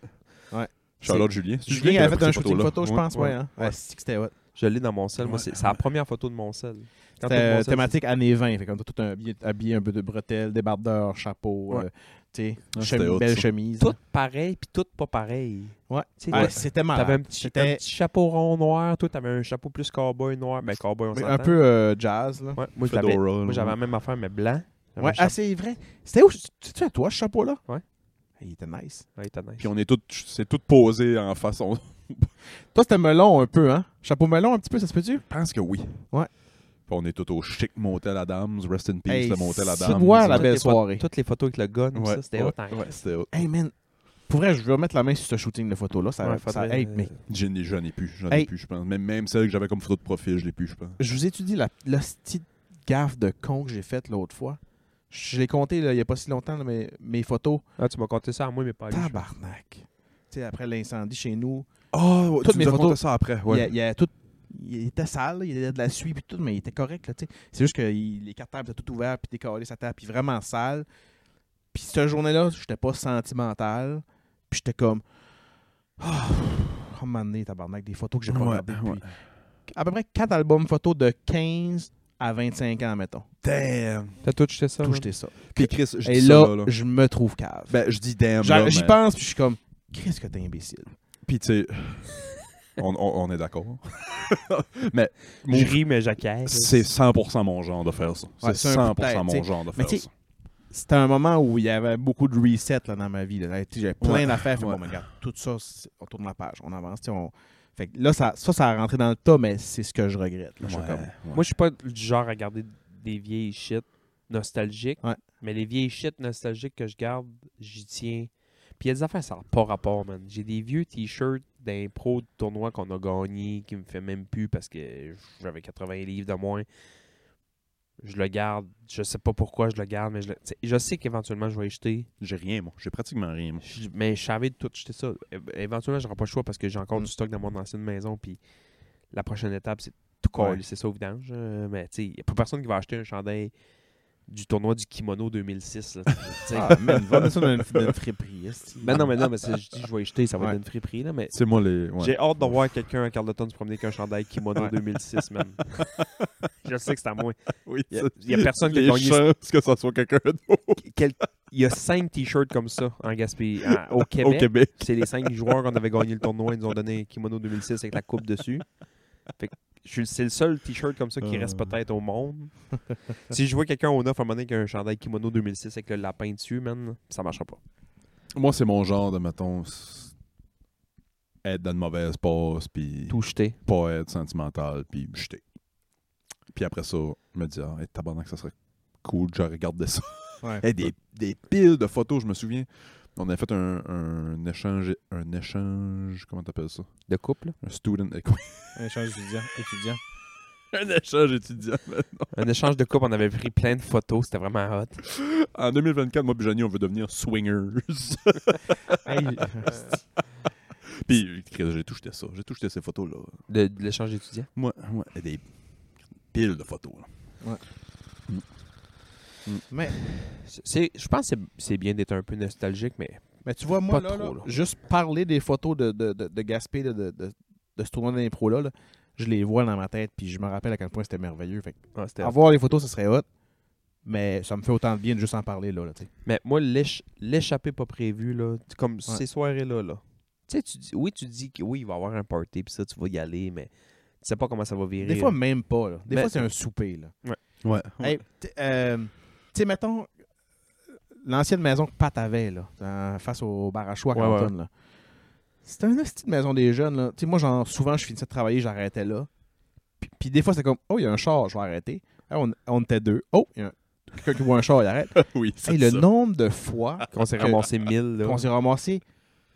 Ouais. Charlotte Julien. là. Julien avait fait un shooting photo, photos je pense, Ouais, ouais. hein. ouais. Ouais, c'est que c'était hot. Je l'ai dans mon sel. Moi, Ouais. c'est c'est la première photo de mon sel. Quand t'as de mon C'était euh, sel, thématique années 20. Fait comme t'as tout un habillé, habillé un peu de bretelles, débardeur, chapeau, Ouais. euh, tu Ah, sais, c'était chemise- hot, belle ça. chemise. c'est tout pareil, puis tout pas pareil. Ouais. Tu sais, Ouais, toi, C'était T'avais mal. un petit, C'était- un petit chapeau rond noir, toi t'avais un chapeau plus cowboy noir, mais cowboy on Mais s'entend. Un peu euh, jazz, là. Ouais, moi je l'avais- Fedora. moi, j'avais la même affaire mais blanc. J'avais Ouais, un chapeau- ah, c'est vrai. C'était où C'était à toi, ce chapeau-là Ouais. Il était nice. Ouais, t'as nice. Puis on est tous, c'est tout posé en façon. Toi, c'était melon un peu, hein Chapeau melon un petit peu, ça se peut-tu Je pense que oui. Ouais. Puis on est tout au chic Motel Adams, Rest in Peace, Hey, le Motel c'est Adams. moi, la Toutes les belle photos- soirée. Toutes les photos avec le gun, Ouais, ça, c'était ouais, hot, hein. ouais, c'était hot. Hey, man. Pour vrai, je vais remettre la main sur ce shooting de photo-là. Ça, Ouais, ça- faudrait- euh, hey, mais J'en ai, j'en ai plus, j'en ai Hey. plus, je pense. Même, même celle que j'avais comme photo de profil, je l'ai plus, je pense. je vous étudie la, la petite gaffe de con que j'ai faite l'autre fois. Je l'ai compté là, il n'y a pas si longtemps, là, mais mes photos. Ah, tu m'as conté ça à moi, mais pas à lui. Tabarnak. Tu sais, après l'incendie chez nous, Ah, Toutes tu mes nous as photos- raconté ça après. il, y a- Ouais. il y a tout. Il était sale, là, il y a de la suie puis tout, mais il était correct. là, tu sais. C'est juste que il- les cartes tables étaient tout ouvertes, puis décalé sa table, puis vraiment sale. Puis cette journée-là, j'étais pas sentimental. Puis j'étais comme. Ah, oh, un moment donné, tabarnak, des photos que j'ai pas Ouais, regardées depuis ouais. à peu près 4 albums photos de 15 à 25 ans, mettons. Damn. T'as tout jeté ça. Tout man? jeté ça. Puis Chris, je Et dis là, ça, là. je me trouve cave. Ben, je dis damn. J'a- là, J'y mais- pense, puis je suis comme, qu'est-ce que t'es imbécile? Puis tu sais, on, on- on est d'accord. mais mon- Je ris, mais j'acquiesce. c'est 100% mon genre de faire ça. Ouais, c'est c'est un coup de tête, 100% t'sais. mon genre de Mais faire t'sais, ça. C'était un moment où il y avait beaucoup de resets là, dans ma vie. là. Tu sais, J'avais plein Ouais, d'affaires. Fait, ouais. bon, mais regarde, tout ça, c'est- on tourne la page, on avance. tu sais, On... Fait que là, ça, ça, ça a rentré dans le tas, mais c'est ce que je regrette. là. Je suis Ouais, comme, ouais. Moi, je suis pas du genre à garder des vieilles shit nostalgiques. Ouais. Mais les vieilles shit nostalgiques que je garde, j'y tiens. Puis il y a des affaires, ça n'a pas rapport, man. J'ai des vieux t-shirts d'un pro de tournoi qu'on a gagné, qui me fait même plus parce que j'avais 80 livres de moins. Je le garde. Je sais pas pourquoi je le garde, mais je, le- tu sais, je sais qu'éventuellement je vais y jeter. J'ai rien, moi. J'ai pratiquement rien, moi. Je- Mais je savais de tout jeter ça. É- Éventuellement, je n'aurai pas le choix parce que j'ai encore du stock dans mon ancienne maison. Puis la prochaine étape, c'est tout Ouais. coller, c'est ça au vidange. euh, Mais tu sais, il n'y a pas personne qui va acheter un chandail du tournoi du kimono 2006. là, tu sais. Ah, man, va mettre ça dans une, dans une friperie. esti. Ben non, mais non, mais c'est- je dis je vais y jeter, ça va Ouais. être une friperie. Là, mais C'est moi les. ouais. J'ai hâte de voir quelqu'un à Carleton se promener avec un chandail kimono 2006, même. je sais que c'est à moi. Oui, y a- ça- y a personne qui a les gagné ça. chances que ça soit quelqu'un d'autre Quel- Il y a cinq t-shirts comme ça en Gaspé, en- au au Québec. Québec. C'est les cinq joueurs qu'on avait gagné le tournoi. Ils nous ont donné un kimono 2006 avec la coupe dessus. Fait que je suis- c'est le seul t-shirt comme ça qui Euh. reste peut-être au monde. si je vois quelqu'un au neuf à un moment donné qui a un chandail kimono 2006 avec le lapin dessus, man, ça marchera pas. Moi, c'est mon genre de, mettons, s- être dans une mauvaise passe, puis Tout jeté. pas être sentimental, puis jeter. Puis après ça, je me dis, ah, hey, tabarnak, ça serait cool, que je regarde ça. Ouais. Hey, des, des piles de photos, je me souviens. On a fait un, un échange, un échange, comment t'appelles ça? De couple. Un student, Un échange étudiant. étudiant. un échange étudiant. Un échange de couple, on avait pris plein de photos. C'était vraiment hot. En 2024, moi et Johnny, on veut devenir swingers. Hey, puis, Chris, j'ai tout jeté ça. J'ai tout jeté ces photos-là. De, de l'échange d'étudiants. Moi, moi, des piles de photos. là. mais C'est- Je pense que c'est- c'est bien d'être un peu nostalgique, mais Mais tu vois, moi, Pas là, trop, là, là. juste parler des photos de, de, de, de Gaspé, de, de, de, de ce tournoi d'impro-là, là, je les vois dans ma tête, puis je me rappelle à quel point c'était merveilleux. Fait que ah, c'était avoir les photos, ça serait hot, mais ça me fait autant de bien de juste en parler, là, là tu sais. Mais moi, l'éch- l'échappée pas prévue, là, tu- comme ces soirées-là, là. Tu sais, tu dis, oui, tu dis que oui, il va y avoir un party, puis ça, tu vas y aller, mais tu sais pas comment ça va virer. Des fois, même pas, là. Des Mais- fois, c'est un souper, là. Ouais. Hey, t- euh, tu sais, mettons, euh, l'ancienne maison que Pat avait, là, dans- face au bar à choix à Ouais, ouais. Canton, là. C'était une petite maison des jeunes, là. Tu sais, moi, genre, souvent, je finissais de travailler, j'arrêtais là. Puis, puis des fois, c'est comme, oh, il y a un char, je vais arrêter. Là, on, on était deux. Oh, il y a un- quelqu'un qui voit un char, il arrête. oui, Hey, c'est le ça. nombre de fois Qu'on s'est ramassé 1000, là. qu'on s'est ramassé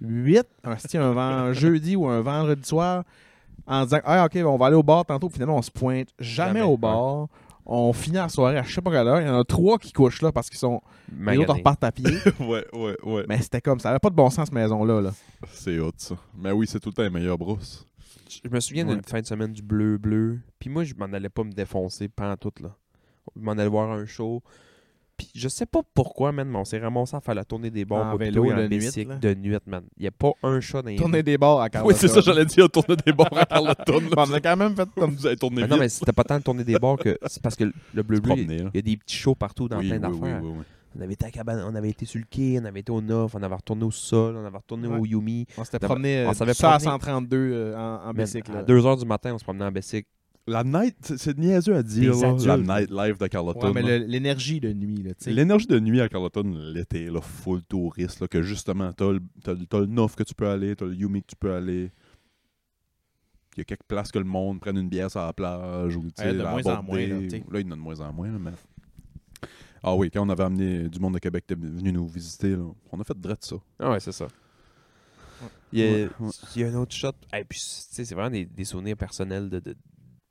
8, un, sti- un vend- jeudi ou un vendredi soir, en disant Ah, ok, on va aller au bar tantôt. Finalement, on se pointe jamais, Jamais. au bar. On finit la soirée à je sais pas quelle heure. Il y en a trois qui couchent là parce qu'ils sont. Les autres Magané. repartent à pied. ouais, ouais, ouais. Mais c'était comme ça. Ça avait pas de bon sens, cette maison-là. Là. C'est hot, ça. Mais oui, c'est tout le temps les meilleures brousses. Je je me souviens d'une Ouais. fin de semaine du bleu-bleu. Puis moi, je m'en allais pas me défoncer pendant tout, là. Je m'en allais voir un show. Puis je sais pas pourquoi, man, mais on s'est ramassé à faire la tournée des bars En moi, vélo, plutôt, et de en nuit, bicycle là. de nuit, man. Il n'y a pas un chat dans les Tourner des bars à Carleton. Oui, c'est ça, j'allais dire, tourner des bords à Carleton. On a quand même fait comme Vous avez tourné Mais Ah non, mais c'était pas tant de tourner des bars que. C'est parce que le bleu-bleu, il promener, là. il y a des petits shows partout dans oui, plein oui, oui, d'affaires. oui, oui. On avait été à Cabane, on avait été sur le quai, on avait été au Neuf, on avait retourné au sol, on avait retourné au Ouais. Yumi. On s'était Non, promené on euh, savait ça à promener. 132 euh, en, en Man, bicycle. à là. 2h du matin, on se promenait en bicycle. La night, c'est- c'est niaiseux à dire. Des là, la adultes. night live de Carleton. Ouais, mais là. le- l'énergie de nuit, là, tu sais. L'énergie de nuit à Carleton l'été, là, full touriste, là, que justement, t'as le, t'as, le- t'as le Neuf que tu peux aller, t'as le Yumi que tu peux aller. Il y a quelques places que le monde prenne une bière sur la plage ou tu sais, Ouais, de à moins en aborder. moins, là, tu sais. Là, il y en a de moins en moins, là, mais. Ah oui, quand on avait amené du monde de Québec qui était venu nous visiter, là, on a fait de ça. Ah ouais, c'est ça. Il y a, Ouais, ouais. il y a un autre shot. Et puis, tu sais, c'est vraiment des, des souvenirs personnels de. de-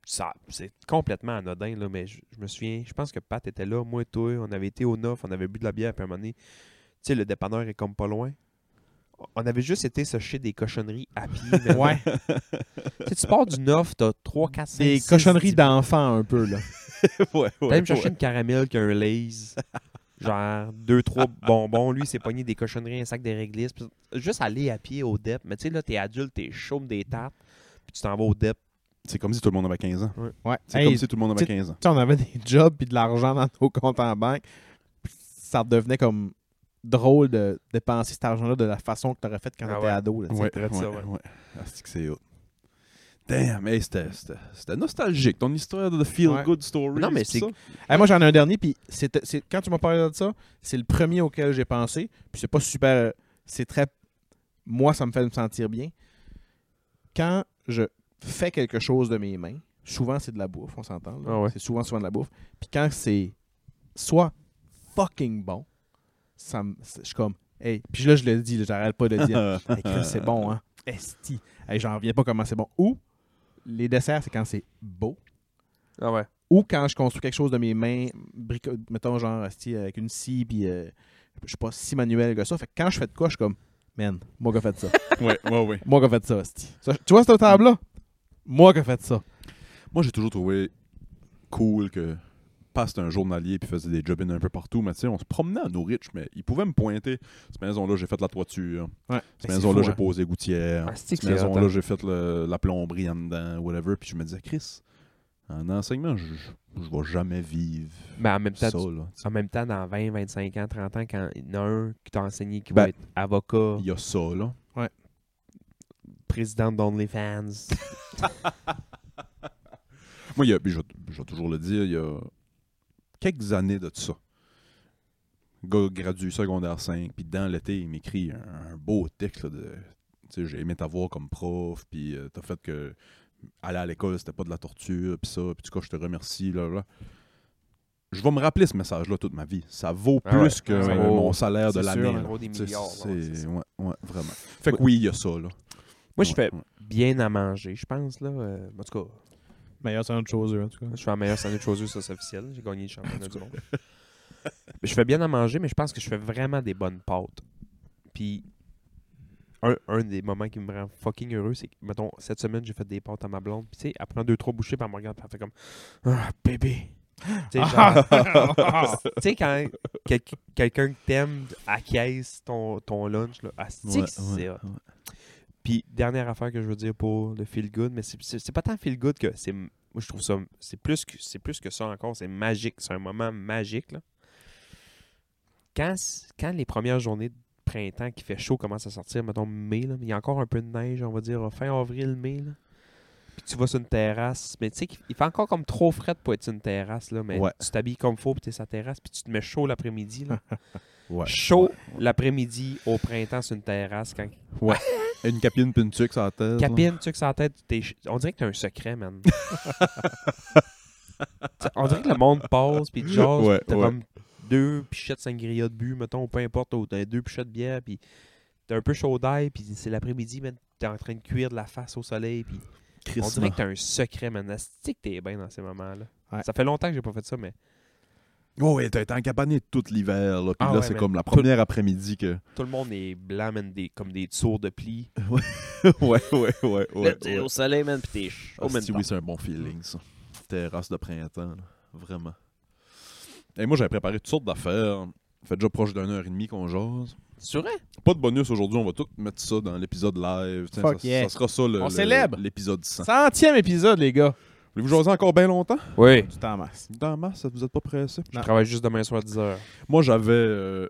ça, c'est complètement anodin, là, mais je, je me souviens, je pense que Pat était là, moi et toi, on avait été au Neuf, on avait bu de la bière, puis à un moment donné, tu sais, le dépanneur est comme pas loin. On avait juste été se chier des cochonneries à pied. là. Ouais, Tu sais, tu pars du Neuf, t'as 3, 4, 5, des cochonneries d'enfants un peu, là. ouais, ouais, T'as même cherché une caramel qu'un Lays. Genre, deux, trois bonbons. Lui, il s'est pogné des cochonneries, un sac de réglisse. Puis Juste aller à pied au DEP. Mais tu sais, là, t'es adulte, t'es chaume des tartes. Puis tu t'en vas au E DEP. C'est comme si tout le monde avait 15 ans. Ouais. C'est Hey, comme si tout le monde tu- avait 15 ans. tu sais, on avait des jobs puis de l'argent dans nos comptes en banque. Puis Ça devenait comme drôle de dépenser cet argent-là de la façon que t'aurais fait quand Ah t'étais ouais. ado. là, tu sais. Ouais, traite ouais, ça, ouais. ouais. Ah, c'est que c'est hot. Damn, hey, c'était, c'était, c'était nostalgique. Ton histoire de feel Ouais. good story. Non, mais c'est- Hey, moi, j'en ai un dernier, puis c'était- c'est- quand tu m'as parlé de ça, c'est le premier auquel j'ai pensé, puis c'est pas super... euh, C'est très... Moi, ça me fait me sentir bien. Quand je fais quelque chose de mes mains, souvent c'est de la bouffe, on s'entend. là. Ah ouais. C'est souvent, souvent de la bouffe. Puis quand c'est soit fucking bon, ça me... c'est- Je suis comme... Hey. Puis là, je le dis, là, j'arrête pas de le dire. Hey, Chris, c'est bon, hein? Esti. Hey, j'en reviens pas comment c'est bon. Ou, les desserts, c'est quand c'est beau Ah ouais. ou quand je construis quelque chose de mes mains, brico- mettons genre asti, avec une scie, puis euh, je suis pas si manuel que ça. Fait que quand je fais de quoi, je suis comme, man, moi qui a fait ça. ouais, ouais, ouais. moi qui a fait ça, asti. Ça, tu vois cette table-là? Moi qui a fait ça. Moi, j'ai toujours trouvé cool que Passe était un journalier puis faisait des job un peu partout, mais tu sais, on se promenait à nos riches, mais il pouvait me pointer. Cette maison-là, j'ai fait la toiture. Ouais. Cette Ben, c'est maison-là, fou, j'ai hein. posé gouttière. Ah, c'est Cette que c'est hot, maison-là, hein. j'ai fait le- la plomberie en dedans, whatever. Puis je me disais, Chris, en enseignement, je je vais jamais vivre Mais en même temps, ça. tu- là. en même temps, dans 20, 25 ans, 30 ans, quand il y en a un qui t'a enseigné qui va Ben, être avocat, Il y a ça, là. président d'OnlyFans. Moi, il y a, puis je, vais- je vais toujours le dire, il y a quelques années de ça. Gars gradué secondaire 5, puis dans l'été, il m'écrit un, un beau texte là, de tu sais, j'ai aimé t'avoir comme prof, puis euh, t'as fait que aller à l'école, c'était pas de la torture, puis ça, puis du coup, je te remercie, là, là. Je vais me rappeler ce message-là toute ma vie. Ça vaut Ah plus ouais. que Ça euh, vaut- mon salaire de c'est sûr, l'année. en là. gros, des Tu sais, milliards, c'est- là, ouais, c'est ça. ouais, ouais, vraiment. Fait que oui, il y a ça, là. Moi, je Ouais, fais ouais. bien à manger, je pense, là. Euh, en tout cas, Meilleur c'est autre chose, en tout cas. Je suis la meilleure sandwich choseuse, ça c'est officiel. J'ai gagné le championnat du monde. je fais bien à manger, mais je pense que je fais vraiment des bonnes pâtes. Puis, un, un des moments qui me rend fucking heureux, c'est que, mettons, cette semaine, j'ai fait des pâtes à ma blonde. Puis, tu sais, elle prend deux, trois bouchées, puis elle me regarde, puis elle fait comme Ah, bébé. Tu sais, Ah! genre- Tu sais, quand quel- quelqu'un que t'aimes acquiesce ton, ton lunch, là, asti Ouais, que c'est ouais, hot. Puis, dernière affaire que je veux dire pour le feel good, mais c'est- c'est c'est pas tant feel good que c'est. Moi, je trouve ça. C'est plus, que- c'est plus que ça encore. C'est magique. C'est un moment magique, là. Quand, c- quand les premières journées de printemps qui fait chaud commencent à sortir, mettons mai, là, mais il y a encore un peu de neige, on va dire fin avril, mai, là. Puis tu vas sur une terrasse, mais tu sais, qu'il- il fait encore comme trop frais pour être sur une terrasse, là, mais Ouais. tu t'habilles comme faut, puis t'es sur la terrasse, puis tu te mets chaud l'après-midi, là. Ouais. chaud l'après-midi au printemps sur une terrasse quand Une capine, puis une tuque sur la tête. là. Capine, tu que sa tête, t'es ch- on dirait que t'as un secret, man. T'sais, on dirait que le monde passe, puis jase, Ouais, pis t'as ouais. comme deux pichettes sangria de but, mettons, ou peu importe, ou t'as deux pichettes de bière, puis t'es un peu chaud d'ail, puis c'est l'après-midi, mais t'es en train de cuire de la face au soleil, puis on dirait que t'as un secret, man. Asti que t'es bien dans ces moments-là. Ouais. Ça fait longtemps que j'ai pas fait ça, mais Oh, ouais, t'as été encabané tout l'hiver, là. Puis Ah là, ouais, c'est mais comme la première après-midi que. tout le monde est blanc, man, des, comme des tours de plis. ouais, ouais, ouais, Là, ouais. t'es ouais. au soleil, man, puis t'es chaud, Ah, man. si, oui, c'est un bon feeling, ça. Terrasse de printemps, là. Vraiment. Et moi, j'avais préparé toutes sortes d'affaires. Ça fait déjà proche d'une heure et demie qu'on jase. C'est vrai? Pas de bonus aujourd'hui, on va tout mettre ça dans l'épisode live. Tiens, Fuck ça, yeah. ça sera ça le- On le- célèbre. l'épisode 100. Centième épisode, les gars. Voulez-vous jaser encore bien longtemps? Oui. Tu t'en masse. Dans masse, vous êtes pas pressé? Je travaille juste demain soir à 10h. Moi, j'avais. euh,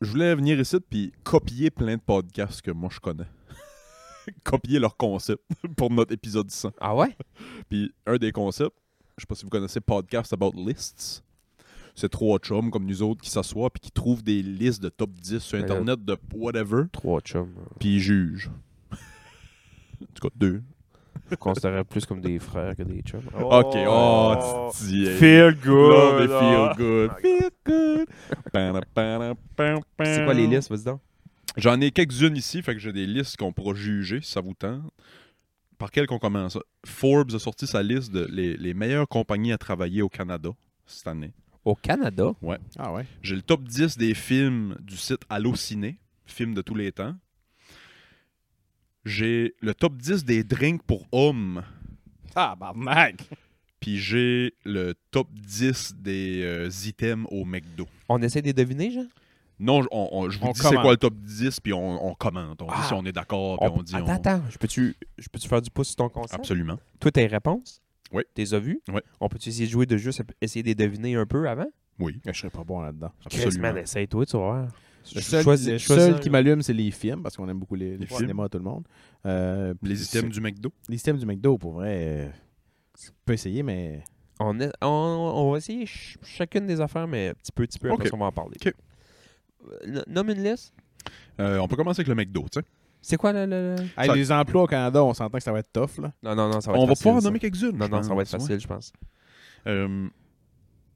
je voulais venir ici puis copier plein de podcasts que moi je connais. copier leur concept pour notre épisode 100. Ah ouais? Puis un des concepts, je sais pas si vous connaissez Podcast About Lists. C'est trois chums comme nous autres qui s'assoient puis qui trouvent des listes de top 10 sur Mais là- Internet de whatever, Trois chums. puis ils jugent. en tout cas, deux. Je considérais plus comme des frères que des chums. Ok, oh, titi, hey. Feel Love good. it, feel good, feel good. Pam, pam, pam, pam. C'est quoi les listes, vas-y donc? J'en ai quelques-unes ici, fait que j'ai des listes qu'on pourra juger si ça vous tente. Par quelle qu'on commence Forbes a sorti sa liste de les, les meilleures compagnies à travailler au Canada cette année. Au Canada? Ah ouais. J'ai le top 10 des films du site Allociné, films de tous les temps. J'ai le top 10 des drinks pour hommes, Ah, barnac. puis j'ai le top 10 des euh, items au McDo. On essaie de les deviner, Jean? Non, je- on- on- je vous On dis c'est commente. quoi le top 10, puis on, on commente. On Ah. dit si on est d'accord, puis on, On- dit... attends, on- attends, je peux-tu je peux faire du pouce sur ton concept? Absolument. Toi, tes réponses? Oui. T'es as vues? Oui. On peut-tu essayer de jouer de juste essayer de les deviner un peu avant? Oui, Je serais pas bon là-dedans. Chris, man, absolument. essaye-toi, tu vas voir. Le Je- seul, choisis- le choisis seul un, qui là. m'allume, c'est les films, parce qu'on aime beaucoup les, les Les cinémas à tout le monde. Euh, Les puis items du McDo. c'est- Les items du McDo, pour vrai, euh, tu peux essayer, mais... On, est- on, on va essayer ch- chacune des affaires, mais un petit peu, petit peu, après Ok. ça, on va en parler. Ok. Euh, Nomme une liste. Euh, on peut commencer avec le McDo, tu sais. C'est quoi le, le- le- Hey, Ça- les emplois au Canada, on s'entend que ça va être tough, là. Non, non, non, ça va On être va facile. pouvoir ça. nommer quelques-unes. Non, je non, ça va être pense, ouais. facile, je pense. Euh,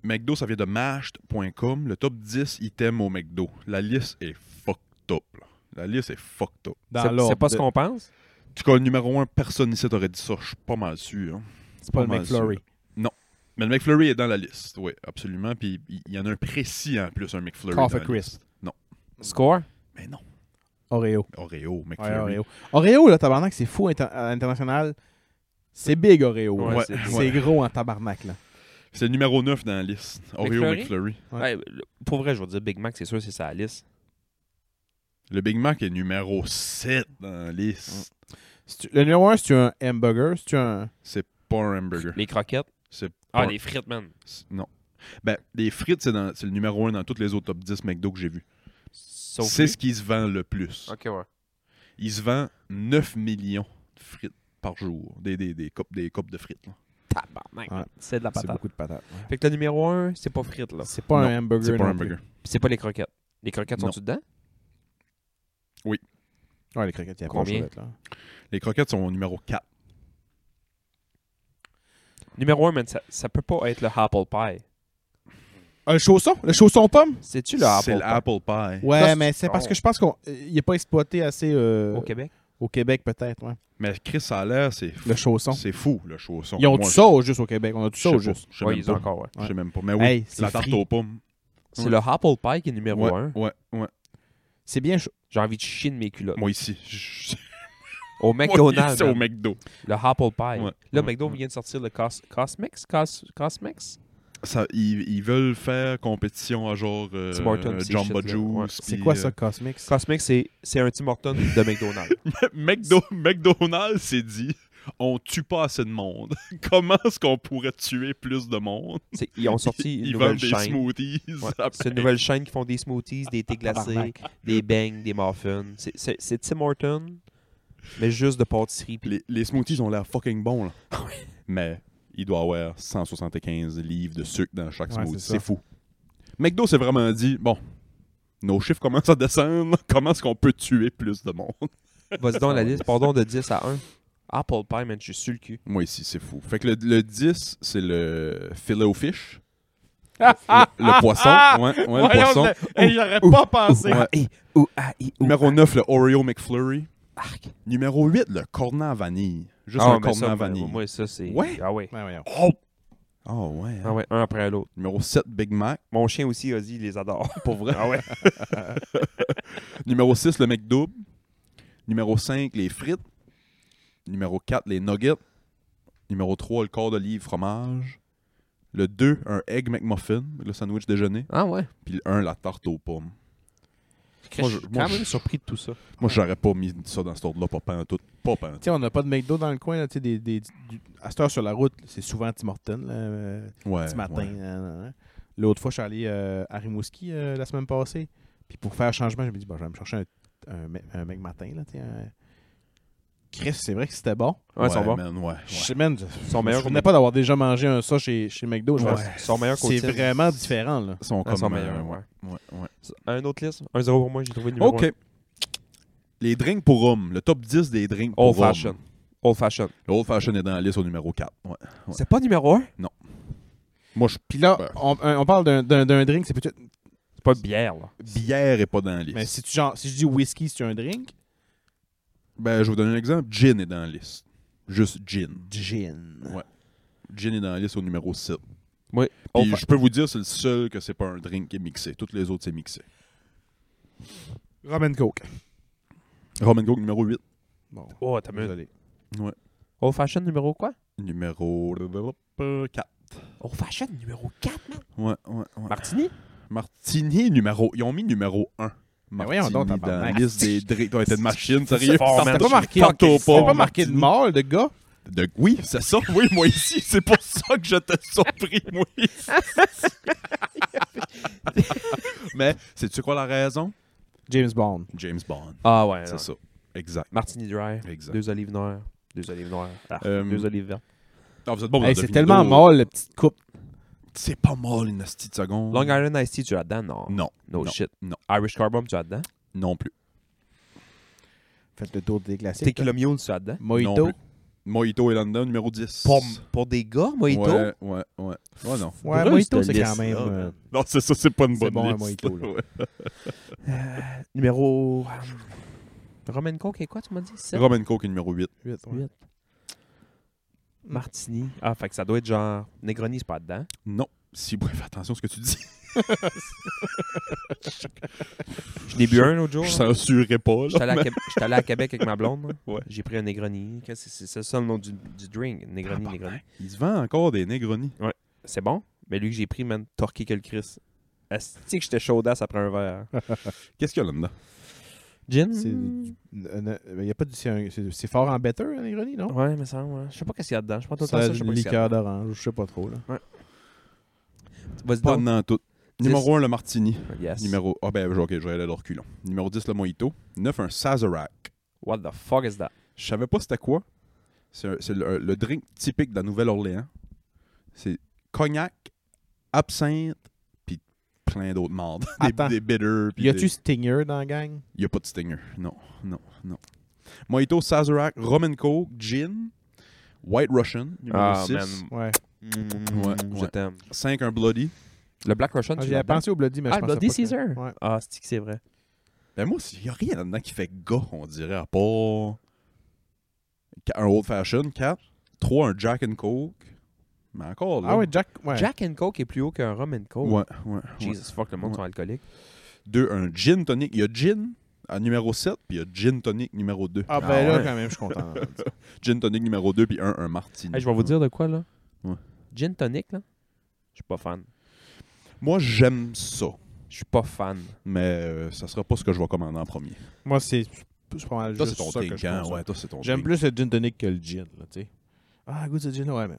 McDo, ça vient de mashed.com. Le top 10 items au McDo. La liste est fucked up. là. La liste est fucked up. Dans C'est- l'ordre C'est pas de- ce qu'on pense? Tu cas, le numéro 1, personne ici t'aurait dit ça. Je suis pas mal sûr. hein. C'est pas le pas mal McFlurry. Mais le McFlurry est dans la liste. Oui, absolument. Puis il il y en a un précis en plus, un McFlurry. dans Coffee la liste. Crisp. Score? Mais non. Oreo. Oreo, McFlurry. Ouais, Oreo. Oreo, là, tabarnak, c'est fou inter- à l'international. C'est big, Oreo. là. Ouais, Ouais, c'est- ouais. C'est gros en tabarnak, là. C'est le numéro 9 dans la liste. Oreo, McFlurry? McFlurry. Ouais. Ouais, le- pour vrai, je vais dire Big Mac, c'est sûr, c'est sa liste. Le Big Mac est numéro 7 dans la Mm. liste. C'est-tu- Le numéro 1, c'est-tu un hamburger? C'est-tu un... C'est pas un hamburger. Les croquettes. C'est Ah, pas- les frites, man. C'est- Non. Ben, les frites, c'est, dans- c'est le numéro un dans tous les autres top 10 McDo que j'ai vu. Sauf c'est les- ce qui se vend le plus. Ok, ouais. Il se vend 9 millions de frites par jour. Des, des, des, copes, des copes de frites. là. Tabarnak. Ouais. C'est de la C'est patate. beaucoup de patates. ouais. Fait que le numéro 1, c'est pas frites, là. C'est pas Non, un hamburger. C'est pas un non plus. burger. Puis c'est pas les croquettes. Les croquettes Non. sont-tu dedans? Ouais, les croquettes, il y a pas Combien? de là. Les croquettes sont au numéro 4. Numéro 1, man, ça, ça peut pas être le apple pie. Ah, le chausson? Le chausson pomme? C'est-tu le apple c'est pie? l'apple pie. Ouais, Ça, c'est- mais c'est parce Oh. que je pense qu'il n'est pas exploité assez euh, Au Québec? au Québec, peut-être. ouais. Mais Chris, ça a l'air, c'est fou. Le chausson. C'est fou, le chausson. Ils ont Moi, tout je- ça au juste au Québec. On a tout Je ça sais au pas. juste. Je sais Oui, même ils ont pas. encore, ouais. Je sais Ouais. même pas. Mais oui, Hey, c'est la tarte frit. aux pommes. C'est Ouais. le apple pie qui est numéro Ouais, 1. ouais, ouais. C'est bien chaud. J'ai envie de chier de mes culottes. Moi ici. je- Au Moi, McDonald's, ici, au man, McDo. le apple pie. Ouais. Là, Ouais. McDo vient de sortir le Cos Cosmex? Cos Cosmex? Ça, ils, ils veulent faire compétition à genre euh, Tim Hortons, ces shit-là, Jumbo ouais. Juice. C'est puis, quoi euh, ça, Cosmix? Cosmex, c'est c'est un Tim Hortons de McDonald's. McDo- McDonald's s'est dit on tue pas assez de monde. Comment est-ce qu'on pourrait tuer plus de monde C'est- Ils ont sorti une Ils nouvelle vendent des chaîne. smoothies. Ouais. après. C'est une nouvelle chaîne qui font des smoothies, des thés glacés, Tabarnak. des bangs, des muffins. C'est- C'est c'est Tim Hortons, mais juste de pâtisserie. puis- Les, les smoothies ont l'air fucking bons. Là. Mais il doit avoir 175 livres de sucre dans chaque Ouais, smoothie. c'est ça. C'est fou. McDo s'est vraiment dit bon, nos chiffres commencent à descendre. Comment est-ce qu'on peut tuer plus de monde Vas-y Ah donc la liste, pardon, de 10 à 1. Apple pie, man, je suis sur le cul. Moi ici, c'est fou. Fait que le, le 10, c'est le filet au fish. Ah, Le, le poisson. Ouais, ouais, le Voyons, poisson. je- hey, j'aurais pas pensé. Ouais. Ou, ah, i, ou. Numéro 9, le Oreo McFlurry. Arc. Numéro 8, le cornet à vanille. Juste Ah, un mais cornet ça, à moi- vanille. Moi, ça, c'est. Ouais. Ah ouais. Ben, voyons. Oh! ouais. hein. Ah ouais, un après l'autre. Numéro 7, Big Mac. Mon chien aussi, Ozzy, il les adore. Pour vrai. Ah ouais. Numéro 6, le McDouble. Numéro 5, les frites. Numéro 4, les nuggets. Numéro 3, le corps de livre fromage. Le 2, un egg McMuffin, le sandwich déjeuner. Ah ouais. Puis le 1, la tarte aux pommes. Je suis moi, quand même surpris de tout ça. Moi, j'aurais pas mis ça dans cet ordre-là, pas pantoute. Pas pantoute. Tiens, on n'a pas de McDo dans le coin. Là, tu sais, des, des, du- à cette heure sur la route, c'est souvent Tim Hortons, là, euh, Ouais. petit matin. ouais. nan, nan, nan. L'autre fois, je suis allé euh, à Rimouski euh, la semaine passée. Puis pour faire changement, je me dis, bon, je vais me chercher un, un, mec- un mec matin. Là, tu sais, un- Chris, c'est vrai que c'était bon. Ouais, ils sont bons. man, ouais, ouais. Je sais, man, je- Ils sont je ne meilleurs qu'au pas d'avoir déjà mangé un ça chez, chez McDo. Je Ouais, pense. Ils sont meilleurs qu'au C'est tiers. vraiment différent. Là. Ils sont Ah, ils comme sont euh, meilleurs, ouais. ouais, ouais. Un autre liste. Un zéro pour moi, j'ai trouvé le numéro OK. un. Les drinks pour hommes. Le top 10 des drinks pour Old hommes. Fashion. Old Fashion. Le Old Fashion est dans la liste au numéro 4. Ouais. Ouais. C'est pas numéro 1? Moi, je... Puis là, Ben. on, on parle d'un- d'un d'un drink, c'est peut-être. C'est pas de bière, là. bière est pas dans la liste. Mais si, tu, genre, si je dis whisky, c'est un drink. Ben, je vais vous donner un exemple. Gin est dans la liste. Juste gin. Gin. Gin est dans la liste au numéro 7. Oui. Puis Old Fa- je peux vous dire, c'est le seul que c'est pas un drink qui est mixé. Toutes les autres, c'est mixé. Rum and Coke. Roman Coke numéro 8. Bon, Oh, t'as mieux. désolé. Old Fashion numéro quoi? Numéro 4. Old Fashion numéro 4, man. Ouais, ouais, ouais. Martini? Martini numéro. Ils ont mis numéro 1. Ben Martini voyons donc, dans la tabarnak. liste des drinks. T'as été de machine, sérieux? fort, man. T'as pas marqué, Tantôt t'as pas, pas marqué de mort, le gars. De- Oui, c'est ça. Oui, moi ici. C'est pour ça que j'étais surpris, moi ici. Mais, sais-tu quoi la raison? James Bond. James Bond. Ah ouais. C'est ça. Exact. Martini Dry. Exact. Deux olives noires. Deux olives noires. Ah, Euh, Deux olives vertes. Ah, vous êtes bon, vous Hey, êtes c'est devinés tellement d'autres. mort, la petite coupe. C'est pas mal, une petite seconde. Long Island Iced Tea, tu as dedans? Non. Non, No non, shit. non. Irish Carbon, tu as dedans? non plus. Faites le tour des classiques. Tequila Mule, tu as dedans? Non Mojito. plus. Mojito et London, numéro 10. Pour, pour des gars, Mojito? Ouais, ouais, ouais. Ouais, non. Ouais, Pour eux, Mojito, cette c'est quand liste-là, même. man. euh, Non, c'est ça, c'est hein, pas une C'est bonne bon, un liste. Mojito, là. Ouais. Euh, numéro... euh, Roman Coke et quoi, tu m'as dit? Sept? Rum and Coke est numéro 8. huit, ouais. ben, Huit. Martini. Ah, fait que ça doit être genre... Negroni, c'est pas dedans. Non. Si, bref, attention à ce que tu dis. Je l'ai bu un l'autre jour. Je là. censurerai pas, J'étais là. allé, à Québec- j'étais allé à Québec avec ma blonde. moi. Ouais. J'ai pris un Negroni. Qu'est-ce que C'est c'est ça le nom du, du drink. Negroni, Tabarnak. Negroni. Il se vend encore des Negroni. C'est bon, mais lui que j'ai pris, man, torqué que le Chris. Est-ce que j'étais chaudasse après un verre? Qu'est-ce qu'il y a là-dedans? Gin? C'est du- euh, euh, y a pas du- c'est un- C'est c'est fort en better, hein, l'ironie, non? Ouais, mais ça, ouais. Je sais pas qu'est-ce qu'il y a dedans. Je sais pas tout le temps Ça, ça. Je sais une pas qu'est-ce qu'il y a liqueur d'orange, je sais pas trop. Là. dedans. Vas-y Pas donc. dans tout. Numéro 1, le Martini. Yes. Numéro. Ah, ben, ok, je vais aller à l'orculon. Numéro 10, le Mojito. 9, un Sazerac. What the fuck is that? Je savais pas c'était quoi. C'est un- c'est le, le drink typique de la Nouvelle-Orléans. C'est cognac, absinthe, puis plein d'autres mardes. Attends. Des, des bitters. puis Y des- a-tu Stinger dans la gang? Y a pas de stinger. Non, non, non. Mojito, Sazerac, Roman Coke, Gin, White Russian, numéro 6. Ouais. Ouais, Ah, Mm, Je ouais. t'aime. 5, un Bloody. Le Black Russian, Ah, tu J'y l'as avais dedans? pensé au Bloody, mais Ah, je le pensais Bloody pas que- Caesar. Ouais. Ah, c'est que c'est vrai. Ben moi, il n'y a rien là-dedans qui fait gars, on dirait, à part qu- un old fashion, 4, 3, un Jack and Coke. Mais encore Oh, là. Ah ouais, Jack. Ouais. Jack and Coke est plus haut qu'un Rum and Coke. Ouais, ouais. ouais. Jesus fuck, le monde Ouais. sont alcooliques. Deux, un gin tonic. Il y a gin à numéro 7, puis il y a gin tonic numéro 2. Ah ben Ah là, ouais. quand même, je suis content. Gin tonic numéro 2, puis un, un martini. Hey, je vais vous dire de quoi, là. Ouais. Gin tonic, là. Je suis pas fan. Moi, j'aime ça, Je suis pas fan. mais euh, ça sera pas ce que je vais commander en premier. Moi, c'est c'est pas mal Toi, juste c'est ton ça que drink, je hein? consomme. Ouais, toi, c'est ton J'aime drink. plus le gin tonic que le gin, là, tu sais. Ah, goût de gin, ouais, mais...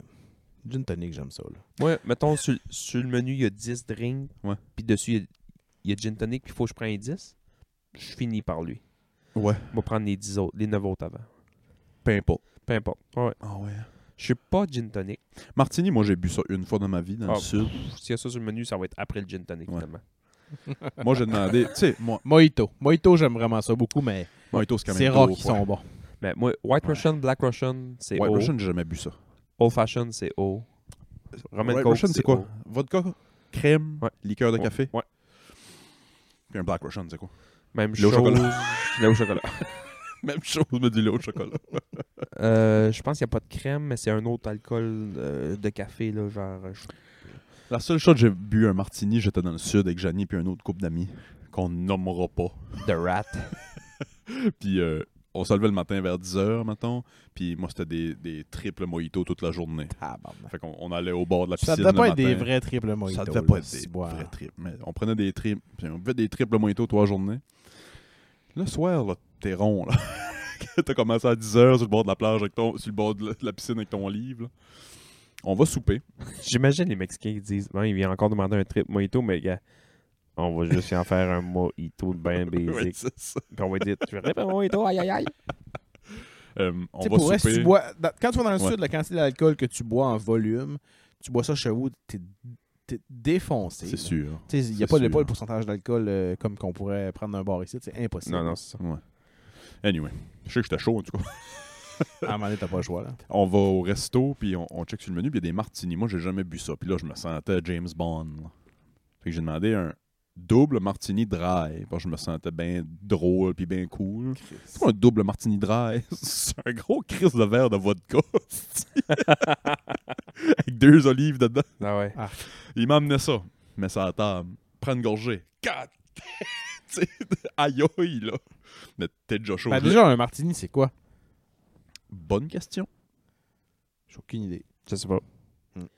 Gin tonic, j'aime ça, là. Ouais, mettons, sur, sur le menu, il y a 10 drinks. Ouais. Puis dessus, il y a- il y, a gin tonic, puis il faut que je prenne les 10. Je finis par lui. Ouais, Je vais prendre les 10 autres, les 9 autres avant. peu importe. Peu importe. Ouais. Ah ouais. Je suis pas gin tonic. Martini, moi, j'ai bu ça une fois dans ma vie, dans Ah, le sud. Pff, S'il y a ça sur le menu, ça va être après le gin tonic, Ouais. finalement. Moi, j'ai demandé, tu sais, moi, Mojito. Mojito, j'aime vraiment ça beaucoup, mais Mojito, c'est quand même c'est rare gros, qu'ils ouais. sont bons. Mais moi, White Ouais. Russian, Black Russian, c'est White haut. Russian, j'ai jamais bu ça. Old Fashion, c'est haut. Roman White Coke, Russian, c'est quoi? haut. Vodka? crème, Ouais. liqueur de Ouais. café. Ouais. Puis un Black Russian, c'est quoi Même Lait au chose. chocolat. Lait au chocolat. Même chose, mais du lait au chocolat. Euh, je pense qu'il n'y a pas de crème, mais c'est un autre alcool euh, de café, là, genre. euh, je- La seule chose que j'ai bu un martini, j'étais dans le sud avec Janie puis un autre couple d'amis qu'on nommera pas. The Rat. Puis euh, on se levait le matin vers 10h, mettons. Puis moi, c'était des, des triples mojitos toute la journée. Fait qu'on on allait au bord de la Ça piscine. devait le pas être des matin. vrais triples mojitos. Ça devait là, pas être si des boire. vrais triples. Mais on prenait des triples. Puis on faisait des triples mojitos trois journées. Le soir, là, t'es rond, là. T'as commencé à 10h sur le bord de la plage, avec ton, sur le bord de la- la piscine avec ton livre. là. On va souper. J'imagine les Mexicains qui disent Non, il vient encore demander un trip mojito, mais gars, on va juste y en faire un mojito de bain Ouais, basic. c'est ça. Puis on va dire Tu veux un mojito Aïe, aïe, aïe. Euh, on Tu sais, va pour vrai, souper. si tu bois, dans- quand tu vas dans le Ouais. sud, la quantité d'alcool que tu bois en volume, tu bois ça chez vous, t'es t'es défoncé. C'est sûr. Il n'y a c'est pas, le- sûr. pas le pourcentage d'alcool euh, comme qu'on pourrait prendre d'un bar ici. C'est impossible. Non, non, c'est ça. Ouais. Anyway, je sais que j'étais chaud en tout cas. À un moment donné, t'as pas le choix. Là. On va au resto, puis on, on check sur le menu, puis il y a des martinis. Moi, j'ai jamais bu ça. Puis là, je me sentais James Bond. là. Fait que j'ai demandé un double martini dry. Parce que je me sentais bien drôle, puis bien cool. C'est pas un double martini dry. C'est un gros crise de verre de vodka. c'est-tu. Avec deux olives dedans. Ah ouais. Il m'a amené ça. Mais ça à table. Prends une gorgée. Quatre. Tu sais, aïe aïe, là. Mais t'es déjà chaud. Ben, déjà, un martini, c'est quoi Bonne question. J'ai aucune idée. Je sais pas. Bonne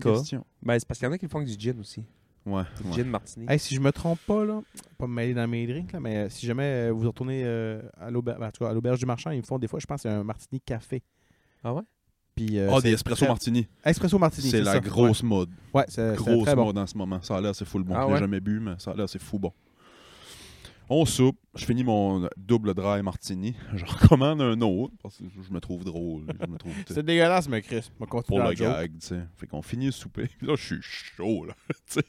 Vodka. question. Ben, c'est parce qu'il y en a qui font avec du gin aussi. Ouais. Euh, Du ouais. gin martini. Hey, si je me trompe pas, là, pas me mêler dans mes drinks, là, mais euh, si jamais euh, vous retournez euh, à l'auberge en tout cas, à l'auberge du marchand, ils me font des fois, je pense, c'est un martini café. Ah ouais? Puis, euh, Ah, c'est des espresso très- martini. Espresso martini. C'est la ça. grosse mode. Ouais, ouais, c'est c'est Grosse très bon. mode en ce moment. Ça a l'air, c'est full bon. Ah je l'ai ouais? jamais bu, mais ça a l'air, c'est fou bon. On soupe. Je finis mon double dry martini. J'en recommande un autre parce que je me trouve drôle. Je me trouve tu sais, C'est dégueulasse, mais Chris, on va continuer pour la le joke. gag, tu sais. Fait qu'on finit le souper. Puis là, je suis chaud, là. Tu sais,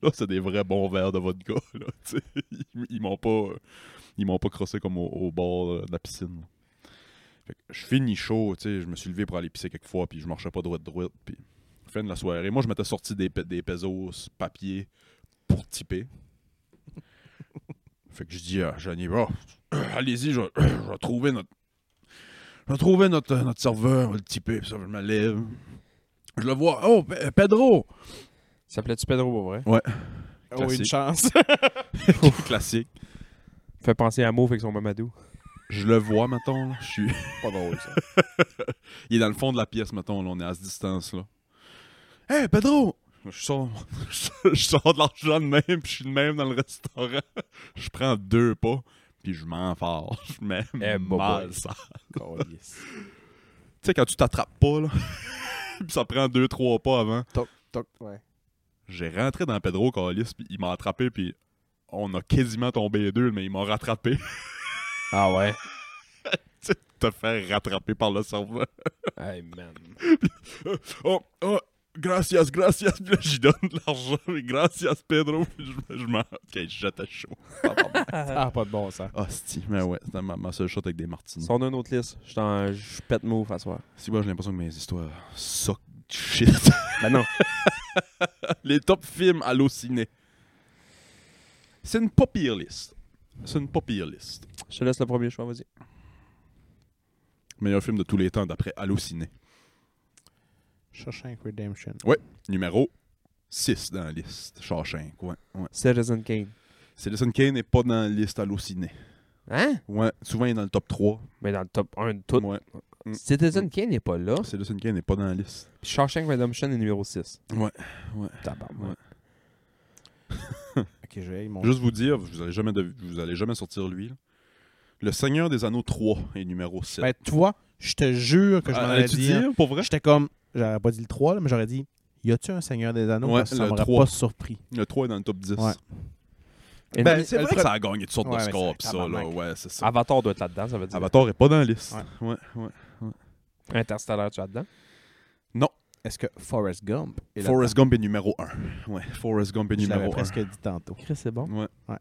là, c'est des vrais bons verres de vodka, là. Tu sais, Ils, ils m'ont pas... Ils m'ont pas crossé comme au, au bord euh, de la piscine. Fait que je finis chaud, tu sais. Je me suis levé pour aller pisser quelques fois, puis je marchais pas droite-droite, puis... Fin de la soirée. Moi, je m'étais sorti des, pe- des pesos papier pour typer. fait que je dis à Johnny, Bon, allez-y, je, je vais trouver notre... Je vais trouver notre, euh, notre serveur, on va le typer, puis ça, je me lève. Je le vois. Oh, Pe- Pedro! Ça s'appelait-tu Pedro pour vrai? Oh, une Classique. chance. Classique. Fait penser à Mauve avec son mamadou. Je le vois, mettons. là. Je suis. Pas drôle, ça. Il est dans le fond de la pièce, mettons. là. On est à cette distance-là. Hey, Pedro! Je sors, je sors de l'argent de même, puis je suis de même dans le restaurant. Je prends deux pas, puis je m'en fâche. Je mets Eh, bah, mal boy. ça. Tu sais, quand tu t'attrapes pas, là, puis ça prend deux, trois pas avant. toc, toc, ouais. j'ai J'ai rentré dans Pedro Calis, puis il m'a attrapé, puis on a quasiment tombé les deux, mais il m'a rattrapé. Ah ouais? Te faire rattraper par le cerveau. Hey man. Oh, oh, gracias, gracias. Puis là, j'y donne de l'argent. mais Gracias, Pedro. Puis je, je m'en. Ok, je jette à chaud. Ah, pas de bon sens. Hostie, mais ouais, c'était ma, ma seule shot avec des martinis. Sors d'une autre liste. Je t'en- je pète Mauve à soir. Si, moi, j'ai l'impression que mes histoires suck shit. Ben non. Les top films hallucinés. C'est une pas pire liste. C'est une pas pire liste. Je te laisse le premier choix, vas-y. Meilleur film de tous les temps d'après Halluciné. Shawshank Redemption. Numéro 6 dans la liste. Shawshank, ouais. ouais. Citizen Kane. Citizen Kane n'est pas dans la liste hallucinée. Hein? Ouais, souvent il est dans le top 3. Mais dans le top 1 de tout. Ouais. Mm. Citizen Kane n'est pas là. Citizen Kane n'est pas dans la liste. Puis Shawshank Redemption est numéro 6. Ouais, ouais. Tabarnak. Ok, je vais mon. Juste vous dire, vous allez jamais, dev- vous allez jamais sortir lui. là. Le Seigneur des Anneaux 3 est numéro 7. Ben, tu vois, je te jure que je m'en allais tu dire. pour vrai? J'étais comme, j'aurais pas dit le 3, là, mais j'aurais dit, y a-tu un Seigneur des Anneaux Ouais, Parce que Ça le m'aurait 3. pas surpris. Le 3 est dans le top 10. Ouais. Et Ben, non, c'est le vrai pre- que ça a gagné toutes sortes Ouais, de mais scores c'est- pis ça, là. tabarnak. Ouais, c'est ça. Avatar doit être là-dedans, ça veut dire. Avatar n'est pas dans la liste. Ouais. Ouais, ouais. Interstellar, tu es là-dedans. Est-ce que Forrest Gump est là Forrest Gump est numéro 1. Ouais, Forrest Gump est Je l'avais numéro 1. presque dit tantôt. Chris, c'est bon. Ouais.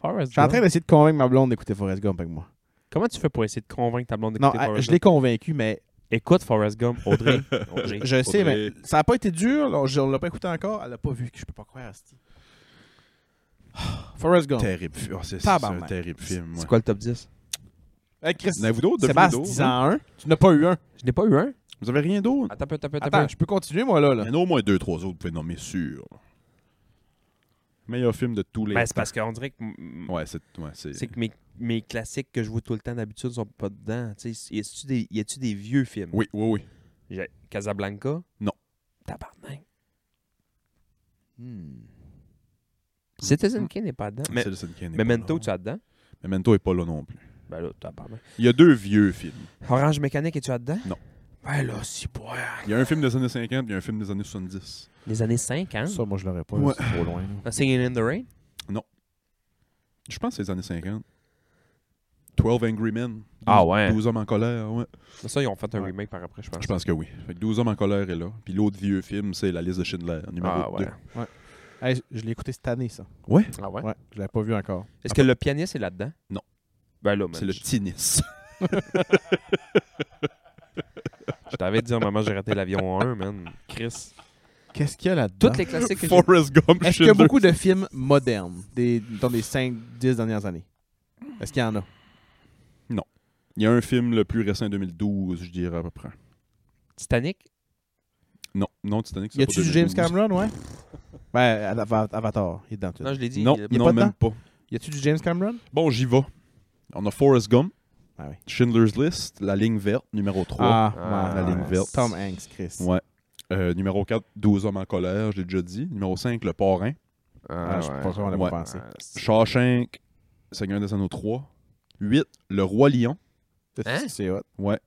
Forrest Je suis en Gump. train d'essayer de convaincre ma blonde d'écouter Forrest Gump avec moi. Comment tu fais pour essayer de convaincre ta blonde d'écouter Non, euh, Forrest je l'ai Gump? convaincu, mais Écoute Forrest Gump, Audrey. Audrey. Je sais, mais Faudrait- ça n'a pas été dur. là, je- On l'a pas écouté encore. Elle l'a pas vu. Je peux pas croire à ce Forrest Gump. Terrible film. Ah, c'est c'est un Tabarnak. terrible film. C'est ouais. quoi le top 10? Hey, Chris, N'avez-vous d'autres? Sébastien, Devenez-vous 10 d'autres? ans un. Tu n'as pas eu un. Je n'ai pas eu un. Vous avez rien d'autre? Attends, un peu, attends, un peu, attends. un Attends, peu. je peux continuer, moi, là. là. Il y en a au moins deux, trois autres, vous pouvez nommer sûr. Meilleur film de tous les. Ben, c'est parce qu'on dirait que, mm, Ouais, c'est. Ouais, c'est... c'est que mes, mes classiques que je vois tout le temps d'habitude sont pas dedans. Tu sais, Y a-tu des, y a-tu des vieux films? Oui, oui, oui. J'ai- Casablanca? Non. Tabarnak. Hmm. Citizen Kane n'est pas dedans. Mais, Citizen Kane est pas Memento, là. tu as dedans? Memento est pas là non plus. Ben là, tabarnak. Il y a deux vieux films. Orange Mécanique, es-tu là-dedans? Non. Ben là, si, boy. Il y a un film des années 50 et un film des années 70. Les années hein? 50. Ça, moi, je l'aurais pas. Ouais. C'est trop loin. là. Singing in the Rain? Je pense que c'est les années 50. 12 Angry Men. Ah ouais. 12 hommes en colère, ouais. Ça, ils ont fait un Ouais. remake par après, je pense. Je pense que oui. Fait que 12 hommes en colère est là. Puis l'autre vieux film, c'est La liste de Schindler, numéro Ah ouais. 2. Hey, je- je l'ai écouté cette année, ça. Ah ouais? Ouais. Je l'avais pas vu encore. Est-ce que le pianiste est là-dedans? Non. Ben là, man, C'est le je- tennis. je t'avais dit à un moment, j'ai raté l'avion 1, man. Chris. Hein? Qu'est-ce qu'il y a là-dedans? Toutes les classiques que j'ai... Forrest Gump, Est-ce qu'il y a Schindler. beaucoup de films modernes des, dans les 5-10 dernières années? Est-ce qu'il y en a? Il y a un film le plus récent, 2012, je dirais à peu près. Titanic? Non, non, Titanic, c'est Y pas a-tu du James 2012. Cameron, ouais? Ben, Ava- Avatar, il est dedans. tout. Non, je l'ai dit. Non, il est- y a non, pas même pas. Y a-tu du James Cameron? Bon, j'y vais. On a Forrest Gump, Ah oui. Schindler's List, La Ligne Verte, numéro 3. Ah, la ligne verte. Tom Hanks, Chris. Ouais. Euh, numéro 4, 12 hommes en colère, je l'ai déjà dit. Numéro 5, Le Parrain. Ah, je pense qu'on l'a pas Ouais. Hein? pensé. Shawshank, Seigneur des Anneaux 3. 8, Le Roi Lion. Hein? C'est hot. Ouais.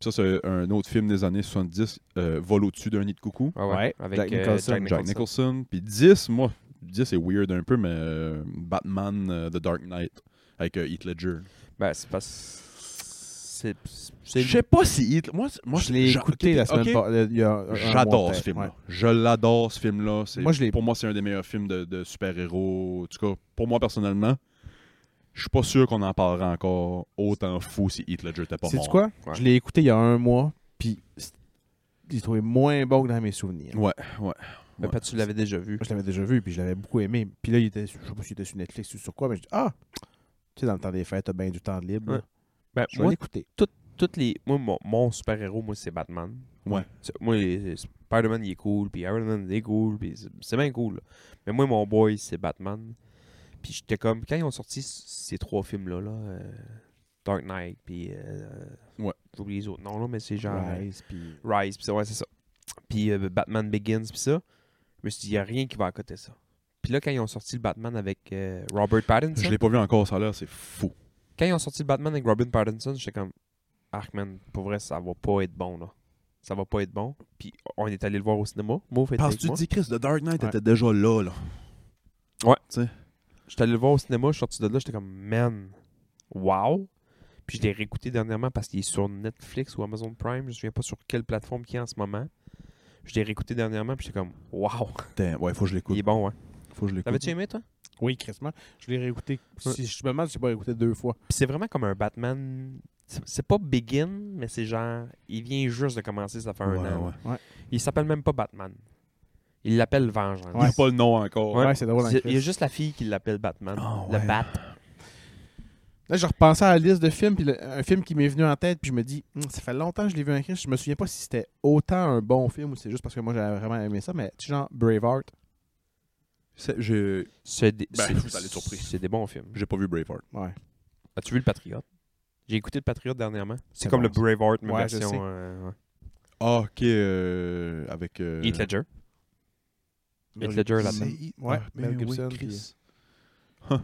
Puis ça, c'est un autre film des années 70, euh, Vol au-dessus d'un nid de coucou. Ah ouais, Ouais, avec Jack euh, Nicholson. Jack Jack Nicholson. Nicholson. Puis 10, moi, 10 c'est weird un peu, mais euh, Batman, euh, The Dark Knight, avec euh, Heath Ledger. Ben, c'est pas... C'est... c'est- Je sais pas si Heath... Moi, c'est- moi je l'ai j'a- écouté ok, la semaine ok. passée. il y a un- un mois J'adore de- ce film-là. ouais. Je l'adore, ce film-là. C'est- Moi, je l'ai- Pour moi, c'est un des meilleurs films de, de super-héros. En tout cas, pour moi, personnellement, je suis pas sûr qu'on en parlera encore autant fou si Heath Ledger était pas Sais-tu mort. quoi? Ouais. Je l'ai écouté il y a un mois, puis c'est- je l'ai trouvé moins bon que dans mes souvenirs. Ouais, ouais. Mais pas tu l'avais déjà vu. Moi, je l'avais déjà vu, puis je l'avais beaucoup aimé. Puis là, il était, je sais pas s'il était sur Netflix ou sur quoi, mais je dis, ah, tu sais, dans le temps des fêtes, t'as bien du temps de libre. Ouais. là. Ben, Je vais moi, l'écouter. toutes les... Moi, mon, mon super-héros, moi, c'est Batman. Ouais. C'est- Moi, les- Spider-Man, il est cool, puis Iron Man, il est cool, puis c'est- c'est bien cool. là. Mais moi, mon boy, c'est Batman. Puis j'étais comme... Quand ils ont sorti c- ces trois films-là, là, euh, Dark Knight, puis... euh, Ouais. J'ai oublié les autres noms, là, mais c'est genre... Rise, puis- Rise, pis ça, ouais, c'est ça. Puis euh, Batman Begins, puis ça. Je me suis dit, il n'y a rien qui va à côté de ça. Puis là, quand ils ont sorti le Batman avec euh, Robert Je Pattinson, l'ai pas vu encore, ça a l'air, c'est fou. quand ils ont sorti le Batman avec Robin Pattinson, j'étais comme, Arkman, pour vrai, ça va pas être bon, là. Ça va pas être bon. Puis on est allé le voir au cinéma. Mauve était avec Penses-tu moi. dis Chris, The Dark Knight Ouais. était déjà là, là. J'étais allé le voir au cinéma, je suis sorti de là, j'étais comme, man, wow. Puis je l'ai réécouté dernièrement parce qu'il est sur Netflix ou Amazon Prime. Je ne souviens pas sur quelle plateforme qu'il est en ce moment. Je l'ai réécouté dernièrement, puis j'étais comme, wow, Putain, ouais, faut que je l'écoute. il est bon, hein. ouais. Faut que je l'écoute. T'avais-tu aimé, toi? Oui, Christmas. Je l'ai réécouté. Si, je me demande si je l'ai pas réécouté deux fois. Puis c'est vraiment comme un Batman. c'est- C'est pas Begin, mais c'est genre. Il vient juste de commencer, ça fait un Ouais, an. ouais. Il s'appelle même pas Batman. Il l'appelle Vengeance. Il a pas le nom encore. Ouais, c'est drôle. hein, C'est- Il y a Chris. juste la fille qui l'appelle Batman. Ah, Le ouais. Bat. Là, je repensais à la liste de films, puis le- un film qui m'est venu en tête, puis je me dis, Hum, ça fait longtemps que je l'ai vu en Chris. Je me souviens pas si c'était autant un bon film ou c'est juste parce que moi j'avais vraiment aimé ça, mais tu sais, genre Braveheart. C'est- J'ai C'est des, Ben, c'est- vous allez être surpris. c'est des bons films. j'ai pas vu Braveheart. Ouais. As-tu vu le Patriote J'ai écouté le Patriote dernièrement. C'est C'est comme bon, le ça. Braveheart, mais Ouais, je sais. version. euh, ouais. Ah, ok, euh, avec. euh, Heath Ledger. Heath Ledger c'est là-dedans. Heath- Ouais, ah, Mel ben oui, Gibson, Chris. puis-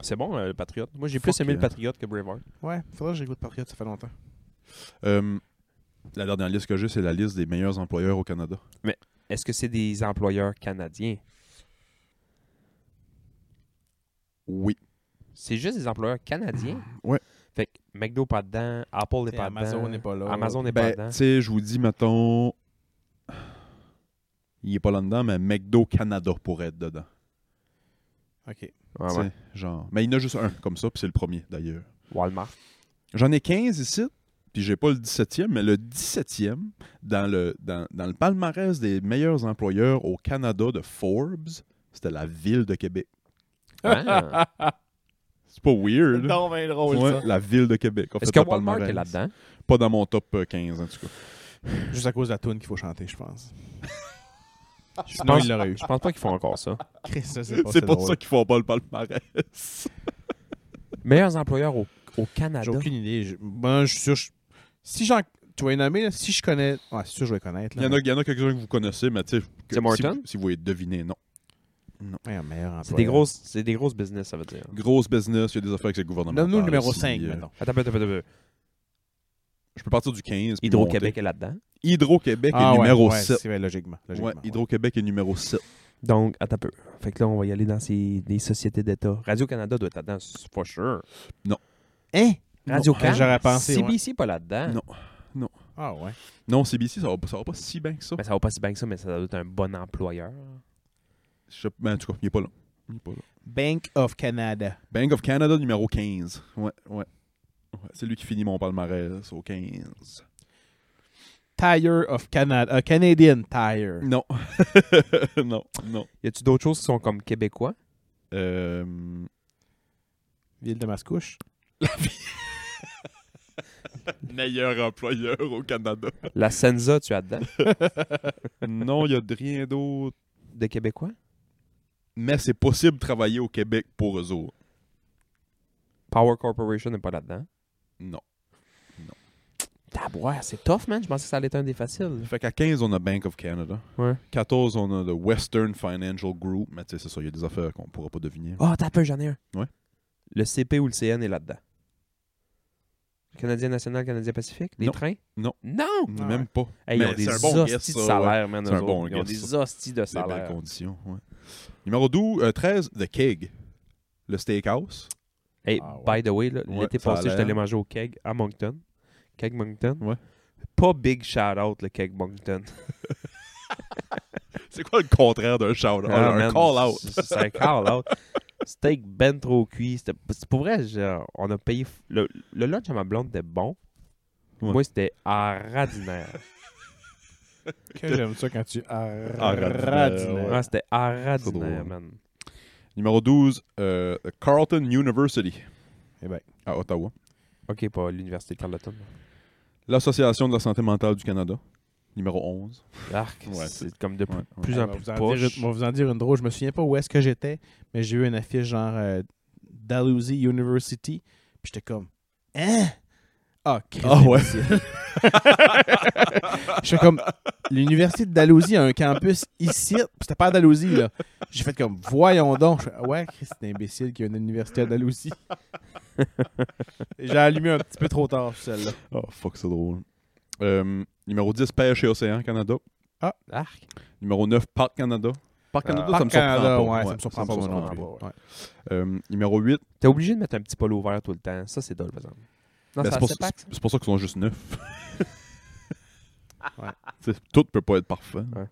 C'est bon, euh, le Patriote. Moi, j'ai Fuck plus aimé le yeah. Patriote que Braveheart. Ouais, faudrait que j'écoute Patriot, ça fait longtemps. Euh, la dernière liste que j'ai, c'est la liste des meilleurs employeurs au Canada. Est-ce que c'est des employeurs canadiens Oui. C'est juste des employeurs canadiens. Ah. Ouais. Fait que McDo pas dedans, Apple n'est Et pas Amazon dedans. n'est pas là. Amazon n'est pas Ben, dedans. tu sais, je vous dis, mettons. Il est pas là-dedans, mais McDo Canada pourrait être dedans. Ok. Ouais, Tu sais, Ah ouais. Genre. Mais il y en a juste un comme ça, puis c'est le premier d'ailleurs. Walmart. J'en ai 15 ici, puis j'ai pas le 17e, mais le 17e dans le, dans, dans le palmarès des meilleurs employeurs au Canada de Forbes, c'était la ville de Québec. Ah. C'est pas weird. Non, mais drôle, Ouais, ça. la ville de Québec. a Est-ce fait que le Walmart palmarès. est là-dedans? Pas dans mon top euh, 15, en tout cas. Juste à cause de la toune qu'il faut chanter, je pense. Je Sinon, pense, il l'aurait eu. je pense pas qu'ils font encore ça. Chris, ça, Oh, c'est pas C'est pour drôle. ça qu'ils font pas le palmarès. Meilleurs employeurs au, au J'ai Canada. aucune idée. Je- Moi, je suis sûr. je- Si j'en. Tu vas les nommer, là, si je connais. Ouais, c'est sûr, je vais les connaître. Il Là, y en a, il y en a quelques-uns que vous connaissez, mais tu sais, que- Tim si, Horton? vous- si vous voulez deviner, non. Ouais, un meilleur C'est employeur. des grosses, c'est des grosses business, ça veut dire. Grosse business, il y a des affaires avec le gouvernement. Donne-nous le numéro Si, 5, euh, maintenant. Attends, attends, attends, attends. Je peux partir du 15. puis Hydro-Québec est là-dedans. monter. Hydro-Québec est numéro Ah 7. C'est vrai, logiquement. logiquement, Ouais, Hydro-Québec est numéro 7. Donc, attends un peu. Fait que là, on va y aller dans ces, des sociétés d'État. Radio-Canada doit être là-dedans, c'est for sure. Hein? Radio-Canada. J'aurais pensé, ouais. CBC pas là-dedans. Non. Ah ouais. Non, CBC, ça va, pas- ça va pas si bien que ça. Mais Ben, ça va pas si bien que ça, mais ça doit être un bon employeur. Je- mais en tout cas, il est pas là. Il est pas là. Bank of Canada. Bank of Canada numéro 15. Ouais, ouais. Ouais, c'est lui qui finit mon palmarès au 15. Tire of Canada. euh, Canadian Tire. Non. non, non. Y a-tu d'autres choses qui sont comme québécois? Euh, Ville de Mascouche. meilleur employeur au Canada. La Senza, tu as dedans? non, il y a de rien d'autre. De québécois? Mais c'est possible de travailler au Québec pour eux autres. Power Corporation n'est pas là-dedans. Non. Tabouin, c'est tough, man. Je pensais que ça allait être un des faciles. Fait qu'à 15, on a Bank of Canada. Ouais. 14, on a le Western Financial Group. Mais tu sais, c'est ça, il y a des affaires qu'on pourra pas deviner. Oh, t'as peu, j'en ai un. Ouais. Le CP ou le CN est là-dedans. Canadien national, Canadien pacifique? Les Non. trains? Non. Non! Même pas. Hey, ils Mais ont des c'est un bon guess, hosties de ça, salaire, man. C'est eux un bon autres. Ils ont guess, des hosties de Des belles salaire. conditions, ouais. Numéro 12, euh, 13, The Keg. Le steakhouse. Hey, Ah by ouais. the way, là, Ouais, l'été ça a passé, l'air. j'étais allé manger au keg à Moncton. Keg Moncton. Ouais. Pas big shout-out, le keg Moncton. C'est quoi le contraire d'un shout-out? Ah, un man, call-out. c'est- C'est un call-out. Steak ben trop cuit. C'était- c'est Pour vrai, genre, on a payé... f- Le, le lunch à ma blonde était bon. Ouais. Moi, c'était ordinaire. Que j'aime ça quand tu. Radinaire, Ah, c'était C'est drôle. ordinaire, man. Numéro 12, euh, the Carleton University Eh ben. à Ottawa. OK, pas l'Université de Carleton. L'Association de la santé mentale du Canada. Numéro 11. Arc, Ouais, c'est comme de Ouais, ouais. plus Ouais, en on va plus vous en dire- poche. on va vous en dire une drôle. Je me souviens pas où est-ce que j'étais, mais j'ai eu une affiche genre euh, Dalhousie University. Puis j'étais comme Hein? Ah, Christ Ah ouais. imbécile. J'étais comme L'université de Dalhousie a un campus ici. Puis C'était pas à Dalhousie, là. J'ai fait comme Voyons donc. Je fais, Ah ouais, Christ c'est imbécile qu'il y a une université à Dalhousie. j'ai allumé un petit peu trop tard celle-là. Oh, fuck, c'est drôle. Euh, numéro 10, Pêche et Océan Canada. Arc. Numéro 9, Parc Canada. Parc Canada, ça Parc me surprend Canada, pas. ouais, Ouais, ça me surprend pas. me non surprend plus. pas. Ouais. Euh, numéro 8, T'es obligé de mettre un petit polo vert tout le temps. Ça, c'est dole, par exemple. Non, ben, c'est ça pour, c'est pas ça. c'est pour ça qu'ils sont juste 9. Ouais. Tout peut pas être parfait. Ouais.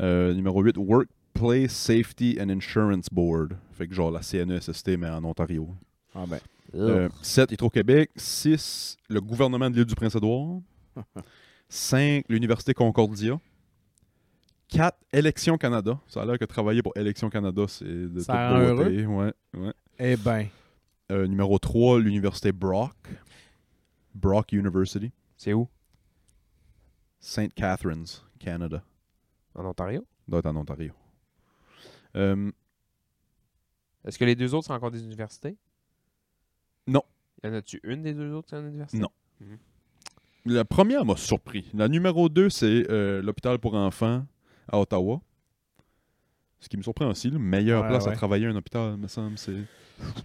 Euh, numéro 8, Workplace Safety and Insurance Board. Fait que genre la E CNESST, mais en Ontario. Ah ben. Euh. 7, Hydro-Québec. 6, le gouvernement de l'île du Prince-Édouard. 5, l'Université Concordia. 4, Élections Canada. Ça a l'air que travailler pour Élections Canada, c'est de Ça toute rend beauté. Ouais, ouais. Eh ben. Euh, numéro 3, l'Université Brock. Brock University. C'est où? St. Catharines, Canada. En Ontario? Doit être en Ontario. Euh, Est-ce que les deux autres sont encore des universités? Non. Y en a-tu une des deux autres qui est une université? Non. la première m'a surpris. La numéro 2, c'est euh, l'hôpital pour enfants à Ottawa. Ce qui me surprend aussi, la meilleure Ouais, place à ouais. travailler un hôpital, me semble, c'est.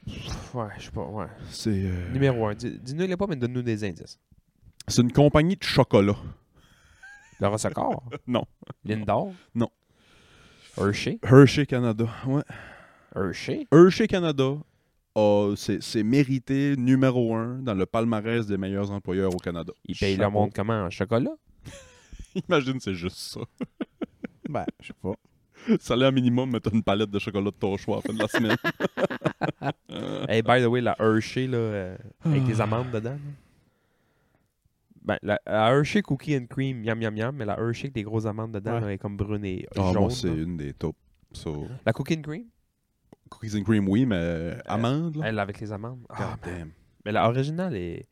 Pff, Ouais, je sais pas, ouais. C'est euh, Numéro un. Dis- Dis-nous les pas, mais donne-nous des indices. c'est une compagnie de chocolat. Le Rossacor? Non. Lindor? Non. Hershey? Hershey Canada. Ouais. Hershey? Hershey Canada, a- c'est c'est mérité numéro un dans le palmarès des meilleurs employeurs au Canada. Ils payent le Chapeau. monde comment? En chocolat? Imagine, c'est juste ça. Ben, je sais pas. Salaire minimum, mais t'as une palette de chocolat de ton choix à la fin de la semaine. Ah. Hey, by the way, la Hershey, là, euh, avec des amandes dedans. là. Ben, la, la Hershey Cookie and Cream, yam yam yam, mais la Hershey avec des grosses amandes dedans, Ouais. elle est comme brune et Ah, jaune. moi, c'est là. une des top. So, La Cookie and Cream, cookies and cream, oui, mais euh, amande, là. elle avec les amandes. Ah, God damn. mais la originale est.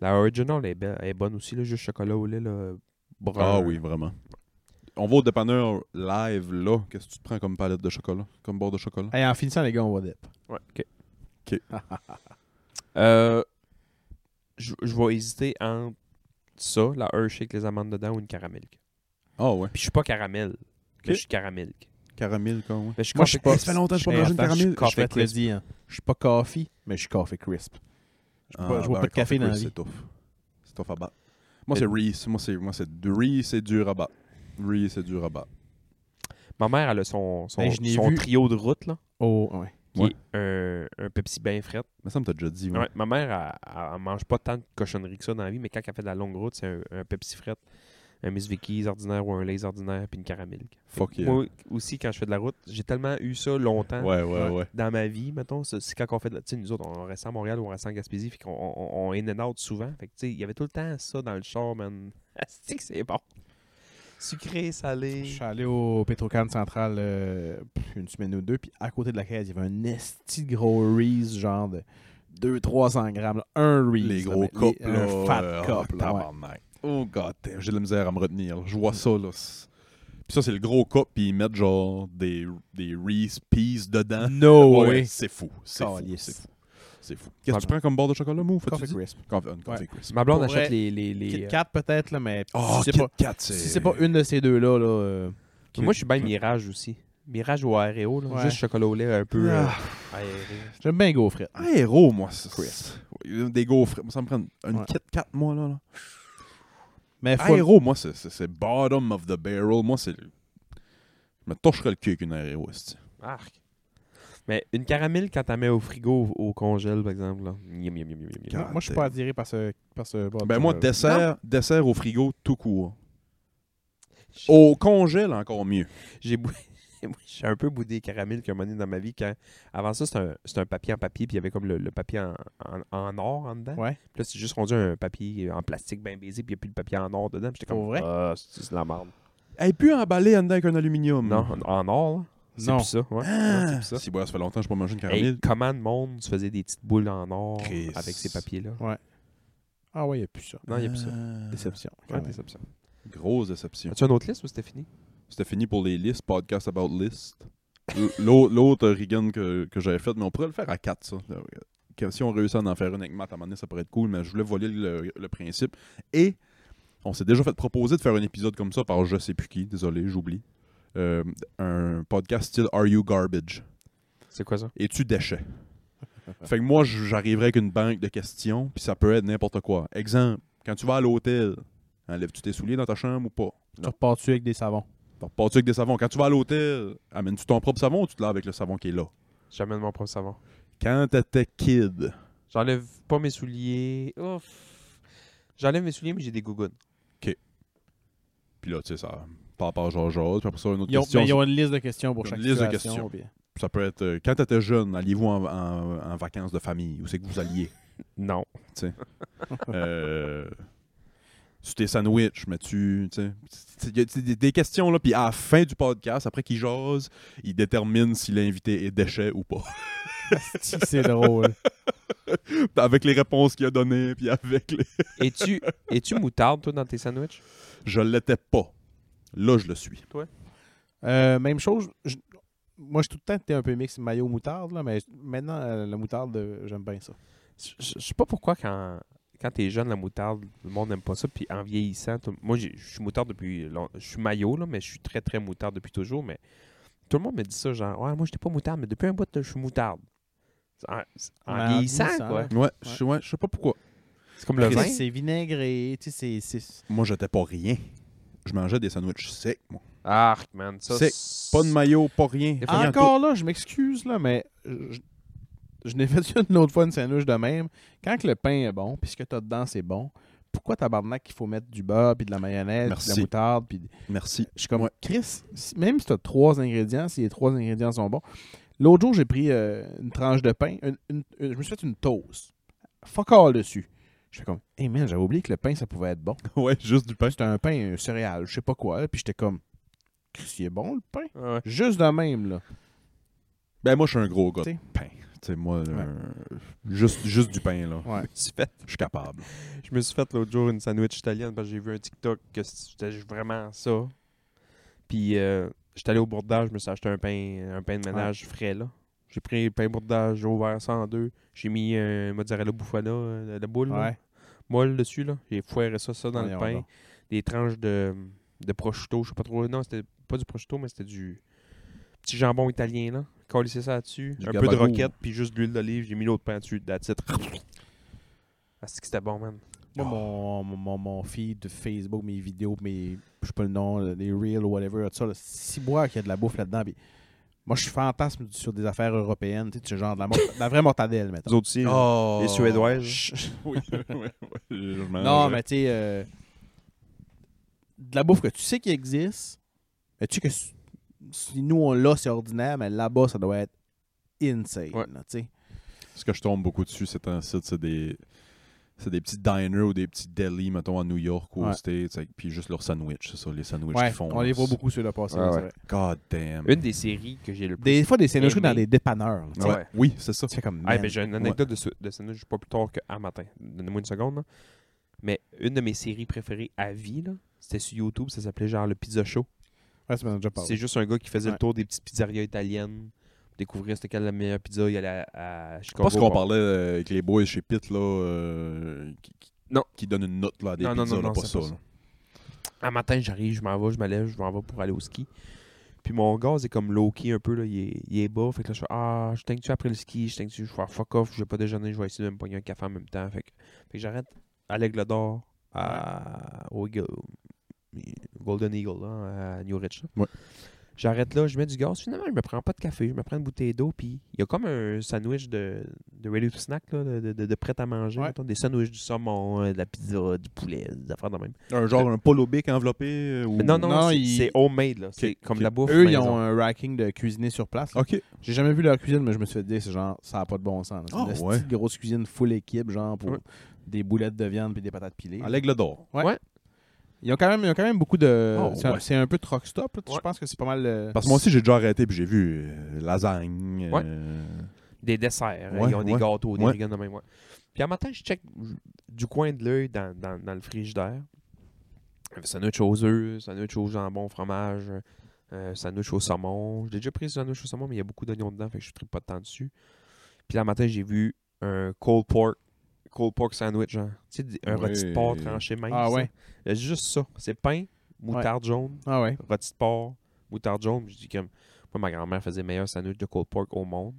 La original est, belle- est bonne aussi, là, juste chocolat au lait, là, brun. Ah oui, vraiment. On va au dépanneur live, là. Qu'est-ce que tu te prends comme palette de chocolat? Comme bord de chocolat? Hey, en finissant, les gars, on va dip. Ouais, ok. Ok. Euh, je je vais hésiter entre ça, la Hershey avec les amandes dedans ou une caramilk. Ah ouais. Puis je suis pas caramel. mais Je suis caramilk. Caramel, quand ouais. Mais je Moi, Ben, je coffee suis pas- Ça fait longtemps que je Hey, pas mangé une attends, je suis caramel. coffee Café crisp. crisp. Je dis, hein, je suis pas coffee, mais je suis coffee crisp. Ah, bois- je bois ben, pas de café Coffee dans la Crisp, vie. Ben, C'est tough. C'est tough à battre. Moi, c'est Reese. Moi, c'est moi, c'est du- Reese, c'est dur à battre. Reese, c'est dur à battre. Ma mère, elle a son, son, Ben, je l'ai son vu. trio de route, là. Oh, ouais. Qui Ouais. est un, un Pepsi bien fret. Mais ça me t'a déjà dit. ouais. Ouais, ma mère, elle, elle- elle mange pas tant de cochonneries que ça dans la vie, mais quand elle fait de la longue route, c'est un, un Pepsi fret, un Miss Vicky's ordinaire ou un Lay's ordinaire, puis une caramel. Fuck yeah. Moi aussi, quand je fais de la route, j'ai tellement eu ça longtemps Ouais, ouais, ouais. dans ma vie, mettons. C'est c'est quand on fait de la. Tu sais, nous autres, on reste à Montréal ou on reste en Gaspésie, fait qu'on on, on in and out souvent. Fait que, tu sais, il y avait tout le temps ça dans le char, man. Asti que c'est bon. Sucré, salé. Je suis allé au Petrocan Central euh, pff, une semaine ou deux, puis à côté de la caisse, il y avait un esti de gros Reese, genre de 200-300 grammes. là. Un Reese. Les là, gros mais copes, les- là. Un fat euh, cup. oh, là, ouais. tabarnak. Oh, god damn, j'ai de la misère à me retenir. Je vois ça, là. c'est- Puis ça, c'est le gros cup, puis ils mettent genre des, des Reese Peas dedans. No Ouais, way. ouais, c'est fou. C'est fou. Calice. C'est fou. C'est fou. Oh, Qu'est-ce que tu prends comme bord de chocolat mou? Fais-tu Coffee dire? Crisp. Conf- Une Coffee Crisp. Ma blonde Pour achète vrai, les. les, les- Kit euh, Kat peut-être, là, mais Oh, si c'est Kit pas, Kat, c'est... si c'est pas une de ces deux-là, là, euh, puis Moi, je suis bien Mirage aussi. Mirage ou Aéreo, là. Ouais. Juste chocolat au lait un peu euh, Ah, aéré. j'aime bien les gaufrettes. Aéro, moi. c'est- Ouais, Des gaufres. Moi, Ça me prend une Ouais. Kit Kat, moi, là. là. Mais faut- Aéro, moi, c'est- c'est c'est bottom of the barrel. Moi, c'est... Je me torcherais le cul avec une aéro, esti. Arc. Mais une caramel, quand t'as mets au frigo ou au congèle, par exemple, là. Miam, miam, miam, miam, miam. Non, moi, je suis pas attiré par ce. Par ce Ben moi, euh, dessert, dessert au frigo tout court. Au congèle, encore mieux. J'ai bou- moi, je suis un peu boudé caramel qu'un moment donné dans ma vie quand avant ça c'était un, c'était un papier en papier puis il y avait comme le, le papier en, en- en or en dedans. Ouais. Puis là c'est juste rendu un papier en plastique bien baisé puis il n'y a plus de papier en or dedans. Puis J'étais comme Pour vrai? Ah, c'est c'est de la merde. Elle peut emballer en dedans avec un aluminium. Ah. Non, en en or, là. C'est Non. plus ça, ouais. Non, c'est plus ça. Si, ouais, ça fait longtemps que je pas mangé une Hey, caramel. comment le monde se faisait des petites boules en or Chris. avec ces papiers-là? Ah ouais, il n'y a plus ça. Non, il n'y a plus ça. Ah, Déception. quand Ouais, même. déception. Grosse déception. As-tu une autre liste ou c'était fini? C'était fini pour les listes, podcast about list. L- l'au- L'autre Regan que, que j'avais faite, mais on pourrait le faire à 4, ça. Là, ouais. Que- Si on réussit à en faire une avec Matt à un moment donné, ça pourrait être cool, mais je voulais voler le, le principe. Et on s'est déjà fait proposer de faire un épisode comme ça par je sais plus qui, désolé, j'oublie. Euh, un podcast style Are You Garbage? C'est quoi ça? et tu déchets. fait que moi, j- j'arriverai avec une banque de questions, puis ça peut être n'importe quoi. Exemple, quand tu vas à l'hôtel, enlèves-tu tes souliers dans ta chambre ou pas? Tu repars-tu avec des savons? Donc, pars-tu avec des savons? Quand tu vas à l'hôtel, amènes-tu ton propre savon ou tu te laves avec le savon qui est là? J'amène mon propre savon. Quand t'étais kid, J'enlève pas mes souliers. Ouf. J'enlève mes souliers, mais j'ai des gougounes. puis là, tu sais, ça par rapport à Georges, puis après ça, une autre Ils ont, question. mais ils ont une liste de questions pour Ils ont chaque une liste de situation, questions. puis- Ça peut être, euh, quand t'étais jeune, alliez-vous en, en- en vacances de famille? Où c'est que vous alliez? Non. Euh, sur tes sandwichs, mais tu sais, il y a des, des questions là, puis à la fin du podcast, après qu'ils jasent, ils déterminent si l'invité est déchet ou pas. Si, c'est drôle. avec les réponses qu'il a données, puis avec les. Es-tu es moutarde, toi, dans tes sandwichs? Je l'étais pas. Là, je le suis. Euh, même chose, je- moi, j'ai tout le temps été un peu mix maillot-moutarde, là, mais maintenant, euh, la moutarde, euh, j'aime bien ça. Je je- je sais pas pourquoi quand, quand t'es jeune, la moutarde, le monde n'aime pas ça. Puis en vieillissant, tout- moi, j'ai- je suis moutarde depuis long- Je suis maillot, là, mais je suis très, très moutarde depuis toujours. Mais tout le monde me dit ça, genre, ouais, moi, j'étais pas moutarde, mais depuis un bout, là, je suis moutarde. En, en Ben, en vieillissant, vieillissant, quoi. ouais. Ouais, Je, sais- ouais, je sais pas pourquoi. C'est comme le Tu vin. sais, C'est vinaigré, tu sais, c'est- c'est... Moi, j'étais pas rien. Je mangeais des sandwichs secs, moi. Arc, man. Ça, C'est Pas de maillot, pas rien. Des fois, rien Encore là, je m'excuse, là, mais je, je- je n'ai fait une autre fois une sandwich de même. Quand que le pain est bon, puis ce que tu as dedans, c'est bon, pourquoi tabarnak qu'il faut mettre du beurre, puis de la mayonnaise, puis de Merci. la moutarde, puis... tout. Merci. Je suis comme, Ouais. Chris, si- même si tu as trois ingrédients, si les trois ingrédients sont bons. L'autre jour, j'ai pris euh, une tranche de pain, une- une- une- je me suis fait une toast. Fuck all dessus. Je fais comme, hey man, j'avais oublié que le pain, ça pouvait être bon. ouais, juste du pain. C'était un pain, un céréal, je sais pas quoi. Puis j'étais comme, c'est bon le pain. Ah ouais. Juste de même, là. Ben, moi, je suis un gros gars de T'sais. pain. Tu sais, moi, un- juste, juste du pain, là. Ouais. Je me suis fait- Je suis capable. Je me suis fait l'autre jour une sandwich italienne parce que j'ai vu un TikTok que c'était vraiment ça. Puis euh, j'étais allé au bourdage, je me suis acheté un pain, un pain de ménage frais là. J'ai pris le pain bourdage, j'ai ouvert ça en deux. J'ai mis un mozzarella bouffana, euh, la boule, là, Ouais. molle dessus là. J'ai foiré ça, ça dans le Voyons pain. donc. Des tranches de, de prosciutto, je sais pas trop. Non, c'était pas du prosciutto, mais c'était du petit jambon italien là. Colissé ça dessus, Du un peu de gabagool. roquette, puis juste de l'huile d'olive. J'ai mis l'autre pain dessus, la titre. Ah, c'est que c'était bon, man. Moi, mon, mon, mon, mon feed de Facebook, mes vidéos, mes. Je sais pas le nom, là, les Reels ou whatever, tout ça, là, si boire qu'il y a de la bouffe là-dedans. puis moi, je suis fantasme du- sur des affaires européennes, tu sais, genre de la, mor- de la vraie mortadelle, mettons. Les autres aussi, Oh. les Suédois. hein, oui, oui, oui. Je m'en- Non, je- mais tu sais, euh, de la bouffe que tu sais qu'il existe, mais tu sais que s- si nous on l'a, c'est ordinaire, mais là-bas, ça doit être insane. Ouais. là, tu sais. Ce que je tombe beaucoup dessus, c'est un site, c'est des. C'est des petits diners ou des petits delis, mettons, à New York ou aux Ouais. States, avec- puis juste leurs sandwichs, c'est ça, les sandwichs Ouais, qu'ils font. on là, les voit c'est- beaucoup sur le passé. Ouais, là, ouais. c'est vrai. God damn. Une des séries que j'ai le plus. Des fois, des scénarios Aimé. dans des dépanneurs. là, tu sais. Ouais. Ouais. Oui, c'est ça. Tu fais comme. Ah, man. ben, j'ai une anecdote de, ce- de sandwich pas plus tard qu'à matin. Donnez-moi une seconde. là. Mais une de mes séries préférées à vie, là, c'était sur YouTube, ça s'appelait genre le Pizza Show. Ouais, ça m'en a déjà parlé. C'est juste un gars qui faisait le Ouais. tour des petites pizzerias italiennes, découvrir c'était quelle la meilleure pizza, il allait à, à Chicago. Pas ce qu'on bon. parlait euh, avec les boys chez Pitt, là, euh, qui, qui- Non. qui donne une note là, à des Non, non, pizzas, non, là, non, pas c'est ça. pas là. Un matin, j'arrive, je m'en vais, je me lève, je m'en vais pour aller au ski. Puis mon gaz est comme low-key un peu, là, il, est, il est bas. Fait que là, je suis Ah, je t'inctue après le ski, je t'inctue, je vais faire fuck off, je vais pas déjeuner, je vais essayer de me pogner un café en même temps. Fait que, fait que j'arrête à l'Aigle d'Or, à, au Eagle- euh, Golden Eagle, là, à New Rich. là. Ouais. J'arrête là, je mets du gaz. Finalement, je me prends pas de café, je me prends une bouteille d'eau. Puis il y a comme un sandwich de, de ready to snack, là, de, de- de prêt à manger. Ouais. mettons, des sandwichs du saumon, euh, de la pizza, du poulet, des affaires de même. Un genre un polo bic enveloppé euh, ou... Mais non, non, Non, c'est ils- c'est homemade, là. C'est comme ok. la bouffe. Eux, ils maison. ont un racking de cuisiner sur place. là. OK. J'ai jamais vu leur cuisine, mais je me suis fait dire, c'est genre, ça n'a pas de bon sens. là. C'est Ah, une ouais. petite grosse cuisine full équipe, genre, pour Ouais. des boulettes de viande puis des patates pilées. À l'aigle d'or. Ils ont quand même, ils ont quand même beaucoup de. Oh, c'est un- ouais. c'est un, peu truck stop. là. Ouais. Je pense que c'est pas mal. euh, Parce que moi aussi, j'ai déjà arrêté puis j'ai vu euh, lasagne. Ouais. euh, Des desserts. hein. Ouais, ils ont des ouais. gâteaux, des Ouais. riganes de même. ouais. Puis un matin, je check du coin de l'œil dans, dans, dans le frigidaire. Un Sandwich aux œufs, sandwich au jambon, fromage, euh, sandwich au saumon. J'ai déjà pris le sandwich au saumon, mais il y a beaucoup d'oignons dedans, fait que je ne pas de temps dessus. Puis le matin, j'ai vu un cold pork, cold pork sandwich. genre. Tu sais, un rôti de porc Ouais. tranché mince. Ah ouais. là. Juste ça. C'est pain, moutarde jaune, Ah ouais. rôti de porc, moutarde jaune. Je dis comme, moi, ma grand-mère faisait le meilleur sandwich de cold pork au monde.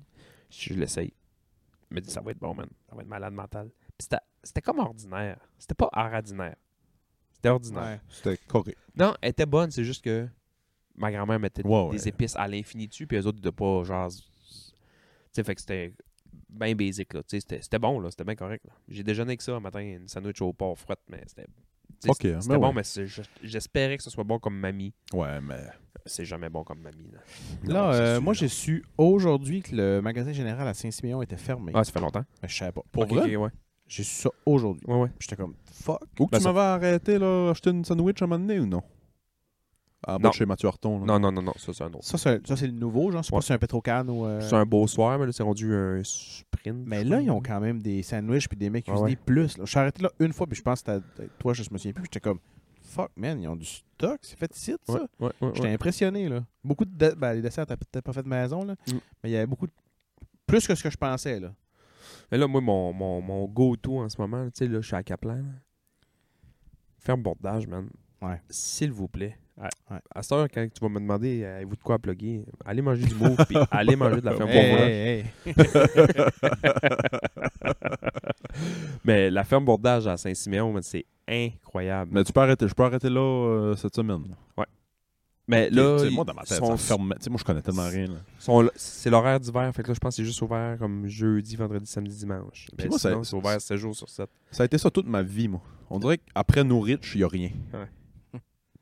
Je, je l'essaye. Elle me dit, ça va être bon, man. Ça va être malade mental. Puis c'était- c'était comme ordinaire. C'était pas ordinaire. C'était ordinaire. Ouais. C'était correct. Non, elle était bonne, c'est juste que ma grand-mère mettait Ouais, ouais. des épices à l'infini dessus, puis les autres, ils étaient pas genre. Tu sais, fait que c'était bien basic, là. Tu sais, c'était c'était bon, là. C'était bien correct, là. J'ai déjeuné avec ça un matin, une sandwich au porc frotte, mais c'était. tu sais, Ok, c'était- mais C'était bon, ouais. mais c'est- je- j'espérais que ce soit bon comme mamie. Ouais, mais... C'est jamais bon comme mamie, là. Là, Non, c'est euh, sûr. moi, j'ai su aujourd'hui que le magasin général à Saint-Siméon était fermé. Ah, ça fait longtemps. Mais je savais pas. Pour Ok, vrai? ok, ouais. J'ai su ça aujourd'hui. Ouais, ouais. Puis J'étais comme, fuck. Ou que Ben, tu ça- m'avais arrêté, là, acheter une sandwich à un moment donné ou non? À Non. bas de chez Mathieu Harton, là. Non, non, non, non, ça, c'est un autre. Ça, c'est ça, c'est le nouveau, genre, c'est Ouais. pas sur un Petrocan ou. euh, C'est un beau soir, mais là, c'est rendu un sprint. Mais je là, crois. ils ont quand même des sandwichs puis des mecs Ah cuisinés ouais. plus. là. Je suis arrêté là une fois, puis je pense que c'était toi, je me souviens plus. puis J'étais comme, fuck, man, ils ont du stock. C'est fait ici, ça. Ouais, ouais, ouais, J'étais ouais. impressionné, là. Beaucoup de... de- ben, les desserts, t'as peut-être pas fait de maison, là. Mm. Mais il y avait beaucoup de... Plus que ce que je pensais, là. Mais là, moi, mon, mon, mon go-to en ce moment, tu sais, là, je suis à Caplan. là. Ferme bordage, man. Ouais. S'il vous plaît. À, Ouais. à cette heure, quand tu vas me demander, euh, avez-vous de quoi à plugger? Allez manger du mou, puis allez manger de la ferme Hey, bordage. hey, hey. Mais la ferme bordage à Saint-Siméon, man, c'est incroyable. Mais tu peux arrêter. Je peux arrêter là euh, cette semaine. Mais, là, Tu sais, ils moi, dans ma tête, sont- ça ferme- tu sais, moi, je connais tellement rien, là. sont- c'est l'horaire d'hiver. Fait que là, je pense que c'est juste ouvert comme jeudi, vendredi, samedi, dimanche. Mais moi, ça- sinon, c'est ouvert 7 jours sur 7. Ça a été ça toute ma vie, moi. On dirait qu'après Nourritch, il n'y a rien. Ouais.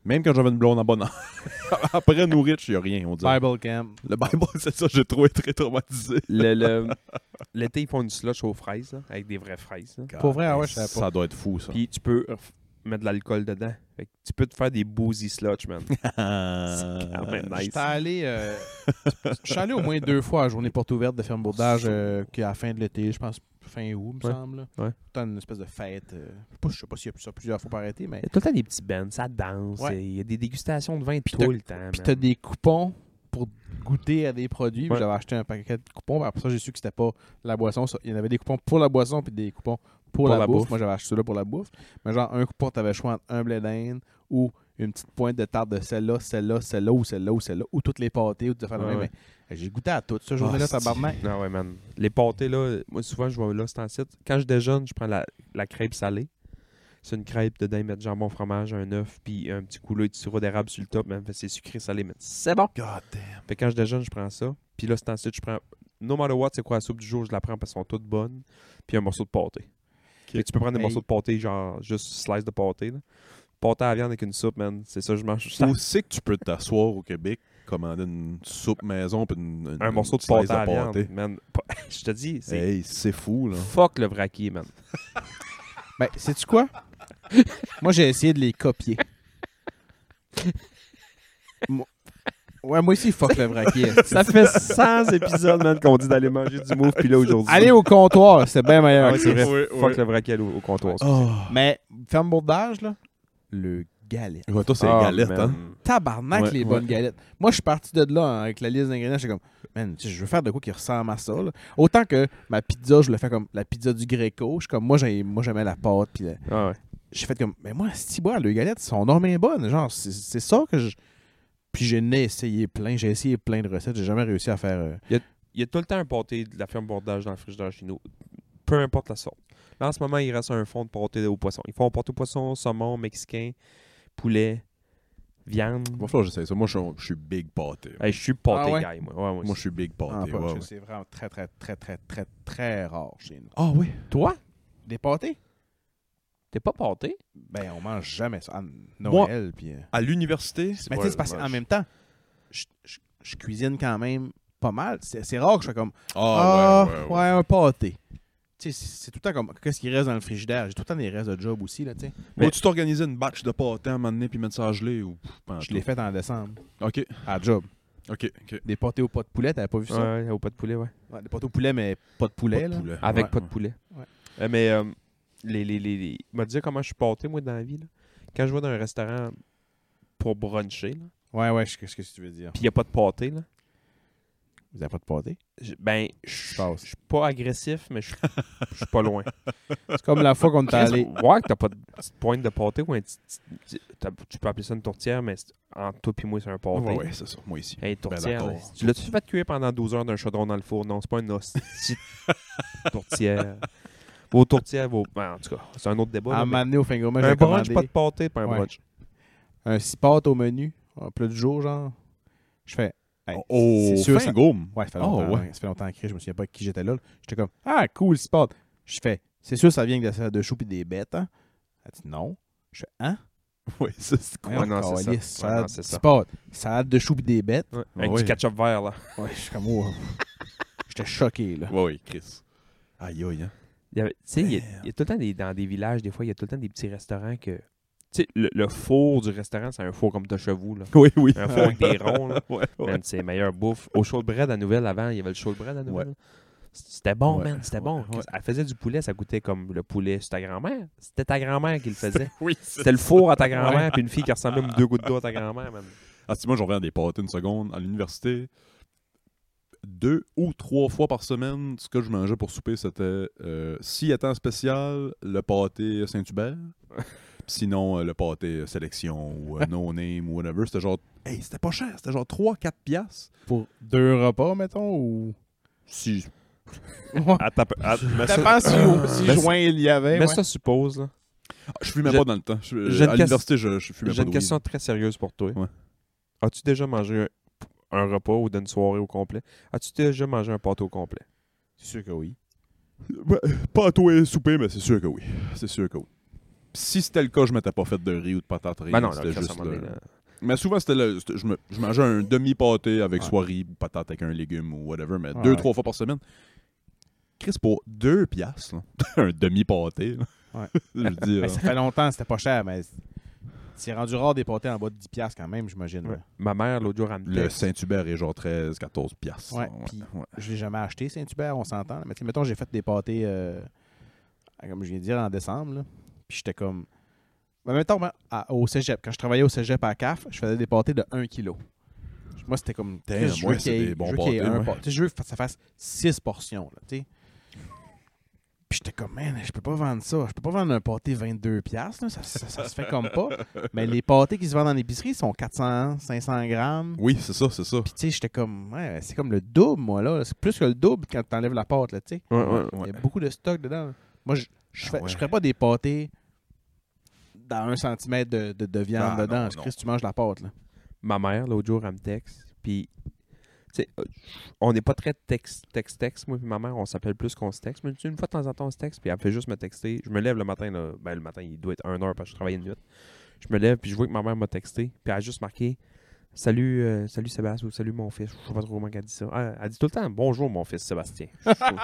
Même quand j'avais une blonde en bonne Après nous riches, il n'y a rien, on dirait. Bible Camp. Le Bible, c'est ça, j'ai trouvé très traumatisé. Le- le- L'été, ils font une slush aux fraises, là, avec des vraies fraises. là. Pour vrai, ah ouais, je savais pas. Ça doit être fou, ça. Puis tu peux ref- mettre de l'alcool dedans. Fait que tu peux te faire des boozy slush, man. quand même nice. J'étais allé, euh, j'étais allé au moins deux fois à la journée porte ouverte de ferme bourdage qui à la fin de l'été, je pense fin août, me Ouais. semble. Ouais. C'était une espèce de fête. euh, je sais pas- je sais pas s'il y a plus ça plusieurs fois par été, mais. Il y a tout le temps des petits bands, ça danse, Ouais. et il y a des dégustations de vin t'as- tout le temps. Puis t'as man. des coupons pour goûter à des produits. Puis Ouais. J'avais acheté un paquet de coupons. puis Après ça, j'ai su que c'était pas la boisson. ça. Il y en avait des coupons pour la boisson puis des coupons pour, la, bouffe. Moi, j'avais acheté celui-là pour la bouffe. Mais genre, un coupon, t'avais le choix entre un blé d'Inde ou une petite pointe de tarte de celle-là, celle-là, celle-là ou celle-là ou celle-là ou toutes les pâtés ou des affaires de Ouais, même. ouais. Mais J'ai goûté à tout ce journée-là, c'est- tabarnak. Non, ouais, man. Les pâtés, là, moi, souvent, je vois là, c'est en site. Quand je déjeune, je prends la, la crêpe salée. C'est une crêpe dedans, ils mettent jambon, fromage, un œuf, puis un petit coulis de sirop d'érable sur le top, man. Fait que c'est sucré, salé, mais c'est bon. God damn. Fait que quand je déjeune, je prends ça. Puis là, c'est ensuite, je prends. No matter what, c'est quoi la soupe du jour, je la prends parce qu'elles sont toutes bonnes. Puis un morceau de pâté. Fait que tu peux prendre des Hey. morceaux de pâté, genre juste slice de pâté. Là. Pâté à la viande avec une soupe, man. C'est ça, je mange. je- Où c'est que tu peux t'asseoir au Québec, commander une soupe maison puis une, une- un morceau de une slice pâté à la viande, man. Pa- Je te dis, c'est Hey, c'est fou, là. fuck le vraquier, man. Ben, sais-tu quoi? moi, j'ai essayé de les copier. Moi- Ouais, moi aussi, fuck le vraquier. Ça fait 100 épisodes, man, qu'on dit d'aller manger du move, puis là, aujourd'hui. Allez au comptoir, c'est bien meilleur. Ah, c'est vrai. Oui, Fuck oui. le vraquier au, au comptoir. ça. Mais ferme bordage, là, le galette. Ouais, toi, c'est Ah, galette, man. hein. Tabarnak, Ouais, les ouais. bonnes galettes. Moi, je suis parti de là hein, avec la liste d'ingrédients. J'étais comme, man, tu sais, je veux faire de quoi qui ressemble à ça. là. Autant que ma pizza, je le fais comme la pizza du Greco. Je suis comme, moi, j'ai- moi, j'aimais la pâte. Puis la- Ah ouais. j'ai fait comme, mais moi, si bois, le galette, sont non bien bonnes. Genre, c'est- c'est ça que je. Puis j'ai essayé plein, j'ai essayé plein de recettes, j'ai jamais réussi à faire. euh, Il y a tout le temps un pâté de la firme bordage dans le frigidaire chez nous. Peu importe la sorte. Là, en ce moment, il reste un fond de pâté au poisson. Ils font pâté au poisson, saumon, mexicain, poulet, viande. Va falloir que j'essaie ça. Moi, je suis- je suis big pâté. Hey, je suis pâté Ah ouais? guy, moi. Ouais, moi Moi, je aussi. Ah, suis big en pâté. poche. ouais, ouais. C'est vraiment très, très, très, très, très, très rare chez nous. Ah oui? Toi, Des pâtés? t'es pas pâté? Ben, on mange jamais ça. À Moi- Noël, puis. euh, À l'université? Mais tu sais, c'est parce qu'en même temps, je, je- je cuisine quand même pas mal. C'est c'est rare que je sois comme Ah, Ah, ouais, ouais, ouais. un pâté. Tu sais, c'est c'est tout le temps comme Qu'est-ce qui reste dans le frigidaire J'ai tout le temps des restes de job aussi, là, tu sais. Mais- Faut-tu t'organiser une batch de pâté à un moment donné puis mettre ça à geler ou pff, pas en Je l'ai tout. fait en décembre. OK, À job. OK, OK. Des pâtés au pas de poulet, t'avais pas vu Ouais, ça ouais, au pas de poulet, ouais. Ouais, Des pâtés au poulet, mais pas de poulet, Pas de là. poulet. Avec Ouais, pas de ouais. poulet. Ouais. Euh, mais, euh, les, les, les, les- m'a dit comment je suis pâté, moi, dans la vie. là. Quand je vais dans un restaurant pour bruncher, là, Ouais, ouais, je sais ce que tu veux dire. puis il n'y a pas de pâté, là, Vous avez pas de pâté je- ben, je Passe. je suis pas agressif, mais je je suis pas loin. C'est comme la fois qu'on est allé. Ouais, que t'as pas de petite pointe de pâté ou un petit. petit- t'as- Tu peux appeler ça une tourtière, mais c'est- en toi puis moi, c'est un pâté. Ouais, ouais, c'est ça. Moi ici. Hey, tourtière. là, Ben, d'accord. tu l'as-tu fait cuire pendant 12 heures d'un chaudron dans le four? Non, c'est pas une hostie de tourtière. Vos tourtières, vos. ben, en tout cas, c'est un autre débat. À là, mais m'amener au finger moi, un j'ai brunch, commandé pas de pâté, pas un Ouais. brunch. un six pâtes au menu, un plat du jour, genre. Je fais. hey, Oh, c'est sûr, fin ça- gaume. Ouais, ça fait Ah, Oh, longtemps. ouais. ouais. Ça fait longtemps que je me souviens pas qui j'étais là. là. J'étais comme Ah, cool, sport. Je fais C'est sûr, ça vient que de la salade de choux et des bêtes, hein? Elle dit Non. Je fais Hein? Ouais, ça, c'est quoi? Ouais, non, c'est ça. Caliste, Ouais, non, Salade, c'est ça. sport. Salade de choux et des bêtes. Ouais, Ah Avec ouais. du ketchup vert, là. Ouais, je suis comme Oh. J'étais choqué, là. Ouais, ouais, Chris. Aïe, aïe, hein. Il y avait- Tu sais, il y, a- il y a tout le temps des, dans des villages, des fois, il y a tout le temps des petits restaurants que. Tu sais, le, le four du restaurant, c'est un four comme de chevaux, là. Oui, oui. Un four avec des ronds, là. Ouais, ouais. Man, c'est meilleur bouffe. Au shortbread à Nouvelle, avant, il y avait le shortbread à Nouvelle. C'était bon, Ouais, man, c'était ouais, bon. ouais. Elle faisait du poulet, ça goûtait comme le poulet sur ta grand-mère. C'était ta grand-mère qui le faisait. Oui, C'était le four à ta grand-mère, puis une fille qui ressemblait même deux gouttes d'eau à ta grand-mère, man. Ah, si moi, je reviens à des pâtés une seconde. À l'université, deux ou trois fois par semaine, ce que je mangeais pour souper, c'était euh, si étant spécial, le pâté Saint-Hubert. Puis Sinon, euh, le pâté sélection ou euh, no name ou whatever. C'était genre, hey, c'était pas cher, c'était genre 3-4 piastres. Pour deux repas, mettons, ou. Si. Ouais. Attends, att- mais Ça dépend ça- si, Mais si joint il y avait. Mais ouais. ça suppose, là. Ah, je fumais J'ai- pas dans le temps. Je- euh, j'ai une à ques- l'université, je, je fumais J'ai pas une de question très sérieuse pour toi. Ouais. As-tu déjà mangé un, un repas ou d'une soirée au complet? As-tu déjà mangé un pâté au complet? C'est sûr que oui. weed. Ouais, Pas à toi souper, mais c'est sûr que oui. C'est sûr que oui. Si c'était le cas, je m'étais pas fait de riz ou de patate rien. Ben non, là, c'était Chris, à un juste euh, moment le- donné, là. Mais souvent, c'était le- c'était- je, me- je mangeais un demi-pâté avec Ouais. soit riz ou patate avec un légume ou whatever, mais Ouais. deux, trois fois par semaine. Chris, pour deux piastres, là, un demi-pâté, là. Ouais. je veux dire, Ben, ça fait longtemps, c'était pas cher, mais c'est- c'est rendu rare des pâtés en bas de 10$ piastres quand même, j'imagine. Ouais. Ma mère, l'autre jour, elle me le texte. Saint-Hubert est genre 13, 14 piastres. Ouais, là, ouais, puis- ouais. Je l'ai jamais acheté, Saint-Hubert, on s'entend. là. Mais tu sais, mettons, j'ai fait des pâtés, euh, comme je viens de dire, en décembre. là. Puis j'étais comme. Mais mettons, ben, à- au cégep, quand je travaillais au cégep à CAF, je faisais des pâtés de 1 kg. Moi, c'était comme. Damn, Chris, je veux ouais, c'est qu'il y ait- des bons je veux qu'il y ait pâtés, un ouais. pâté. Tu sais, Je veux que ça fasse 6 portions. Là, tu sais. Puis j'étais comme, man, je peux pas vendre ça. Je peux pas vendre un pâté 22$. piastres, là. Ça, ça, ça se fait comme pas. Mais les pâtés qui se vendent en épicerie sont 400, 500 grammes. Oui, c'est ça, c'est ça. Puis tu sais, j'étais comme, ouais, c'est comme le double, moi, là. C'est plus que le double quand t'enlèves la pâte, là, tu sais. Ouais, ouais. Il y a beaucoup de stock dedans. Moi, je je Ah fais- ouais. je ferais pas des pâtés dans un centimètre de, de, de viande Ah, dedans. non, Je non. Chris, tu manges la pâte, là. Ma mère, l'autre jour, elle me texte. Puis, tu sais, euh, on n'est pas très texte-texte. Moi, puis ma mère, on s'appelle plus qu'on se texte. Mais tu sais, une fois de temps en temps, on se texte. Puis elle fait juste me texter. Je me lève le matin. Là. Ben, le matin, il doit être 1 heure parce que je travaille une nuit. Je me lève, puis je vois que ma mère m'a texté. Puis elle a juste marqué Salut, euh, salut Sébastien ou salut mon fils. Je sais pas trop comment elle dit ça. Ah, elle dit tout le temps Bonjour mon fils Sébastien. Je trouve,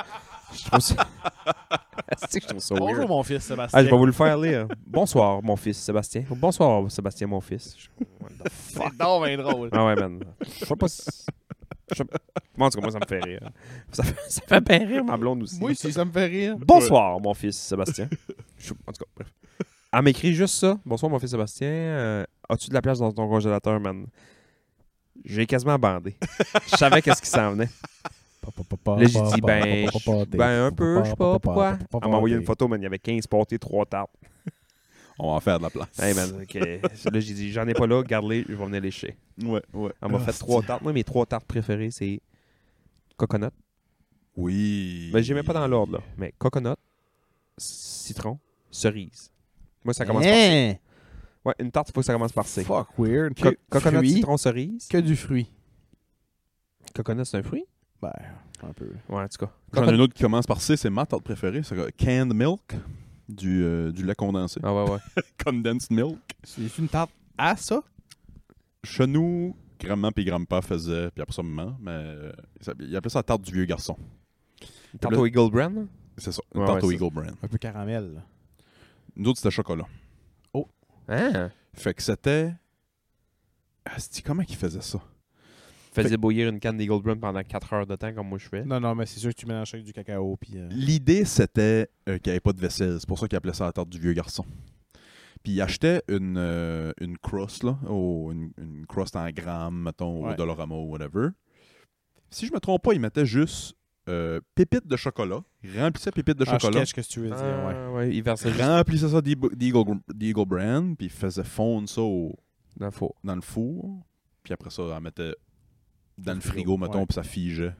je trouve ça. C'est que je trouve ça weird. mon fils, Sébastien. Ah, je vais vous le faire lire. Bonsoir, mon fils Sébastien. Bonsoir, Sébastien, mon fils. Je- What the C'est donc bien drôle. ah ouais, man. Je sais pas si. Je sais pas. Moi, en tout cas, moi, ça me fait rire. Ça fait, ça fait bien rire ma blonde aussi. Moi aussi, ça me fait rire. Bonsoir, mon fils Sébastien. Je sais- En tout cas, bref. Elle m'écrit juste ça. Bonsoir, mon fils Sébastien. Euh, As-tu de la place dans ton congélateur, man? J'ai quasiment abandé. Je savais qu'est-ce qui s'en venait. Là, j'ai dit, ben, je- ben, un peu, je sais pas pourquoi. Elle m'a envoyé une photo, man. Il y avait 15 pâtés, 3 tartes. On va en faire de la place. Hey, man, ok. Là, j'ai dit, j'en ai pas là, garde-les, je vais venir lécher. Ouais, ouais. Ah, Elle m'a fait trois tartes. Moi, mes trois tartes préférées, c'est coconut. Oui. Ben, j'ai même pas dans l'ordre, là. Mais coconut, citron, cerise. Moi, ça commence Hein? par C. Ouais, une tarte, il faut que ça commence par C. Fuck weird. Co- coconut, Fruits. citron, cerise. Que du fruit. Coconut, c'est un fruit? Ben, un peu. Ouais, en tout cas. J'en ai une autre qui commence par C, c'est ma tarte préférée, c'est euh, canned milk, du, euh, du lait condensé. Ah ouais, ouais. Condensed milk. C'est une tarte à ça? Chenou, grand-maman puis grand-papa faisaient, puis après ça, maman, mais euh, ça- il appelait ça la tarte du vieux garçon. Une tarte au Eagle Brand, là? C'est ça, une Ouais, tarte ouais, au c'est Eagle Brand. Un peu caramel, là. Nous autres, c'était chocolat. Hein? Fait que c'était. Asti, comment qu'ils faisaient ça? Faisais bouillir une canne d'Eagle Brand pendant 4 heures de temps, comme moi je fais. Non, non, mais c'est sûr que tu mélanges ça avec du cacao. Puis, euh, L'idée, c'était euh, qu'il n'y avait pas de vaisselle. C'est pour ça qu'ils appelaient ça la tarte du vieux garçon. Puis ils achetaient une, euh, une crust, là, au- une, une crust en grammes, mettons, au Ouais. Dollarama ou whatever. Si je me trompe pas, ils mettaient juste euh, pépites de chocolat, ils remplissaient pépites de ah, chocolat, Je ce que tu veux dire, ouais. Ah, ouais, il versait juste remplissaient ça d'Eagle d'Eagle Brand, puis ils faisaient fondre ça au, dans le four. dans le four, puis après ça, on mettait dans le frigo, frigo, mettons, ouais. puis ça figeait.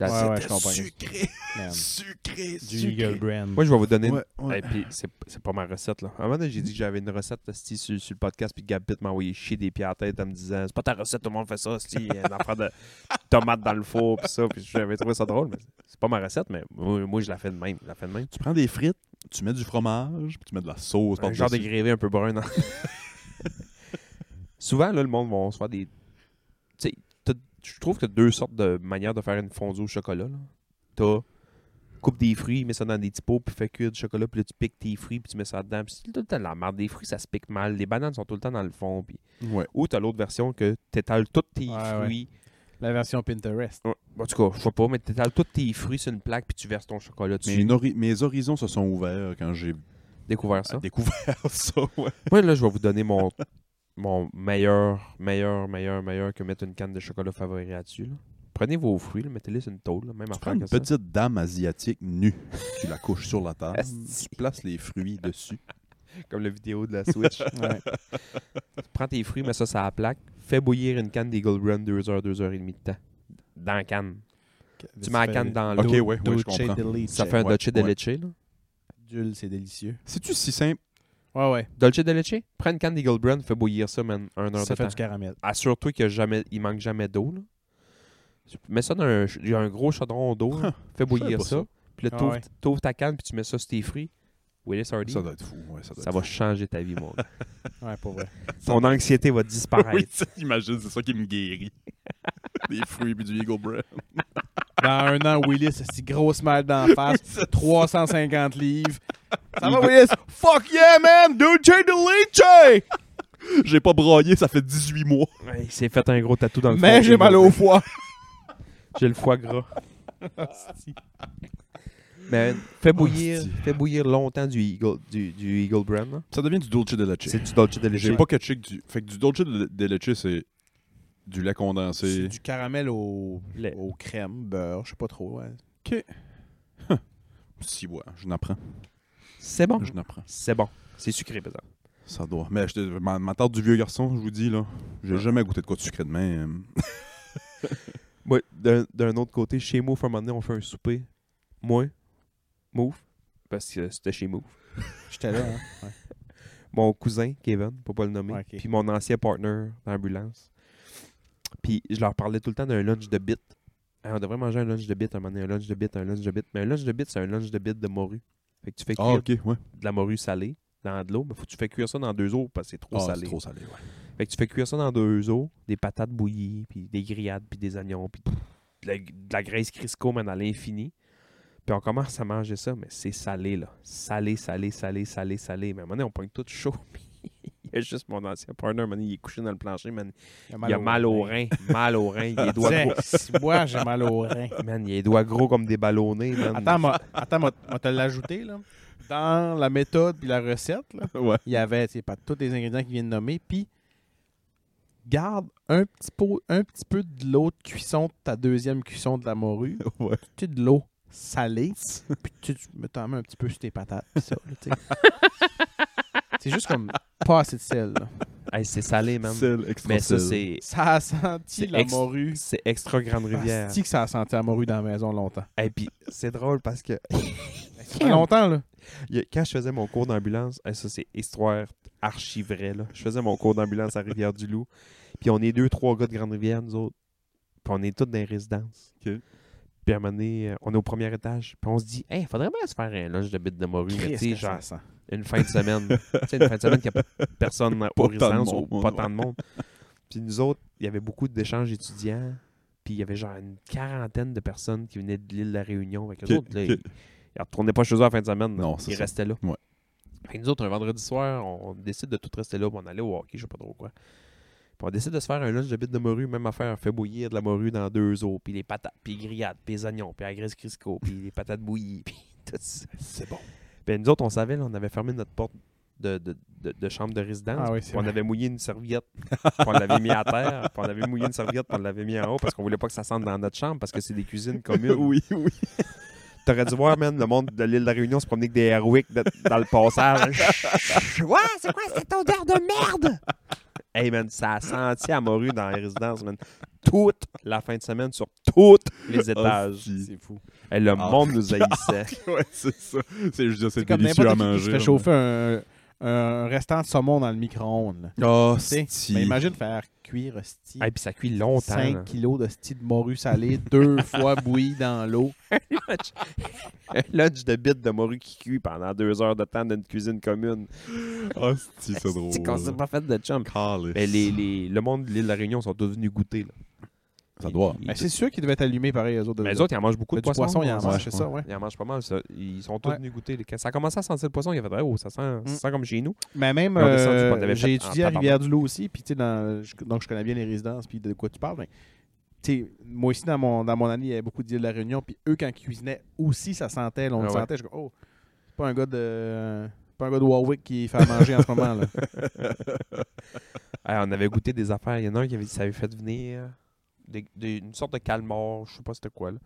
That's Ouais, it. ouais, je comprends. Sucré, Man. sucré, Du Eagle Brand. Moi, je vais vous donner une Ouais, ouais. Et puis, c'est c'est pas ma recette, là. À un moment donné, j'ai dit que j'avais une recette, esti, sur, sur le podcast, puis Gabit m'a envoyé chier des pieds à la tête en me disant C'est pas ta recette, tout le monde fait ça, esti, une affaire de tomate dans le four, puis ça. Puis j'avais trouvé ça drôle, mais c'est pas ma recette, mais moi, moi, je la fais de même. Je la fais de même. Tu prends des frites, tu mets du fromage, puis tu mets de la sauce. Un genre de par-dessus. grévé un peu brun, hein. non? Souvent, là, le monde va se faire des. Tu sais, t'as- je trouve que deux sortes de manières de faire une fondue au chocolat, là. T'as. Coupe des fruits, mets ça dans des petits pots, puis fais cuire du chocolat, puis là, tu piques tes fruits, puis tu mets ça dedans. Puis c'est tout le temps de la merde. Des fruits, ça se pique mal. Les bananes sont tout le temps dans le fond. Puis... Ouais. Ou t'as l'autre version que t'étales tous tes Ouais, fruits. La version Pinterest. Ouais. En tout cas, je sais pas, mais t'étales tous tes fruits sur une plaque, puis tu verses ton chocolat dessus. Mes, nori- mes horizons se sont ouverts quand j'ai Découvert ça. découvert ça. ouais. Moi, là, je vais vous donner mon, mon meilleur, meilleur, meilleur, meilleur que mettre une canne de chocolat favori là-dessus. là. Prennez vos fruits, là, mettez-les sur une tôle, là, même Tu prends affaire que une ça. petite dame asiatique nue, tu la couches sur la table, Asti. tu places les fruits dessus. Comme la vidéo de la Switch. Ouais. Prends tes fruits, mets ça sur la plaque, fais bouillir une canne d'Eagle Run 2 heures, 2 heures et demie de temps. Dans la canne. Tu mets la canne dans l'eau. Ok, ouais, ouais, je Dulce comprends. de leche. Ça fait un ouais, dolce de ouais. leche, là. Dulce, c'est délicieux. C'est-tu si simple? Ouais, ouais. Dolce de leche? Prends une canne d'Eagle Brand, fais bouillir ça, man, 1 heure Ça de fait temps. du caramel. Assure-toi qu'il y a jamais- il manque jamais d'eau, là. Mets ça dans un, il y a un gros chaudron d'eau, là. fais savais bouillir pas ça. ça. Puis là, Ah t'ouvres ouais. t'ouvres ta canne, puis tu mets ça sur tes fruits. Willis Hardy, Ça ça, doit être fou. Ouais, ça doit va changer ta vie, mon gars. Ouais, pour vrai. Ton anxiété va disparaître. Oui, tu imagines, c'est ça qui me guérit. Des fruits puis du Eagle Bread. Dans un an, Willis, c'est grosse merde d'en face, 350 livres. Ça va, Willis? Fuck yeah, man! Dude, j'ai de J'ai pas broyé, ça fait 18 mois. Ouais, il s'est fait un gros tatou dans le Mais front, j'ai mal au foie. J'ai le foie gras. Mais fais bouillir, fais bouillir longtemps du Eagle, du, du Eagle Brand. là. Ça devient du dulce de leche. C'est du Dolce de J'ai pas catché que du... Fait que du dulce de, de leche, c'est du lait condensé. C'est du caramel au, Lait. au crème, beurre, je sais pas trop. ouais. Si, ouais, je n'apprends. C'est bon. Je n'apprends. C'est bon. C'est sucré, par exemple. Ça doit. Mais je te- ma, ma tarte du vieux garçon, je vous dis, là, j'ai jamais goûté de quoi de sucré de main. Moi, d'un d'un autre côté, chez Move, un moment donné, on fait un souper. Moi, Move, parce que c'était chez Move. J'étais là, hein. Mon cousin, Kevin, pour pas le nommer, Ouais, ok. puis mon ancien partner d'ambulance. Puis je leur parlais tout le temps d'un lunch de bit. on devrait manger un lunch de bit, un moment donné, un lunch de bit, un lunch de bit. Mais un lunch de bit, c'est un lunch de bit de morue. Fait que tu fais Ah, cuire ok, ouais. de la morue salée dans de l'eau, mais faut que tu fais cuire ça dans deux eaux parce que c'est trop Ah, c'est salé. trop salé, ouais. Fait que tu fais cuire ça dans deux eaux, des patates bouillies, puis des grillades, puis des oignons, puis de la, de la graisse Crisco, mais à l'infini. Puis on commence à manger ça, mais c'est salé, là. Salé, salé, salé, salé, salé. Mais à un moment donné, on pogne tout chaud. puis il y a juste mon ancien partner, à un moment donné, il est couché dans le plancher, man. il a mal au rein, mal au rein. Il a les doigts Disais, gros. si moi, j'ai mal au rein. Man, il a les doigts gros comme des ballonnés, man. Attends, moi, attends, moi, moi te l'ajouter, là. Dans la méthode puis la recette, là, Ouais. il y avait tu sais, pas tous les ingrédients qu'il vient de nommer, puis garde un petit, pot, un petit peu de l'eau de cuisson de ta deuxième cuisson de la morue, ouais. tu sais, de l'eau salée, puis tu tu mets- t'en mets un petit peu sur tes patates. pis ça, là, tu sais. c'est juste comme pas assez de sel. là. Hey, c'est salé, man. Sel, extra Mais ça, sel. c'est Ça a senti C'est la ex- morue. c'est extra grande rivière. dit que ça a senti la morue dans la maison longtemps. Et puis, c'est drôle parce que Ça fait longtemps, là. Il y a- quand je faisais mon cours d'ambulance, eh, ça c'est histoire archi vraie, là. Je faisais mon cours d'ambulance à Rivière-du-Loup. Puis on est deux, trois gars de Grande-Rivière, nous autres. Puis on est tous dans les résidences. Ok. Puis à un moment donné, euh, on est au premier étage. Puis on se dit, hey, faudrait bien se faire un lunch de bite de morue, mais tu sais, genre, une fin de semaine. tu sais, une fin de semaine qu'il n'y a pas de personne tant aux de résidences monde, ou pas ouais. tant de monde. Puis nous autres, il y avait beaucoup d'échanges étudiants. Puis il y avait genre une quarantaine de personnes qui venaient de l'île de la Réunion. Avec Ok, autres, là, ok. ils ne retournaient pas chez eux à la fin de semaine. là. Non, c'est ils ça. restaient là. Ouais. Fait que nous autres, un vendredi soir, on, on décide de tout rester là. puis on allait au hockey, je sais pas trop quoi. Puis on décide de se faire un lunch de bite de morue, même affaire, fait bouillir de la morue dans deux eaux, puis les patates, puis les grillades, puis les oignons, puis la graisse Crisco, puis les patates bouillies, puis tout ça. C'est bon. Ben, nous autres, on savait, là, on avait fermé notre porte de, de- de- de chambre de résidence. Ah oui, puis c'est on vrai. avait mouillé une serviette, puis on l'avait mis à terre, puis on avait mouillé une serviette, puis on l'avait mis en haut parce qu'on voulait pas que ça sente dans notre chambre parce que c'est des cuisines communes. oui, oui. T'aurais dû voir, man, le monde de l'île de la Réunion se promener avec des Airwick de- dans le passage. ouais, c'est quoi cette odeur de merde? Hey, man, ça a senti à morue dans les résidences, man. Toute la fin de semaine sur tous les étages. c'est fou. Et le Ah. monde nous haïssait. ouais, c'est ça. C'est juste c'est C'est comme délicieux à n'importe qui qui se manger. fait chauffer un, un restant de saumon dans le micro-ondes. là. Oh, Tu sais, si. Mais imagine faire cuire hostie, Hey, puis ça cuit longtemps. 5 là. kilos d'hostie de morue salée, deux fois bouillie dans l'eau. Un lunch de bite de morue qui cuit pendant deux heures de temps dans une cuisine commune. Oh, si, c'est drôle. qu'on s'est pas fait de chum. Calais. Mais les, les- le monde de l'île de la Réunion sont tous venus goûter. Là. Ça doit. Ben, Ils- Mais c'est sûr qu'ils devaient être allumés pareil aux Ben, autres. mais les autres, ils en mangent beaucoup Mais de du poisson. poisson, ils en ouais. mangent, c'est ouais. ça, ouais. Ils en mangent pas mal. ça. Ils sont tous Ouais. Mm. venus goûter. Quand ça a commencé à sentir le poisson, il y avait oh, ça sent, ça sent comme chez nous. Mais même, Ils ont descendu, euh, puis on avait fait j'ai étudié en à tabarnak. Rivière-du-Loup aussi, puis tu sais, dans- je- donc je connais bien les résidences, puis de quoi tu parles. Mais, tu sais, moi aussi, dans mon, dans mon année, il y avait beaucoup d'îles de la Réunion, puis eux, quand ils cuisinaient aussi, ça sentait, là, on Ah le ouais. sentait. Je dis, oh, c'est pas un gars de. c'est Pas un gars de Warwick qui fait à manger en ce moment. Là. Hey, on avait goûté des affaires. Il y en a un qui avait, ça avait fait venir des- des- une sorte de calmar, je sais pas c'était quoi. Là.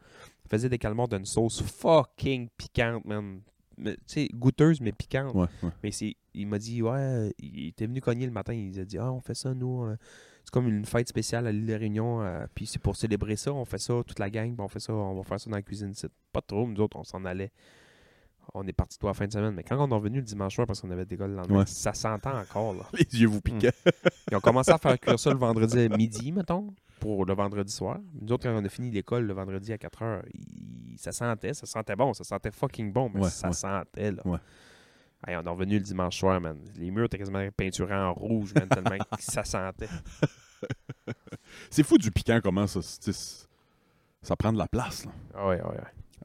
Il faisait des calmars d'une sauce fucking piquante, man. Mais, Tu sais, goûteuse, mais piquante. Ouais, ouais. Mais c'est, il m'a dit, ouais, il était venu cogner le matin. Il a dit, ah, on fait ça, nous. euh, C'est comme une fête spéciale à l'île de Réunion. euh, puis c'est pour célébrer ça. On fait ça, toute la gang. puis on fait ça, on va faire ça dans la cuisine. ici. Pas trop, nous autres, on s'en allait. On est parti toi la fin de semaine. Mais quand on est revenu le dimanche soir, parce qu'on avait des gars le lendemain, Ouais. ça s'entend encore, là. Les yeux vous piquaient. Hmm. Ils ont commencé à faire cuire ça le vendredi à midi, mettons, pour le vendredi soir. Nous autres, quand on a fini l'école le vendredi à 4 h, ça sentait, ça sentait bon, ça sentait fucking bon, mais Ouais, ça ouais. sentait, là. Ouais. Hey, on est revenu le dimanche soir, man. Les murs étaient quasiment peinturés en rouge, man, tellement que ça sentait. C'est fou du piquant comment ça, c'est- c'est- ça prend de la place. là. Ah Ouais, ouais, ouais.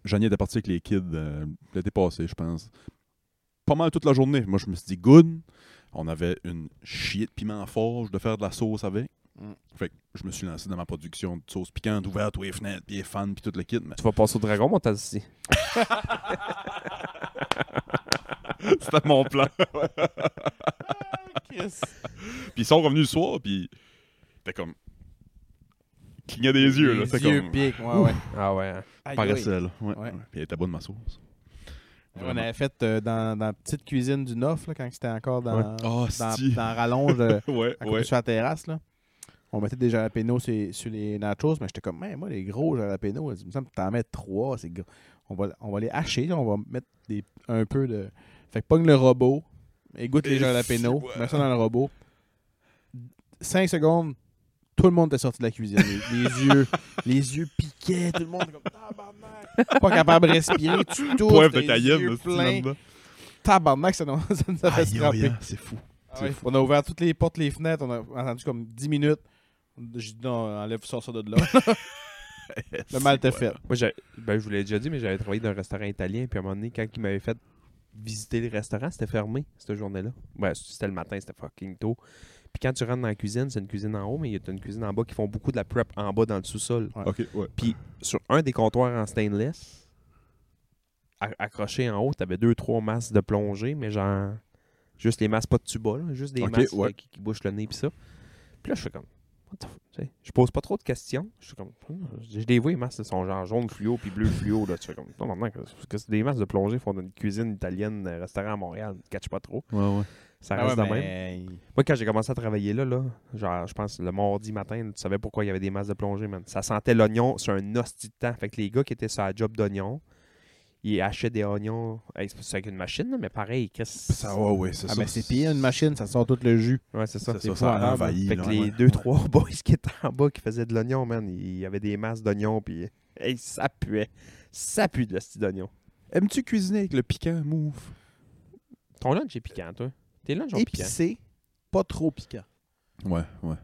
Johnny était parti avec les kids euh, l'été passé, je pense. Pas mal toute la journée. Moi, je me suis dit, good. On avait une chier de piment forge de faire de la sauce avec. Mm. Fait que je me suis lancé dans ma production de sauce piquante, ouverte, tous les fenêtres, puis les fans, puis tout le kit. Mais Tu vas passer au dragon, mon tas ici. c'était mon plan. Chris. Puis ils sont revenus le soir, puis t'es comme. Clignait des yeux, là. Les C'était yeux comme. piquent, ouais, ouais. Ah ouais. hein. Aïe, aïe. Paraissait, là. Ouais. Ouais. ouais. Puis elle était bonne, ma sauce. On avait fait euh, dans, dans la petite cuisine du Neuf, là, quand c'était encore dans, Ouais. Oh, dans, c'ti. dans Rallonge, euh, Ouais, à côté ouais. sur la terrasse. Là. On mettait des jalapenos sur, sur les nachos, mais j'étais comme, Man, moi, les gros jalapenos, il me semble que t'en mets trois. C'est gros. On, va, on va les hacher, là, on va mettre des, un peu de. Fait que pogne le robot, égoutte les Et jalapenos, fous, mets ça dans le robot. Cinq secondes, tout le monde était sorti de la cuisine. Les, les yeux, les yeux piquaient, tout le monde était comme, tabarnak, pas capable de respirer, tu tousses, Poivre de tes Cayenne, yeux là, c'ti, pleins. là-dedans. tabarnak, ça nous ça nous a fait Aïe, aïe, scraper. aïe, C'est fou. Ah ouais, On a ouvert toutes les portes, les fenêtres, on a attendu comme 10 minutes. J'ai dit non, enlève ça, ça de là. Le mal était fait. Moi, j'ai- ben, je vous l'ai déjà dit, mais j'avais travaillé dans un restaurant italien. Puis à un moment donné, quand ils m'avaient fait visiter le restaurant, c'était fermé cette journée-là. Ben, c'était le matin, c'était fucking tôt. Puis quand tu rentres dans la cuisine, c'est une cuisine en haut, mais il y a une cuisine en bas qui font beaucoup de la prep en bas dans le sous-sol. Ok, ouais. Puis sur un des comptoirs en stainless, a- accroché en haut, t'avais deux, trois masses de plongée, mais genre juste les masses pas de tuba, là, juste des Ok, masses ouais. là, qui, qui bouchent le nez pis ça. Puis là, je fais comme. What the fuck, tu sais, Je pose pas trop de questions. Je suis comme. Hmm, Je les vois, les masses, elles sont genre jaune fluo puis bleu fluo. Là. Tu fais comme. Non, non, non, parce que c'est des masses de plongée font d'une cuisine italienne, euh, restaurant à Montréal. Tu catches pas trop. Ouais, ouais. Ça Ah reste ouais, de même. mais- Moi, quand j'ai commencé à travailler là, là, genre, je pense le mardi matin, tu savais pourquoi il y avait des masses de plongée, man. Ça sentait l'oignon sur un hostie de temps. Fait que les gars qui étaient sur la job d'oignon, ils achetaient des oignons hey, c'est pas- c'est avec une machine, là, mais pareil, qu'est-ce Ça, ouais, ouais, c'est Ah, ça. mais c'est pire, une machine, ça sort tout le jus. Ouais, c'est ça. C'est ça, C'est ça épouvantable. envahit, Fait là, que les ouais. deux, trois boys qui étaient en bas qui faisaient de l'oignon, man, il y avait des masses d'oignons, puis hey, ça puait. Ça pue de l'hostie d'oignon. Aimes-tu cuisiner avec le piquant, move? Ton lunch est piquant, toi. T'es lunch est piquant. Épicé, pas trop piquant. Ouais, ouais.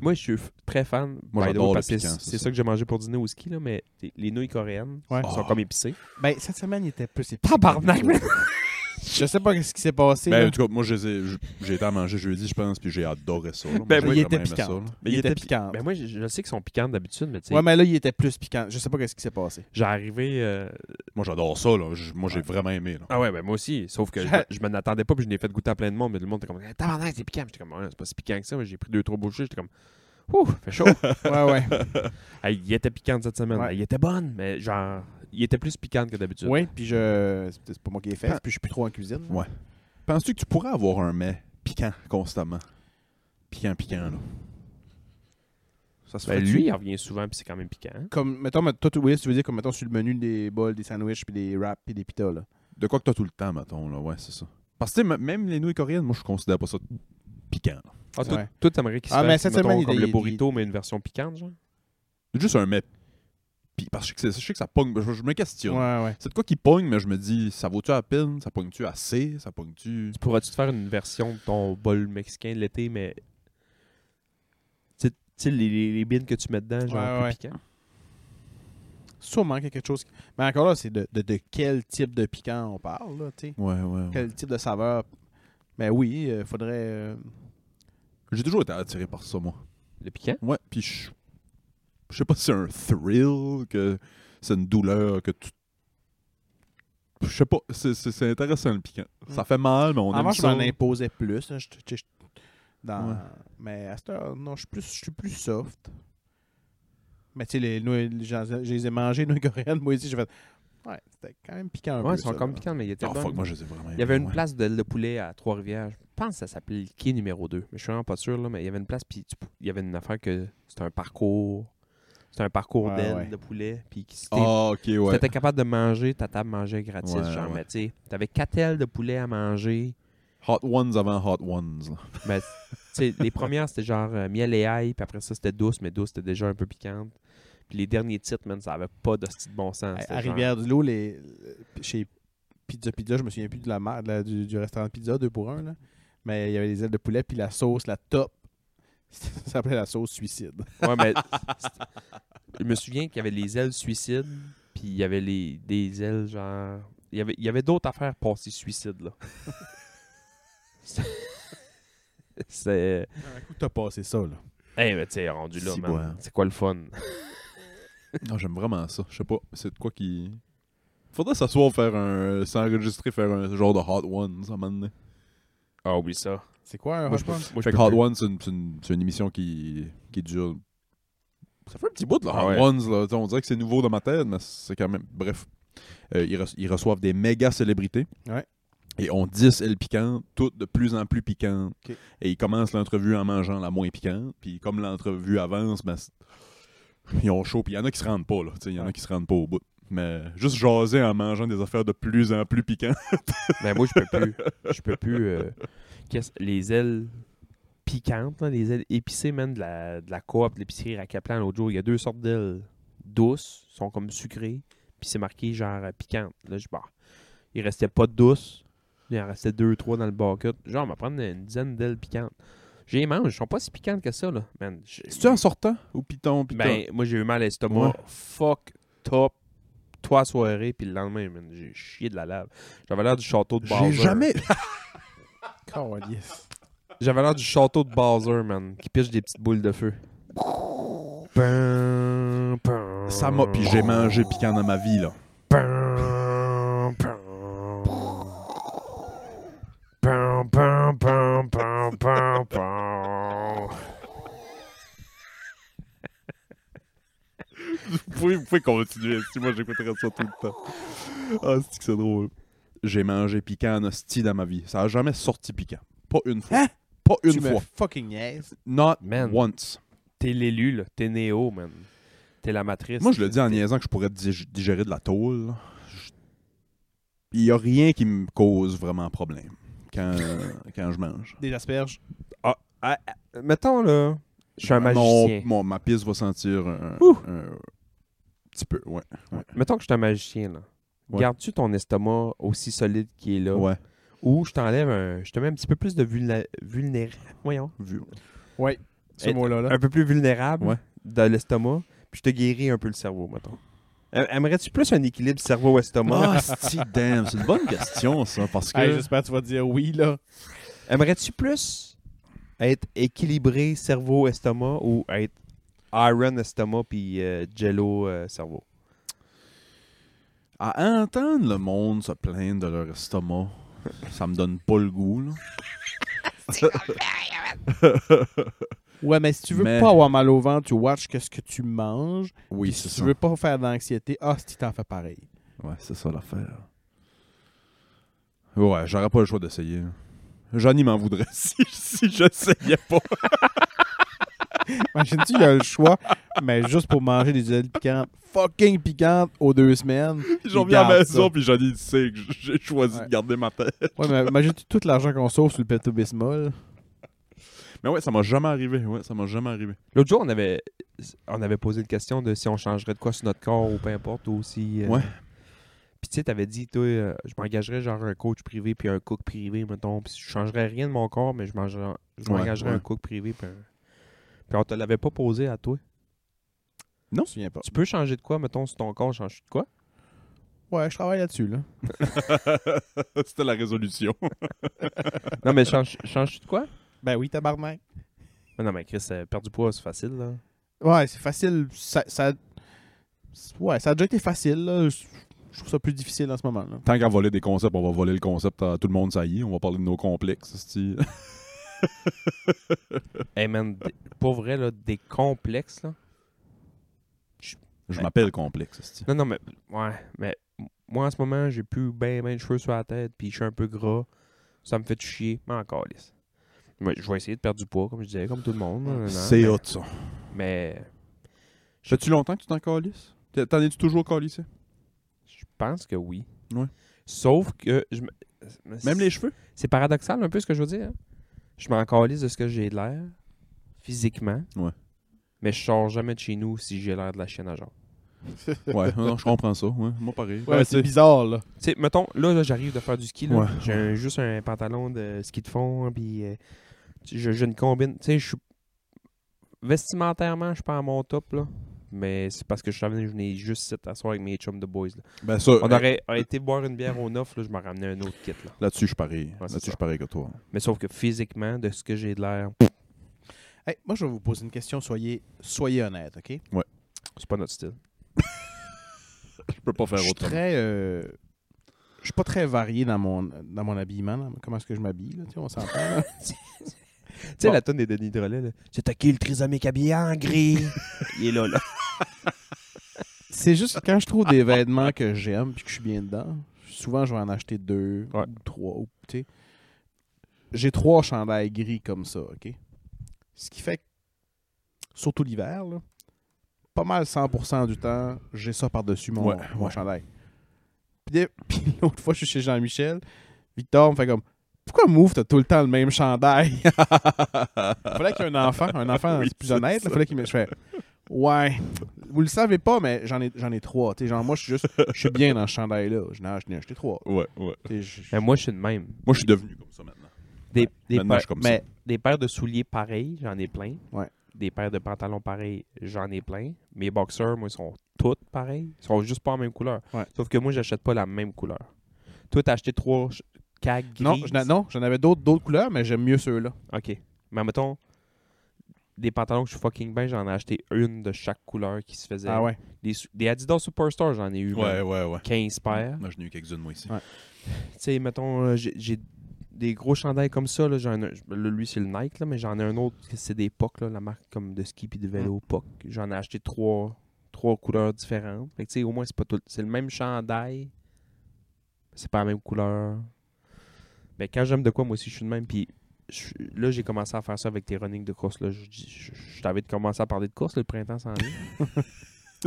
Moi, je suis f- très fan. by the way, Moi, j'adore le parce que piquant, c'est- c'est C'est ça. ça que j'ai mangé pour dîner au ski, là, mais t- les nouilles coréennes Ouais. sont Oh. comme épicées. Ben, cette semaine, il était plus épicé. Tabarnak, man! Je sais pas ce qui s'est passé. Ben, là. en tout cas, moi, je les ai- j- j'ai été à manger jeudi, je pense, puis j'ai adoré ça. là. Moi, Ben, j'ai moi, il vraiment était aimé ça, piquant. là. Mais il, il était était piquant. Mais Ben, moi, je, je sais qu'ils sont piquants d'habitude, mais tu sais, ouais, mais là, il était plus piquant. Je sais pas ce qui s'est passé. j'ai arrivé. euh, Moi, j'adore ça. Là. J- Moi, j'ai vraiment aimé. Là. Ah ouais, ben moi aussi. Sauf que je, J'ai- je m'en attendais pas, puis je l'ai fait goûter à plein de monde, mais le monde était comme, Eh, tabarnak, c'est piquant. Puis J'étais comme, Ouais, c'est pas si piquant que ça. mais J'ai pris deux, trois bouchées, j'étais comme, ouh, fait chaud. Ouais, ouais. Hey, il était piquant cette semaine. Ouais. Hey, il était bonne, mais genre, il était plus piquant que d'habitude. oui, puis je. C'est peut-être pas moi qui l'ai fait, puis je suis plus trop en cuisine. Ouais. Penses-tu que tu pourrais avoir un mets piquant constamment? Piquant, piquant, là. Ça se Ben, fait lui, il revient souvent, puis c'est quand même piquant. Comme, mettons, mais toi, tu oui, tu veux dire, comme, mettons, sur le menu des bols, des sandwichs, puis des wraps, puis des pitas, là. De quoi que t'as tout le temps, mettons, là. Ouais, c'est ça. Parce que, tu sais, m- même les nouilles coréennes, moi, je considère pas ça piquant. là. Ah, toi, Ouais. toi, t'aimerais qu'il se Ah, mais fasse, cette mettons, semaine, il comme était- le il- burrito, mais une version piquante, genre. Juste un mets. pi- Parce que je sais que c'est- je sais que ça pogne. Je, je me questionne. ouais. C'est de quoi qui pogne, mais je me dis, ça vaut-tu à peine? Ça pogne-tu assez? Ça pogne-tu. Tu pourras-tu te faire une version de ton bol mexicain de l'été, mais. Tu sais- tu sais, les, les, les bines que tu mets dedans, genre, Ouais, plus ouais. piquant. Sûrement qu'il y a quelque chose. qui- Mais encore là, c'est de, de, de quel type de piquant on parle, là, tu sais. Ouais, ouais, ouais. Quel type de saveur. Mais oui, il faudrait. euh, J'ai toujours été attiré par ça, moi. Le piquant? Ouais, puis je je sais pas si c'est un thrill, que c'est une douleur, que tu. Je sais pas, c'est- c'est c'est intéressant le piquant. Mm. Ça fait mal, mais on aime Avant, je ça. m'en imposais plus. hein, je- je- je- dans- Ouais. Mais à cette heure, non, je suis plus, je suis plus soft. Mais tu sais, les nouilles, les- j'en- je les ai mangées, les nouilles coréennes, moi ici, j'ai fait. Ouais, c'était quand même piquant un peu. Ouais, ils sont ça, comme là. piquants, mais il était Oh, bon. fuck, moi, je les ai vraiment Il y avait aimés, une ouais. place de, de poulet à Trois-Rivières. Je pense que ça s'appelait le quai numéro 2. Mais je suis vraiment pas sûr, là, mais il y avait une place, puis tu pou- il y avait une affaire que c'était un parcours. C'était un parcours Ouais, d'aile ouais. de poulet. Puis qui c'était. Ah, ok, ouais. T'étais capable de manger, ta table mangeait gratis, Ouais, genre, ouais. mais tu sais, t'avais quatre ailes de poulet à manger. Hot Ones avant Hot Ones. là. Mais, tu sais, les premières, c'était genre euh, miel et ail, puis après ça, c'était douce, mais douce, c'était déjà un peu piquante. Puis les derniers titres, man, ça avait pas de style de bon sens. À- c'était À, genre- Rivière-du-Loup, les, chez Pizza Pizza, je me souviens plus de la marque de la- du, du restaurant Pizza, deux pour un, là. mais il y avait les ailes de poulet, puis la sauce, la top, ça s'appelait la sauce suicide. Ouais, mais c'est- je me souviens qu'il y avait les ailes suicides, puis il y avait les, des ailes genre. Il y avait, il y avait d'autres affaires passées suicides, là. C'est- C'est. Un coup, t'as passé ça, là. Eh, mais tu sais, rendu là, Si, man. ouais. C'est quoi le fun? Non, Ah, j'aime vraiment ça. Je sais pas, c'est de quoi qui. Faudrait s'asseoir, faire un. s'enregistrer, faire un genre de Hot One, ça m'a donné. Ah, oublie ça. C'est quoi un Moi, hot je peux- dog? moi, je Fait que peux Hot plus. One, c'est une, c'est une- c'est une émission qui, qui dure. Ça fait un petit bout, là, Ah Hot ouais. Ones, là. T'sais, On dirait que c'est nouveau dans ma tête, mais c'est quand même. Bref. Euh, ils, re- ils reçoivent des méga célébrités. Ouais. Et ont 10 ailes piquantes, toutes de plus en plus piquantes. Ok. Et ils commencent l'entrevue en mangeant la moins piquante. Puis comme l'entrevue avance, ben, c'est- ils ont chaud. Puis il y en a qui se rendent pas, là. T'sais, Il y en a Ouais. qui se rendent pas au bout. Mais juste jaser en mangeant des affaires de plus en plus piquantes. Mais Ben, moi, je peux plus. Je peux plus. euh, qu'est-ce- les ailes piquantes, là, les ailes épicées, même de la, de la coop, de l'épicerie Racaplan l'autre jour. Il y a deux sortes d'ailes douces, sont comme sucrées, puis c'est marqué genre euh, piquante. Là, je bah, Il restait pas de douces. Il en restait deux, trois dans le bucket. Genre, on va prendre une dizaine d'ailes piquantes. J'ai mange, elles sont pas si piquantes que ça, là. Man, j'ai- C'est-tu en sortant ou piton, piton? ben, moi, j'ai eu mal à l'estomac. Ouais. Fuck, top, trois soirées, puis le lendemain, man, j'ai chié de la lave. J'avais l'air du château de Bowser. J'ai jamais. Calice. J'avais l'air du château de Bowser, man, qui pêche des petites boules de feu. Pam, pam, Ça m'a. Puis j'ai mangé piquant dans ma vie, là. pam, pam. Pam, pam, pam, pam, pam, pam. Vous pouvez, vous pouvez continuer, si moi j'écouterais ça tout le temps. Ah, c'est que c'est drôle. J'ai mangé piquant en hostie dans ma vie. Ça a jamais sorti piquant. Pas une fois. Hein? Pas une Tu me fois. fucking yes. Not Man. once. T'es l'élu, là. T'es Néo, man. T'es la matrice. Moi, je le dis en niaisant que je pourrais dig- digérer de la tôle. là. Je- Il n'y a rien qui me cause vraiment problème quand, quand je mange. Des asperges. Mettons, là, je suis un Mon- magicien. Ah, mon- ma pisse va sentir un, Ouh. un petit peu, ouais. Mettons que je suis un magicien, là. Ouais. Gardes-tu ton estomac aussi solide qu'il est là? Ouais. Ou je t'enlève un... Je te mets un petit peu plus de vulné... vulné- Voyons. Vu. Ce Et- mot-là, là. un peu plus vulnérable Ouais. de l'estomac, puis je te guéris un peu le cerveau, mettons. Aimer- Aimerais-tu plus un équilibre cerveau-estomac? Ah, c'est damn, c'est une bonne question, ça, parce que... Hey, J'espère que tu vas dire oui, là. Aimerais-tu plus être équilibré cerveau-estomac ou être iron estomac puis euh, jello euh, cerveau? À entendre le monde se plaindre de leur estomac, ça me donne pas le goût. Là. Ouais, mais si tu veux Mais- pas avoir mal au ventre, tu watches qu'est-ce que tu manges. Oui, Puis si tu veux pas faire d'anxiété, ah, si tu t'en fais pareil. Ouais, c'est ça l'affaire. Ouais, j'aurais pas le choix d'essayer. là. Johnny m'en voudrait si, si j'essayais pas. Imagine-tu, il y a le choix, mais juste pour manger des ailes piquantes, fucking piquantes, aux deux semaines. Puis Il J'en viens à la garde maison, ça. puis Johnny sait que j'ai choisi Ouais. de garder ma tête. Ouais, mais imagine-tu tout l'argent qu'on sauve sur le Pepto Bismol. Mais ouais, ça m'a jamais arrivé. Ouais, ça m'a jamais arrivé. L'autre jour, on avait, on avait posé une question de si on changerait de quoi sur notre corps ou peu importe, ou si... euh, Ouais. Puis tu sais, t'avais dit, toi, euh, je m'engagerais genre un coach privé puis un cook privé, mettons. Puis je changerais rien de mon corps, mais je mangerais- je Ouais, m'engagerais ouais. un cook privé puis un- Puis on te l'avait pas posé à toi. Je me souviens pas. Tu peux changer de quoi, mettons, sur ton corps, change de quoi? Ouais, je travaille là-dessus, là. C'était la résolution. Non, mais change, change de quoi? Ben oui, tabarnak. Ah Non, mais Chris, euh, perdre du poids, c'est facile, là. Ouais, c'est facile. Ça, ça- Ouais, ça a déjà été facile, là. Je je trouve ça plus difficile en ce moment, là. Tant qu'à voler des concepts, on va voler le concept à tout le monde, ça y est. On va parler de nos complexes. c'ti. Hey, man, des- pour vrai, là, des complexes, là. Je m'appelle complexe. c'ti. Non, non, mais, ouais, mais moi, en ce moment, j'ai plus ben, ben de cheveux sur la tête, puis je suis un peu gras. Ça me fait chier, mais encore, lisse. Mais je vais essayer de perdre du poids, comme je disais, comme tout le monde. nanana, C'est mais- hot, ça. Mais Fais-tu longtemps que tu t'en calisses? T'es- T'en es-tu toujours calissé? je pense que oui. Ouais. Sauf que... Je... me- Même les cheveux? C'est paradoxal un peu ce que je veux dire. hein. Je m'en calisse de ce que j'ai de l'air physiquement. Ouais. Mais je sors jamais de chez nous si j'ai l'air de la chienne à genre. Ouais, non, je comprends ça. ouais. Moi, pareil. Ouais, Ben, c'est c'est- bizarre, là. Tu sais, mettons, là, là, j'arrive de faire du ski. là. Ouais. J'ai un- juste un pantalon de ski de fond, hein, puis euh, tu- je, je ne combine. Tu sais, je suis. Vestimentairement, je suis pas à mon top, là. Mais c'est parce que je suis revenu, je venais juste cette soir avec mes chums de boys. Là. ben, ça, On aurait été boire une bière au neuf, là, je m'en ramenais un autre kit, là. Là-dessus, je suis pareil. c'est Là-dessus, je ça. suis pareil que toi. Mais sauf que physiquement, de ce que j'ai de l'air, Hey, moi, je vais vous poser une question, soyez, soyez honnête, OK? c'est pas notre style. Je peux pas Je faire suis autrement. très. euh, je suis pas très varié dans mon, dans mon habillement. là. Comment est-ce que je m'habille, là? Tu sais, on s'entend, là. Tu sais, Bon. la tonne des Denis Drolet, là. C'est à qui le trisomique habillé en gris? Il est là, là. C'est juste quand je trouve des vêtements que j'aime puis que je suis bien dedans, souvent je vais en acheter deux Ouais. ou trois. ou- tu sais. J'ai trois chandails gris comme ça, OK? Ce qui fait que, surtout l'hiver, là, pas mal 100% du temps, j'ai ça par-dessus mon, Ouais, mon ouais. chandail. Puis, des- puis l'autre fois, je suis chez Jean-Michel, Victor me fait comme Pourquoi Mouf, t'as tout le temps le même chandail fallait qu'il y ait un enfant, un enfant Oui, c'est plus c'est honnête. Il fallait qu'il me. Je fais, ouais, vous le savez pas, mais j'en ai, j'en ai trois. Tu sais, genre, moi, je suis juste, je suis bien dans ce chandail-là. Je n'ai je n'ai acheté trois. Ouais, ouais. Tu sais, je- Mais moi, je suis de même. Moi, je suis devenu comme ça maintenant. Des, des maintenant, je pa- suis comme mais des paires de souliers pareils, j'en ai plein. Ouais. Des paires de pantalons pareils, j'en ai plein. Mes boxers, moi, ils sont toutes pareils. Ils sont juste pas en même couleur. Ouais. Sauf que moi, j'achète pas la même couleur. Toi, t'as acheté trois ch- cagues non, grises. je n'a- non, j'en avais d'autres, d'autres couleurs, mais j'aime mieux ceux-là. OK. Mais mettons, des pantalons que je suis fucking bien, j'en ai acheté une de chaque couleur qui se faisait. Ah ouais. Des, sou- des Adidas Superstars, j'en ai eu ça. Ouais, man, ouais, ouais. 15 paires. Moi, j'en ai eu quelques-unes, moi, ici. Ouais. tu sais, mettons, euh, j'ai- j'ai des gros chandails comme ça. Là, j'en ai- là, lui, c'est le Nike, là, mais j'en ai un autre, que c'est des POC, là, la marque comme de ski puis de vélo POC. J'en ai acheté trois, trois couleurs différentes. Fait que, tu sais, au moins, c'est pas tout. C'est le même chandail, mais c'est pas la même couleur. Mais quand j'aime de quoi, moi aussi, je suis de même. Puis je- là, j'ai commencé à faire ça avec tes running de course. Là. Je, je- je t'avais commencé à parler de course, là, le printemps s'en vient.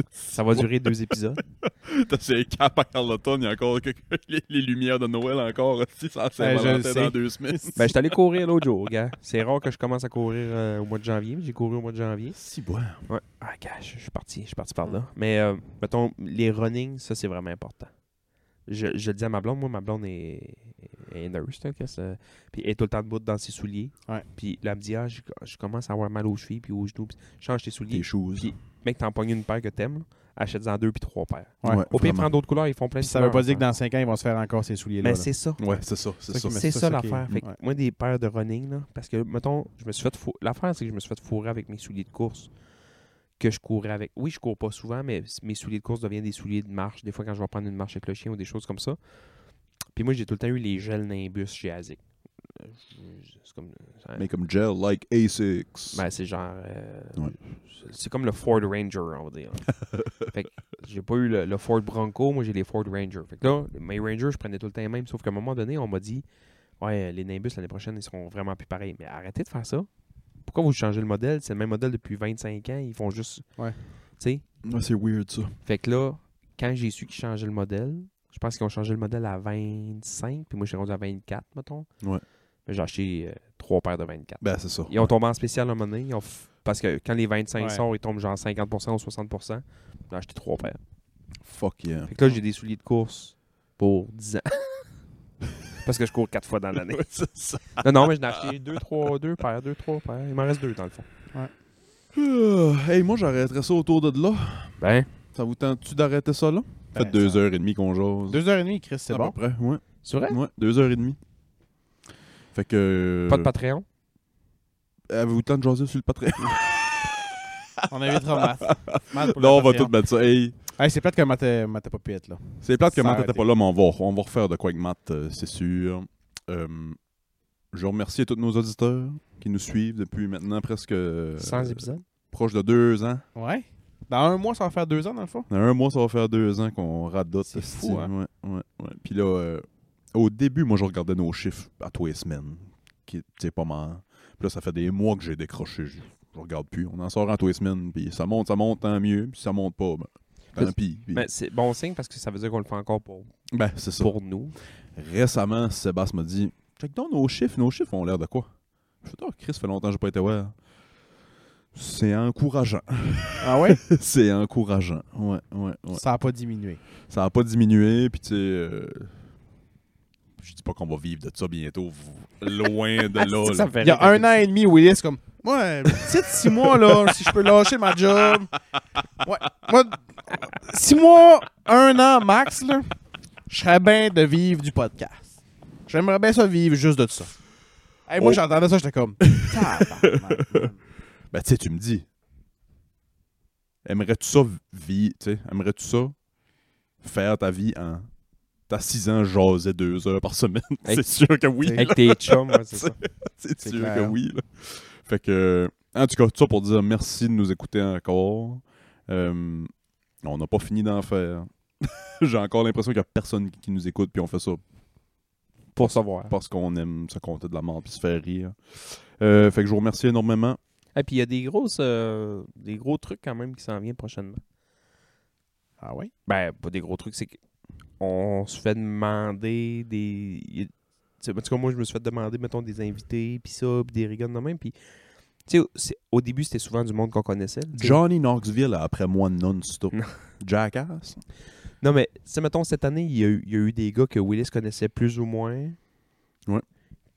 ça va durer deux épisodes. T'as ces capes à Carleton, il y a encore quelques- les, les lumières de Noël encore aussi, ça Ouais, s'est je le sais. dans deux semaines. Ben, j'étais allé courir l'autre jour, gars. C'est rare que je commence à courir euh, au mois de janvier, mais j'ai couru au mois de janvier. Si bon. Ouais. Ah, gars, je je suis parti, je suis parti par là. Mais, euh, mettons, les running, ça, c'est vraiment important. Je, je le dis à ma blonde, moi, ma blonde est, est nurse, là, qu'est-ce que- puis elle est tout le temps debout dans ses souliers. Ouais. Puis là, elle me dit, ah, je, je commence à avoir mal aux chevilles puis aux genoux. Puis, change tes Des souliers. choses. Puis- Mec, t'en pognes une paire que t'aimes, là, achète-en deux puis trois paires. Ouais. Ouais. Au pire, Vraiment. prends d'autres couleurs, ils font plein Puis de ça veut pas couleurs, dire que hein. dans 5 ans, ils vont se faire encore ces souliers-là. Mais là. c'est ça. Ouais, c'est ça, c'est Ça ça. qui me- C'est ça, qui est- l'affaire. Fait que Ouais. moi, des paires de running, là, parce que, mettons, je me suis fait fou- L'affaire, c'est que je me suis fait fourrer avec mes souliers de course que je courais avec. Oui, je cours pas souvent, mais s- mes souliers de course deviennent des souliers de marche. Des fois, quand je vais prendre une marche avec le chien ou des choses comme ça. Puis moi, j'ai tout le temps eu les gels Nimbus chez Asic. Euh, je- C'est comme. ça- Mais comme gel, like A6. ben, c'est genre. euh, Ouais. c'est- C'est comme le Ford Ranger, on va dire. fait que j'ai pas eu le, le Ford Bronco, moi j'ai les Ford Ranger. Fait que là, mes Rangers, je prenais tout le temps les mêmes, sauf qu'à un moment donné, on m'a dit Ouais, les Nimbus l'année prochaine, ils seront vraiment plus pareils. Mais arrêtez de faire ça. Pourquoi vous changez le modèle C'est le même modèle depuis 25 ans, ils font juste. Ouais. Tu sais Ouais, c'est weird, ça. Fait que là, quand j'ai su qu'ils changeaient le modèle, je pense qu'ils ont changé le modèle à 25, puis moi je suis rendu à 24, mettons. Ouais. Mais J'ai acheté euh, trois paires de 24. Ben, c'est ça. Ils ont tombé en spécial à un moment donné. ils ont f- Parce que quand les 25 Ouais. sortent, ils tombent genre 50% ou 60%. J'ai acheté trois paires. Fuck yeah. Fait que là, j'ai des souliers de course pour 10 ans. parce que je cours quatre fois dans l'année. Ouais, c'est ça. non, non, mais j'en ai acheté deux, trois, deux paires, deux, trois paires. Il m'en reste deux dans le fond. Euh, hey, moi, j'arrêterais ça autour de là. Ben, Ça vous tente-tu d'arrêter ça là? Ben, Faites deux ça- heures et demie qu'on jase. Deux heures et demie, Chris, c'est à Ah bon. peu près, ouais. c'est vrai? Ouais, deux heures et demie. Fait que. euh, euh, Pas de Patreon? Avez-vous le temps de jaser sur le Patreon? On invitera Matt. Matt pour le non, on va Patreon. tout mettre ça. Hey, Hey, c'est peut-être que Matt euh, Matt a pas pu être là. c'est plate Ça que a Matt n'était arrêté. pas là, mais on va, on va refaire de quoi avec Matt, euh, c'est sûr. Euh, je remercie tous nos auditeurs qui nous suivent depuis maintenant presque. euh, 100 épisodes? Proche de deux ans. Ouais. Dans un mois, ça va faire deux ans, dans le fond. Dans un mois, ça va faire deux ans qu'on radote. C'est esti. fou, hein? Ouais, ouais, ouais. Puis là, euh, au début, moi, je regardais nos chiffres à tous les semaines, qui c'est pas mal. Puis là, ça fait des mois que j'ai décroché. Je, je regarde plus. On en sort en tous les semaines. Puis ça monte, ça monte, tant mieux. Puis ça monte pas, ben, tant Mais- pis. Puis- Mais c'est bon signe parce que ça veut dire qu'on le fait encore pour, ben, c'est ça. pour nous. Récemment, Sébastien m'a dit Check donc nos chiffres, nos chiffres ont l'air de quoi Je fais Oh, Chris, ça fait longtemps que j'ai pas été voir. C'est encourageant. Ah ouais? C'est encourageant. Ouais, ouais, ouais. Ça n'a pas diminué. Ça n'a pas diminué, puis tu sais. euh, Je dis pas qu'on va vivre de ça bientôt, vous- loin de là. là. Ça fait Oh Il y a rire. un an et demi, Willis, comme, ouais, c'est six mois, là, si je peux lâcher ma job. Ouais, moi, six mois, un an max, là, je serais bien de vivre du podcast. J'aimerais bien ça vivre juste de ça. Hey, moi, Oh. j'entendais ça, j'étais comme, tabarnak, man. Ben, tu sais, tu me dis. Aimerais-tu ça vivre, tu sais, aimerais-tu ça faire ta vie en. T'as 6 ans, jaser deux heures par semaine. Hey. c'est sûr que oui. Avec tes chums, ouais, c'est ça. C'est C'est sûr clair. que oui. là. Fait que, en tout cas, tout ça pour dire merci de nous écouter encore. Euh, on n'a pas fini d'en faire. J'ai encore l'impression qu'il n'y a personne qui nous écoute, puis on fait ça Pour savoir. parce qu'on aime se compter de la mort puis se faire rire. Euh, fait que je vous remercie énormément. Et puis il y a des grosses, euh, des gros trucs quand même qui s'en viennent prochainement. Ah ouais? Ben, pas des gros trucs, c'est qu'on se fait demander des. il y a- tu sais, En tout cas, moi, je me suis fait demander, mettons, des invités, puis ça, puis des rigoles de même. Puis, tu sais, c'est- au début, c'était souvent du monde qu'on connaissait. là, tu sais. Johnny Knoxville après moi non-stop. Non. Jackass. Non, mais, tu sais, mettons, cette année, il y, a eu, il y a eu des gars que Willis connaissait plus ou moins. Ouais.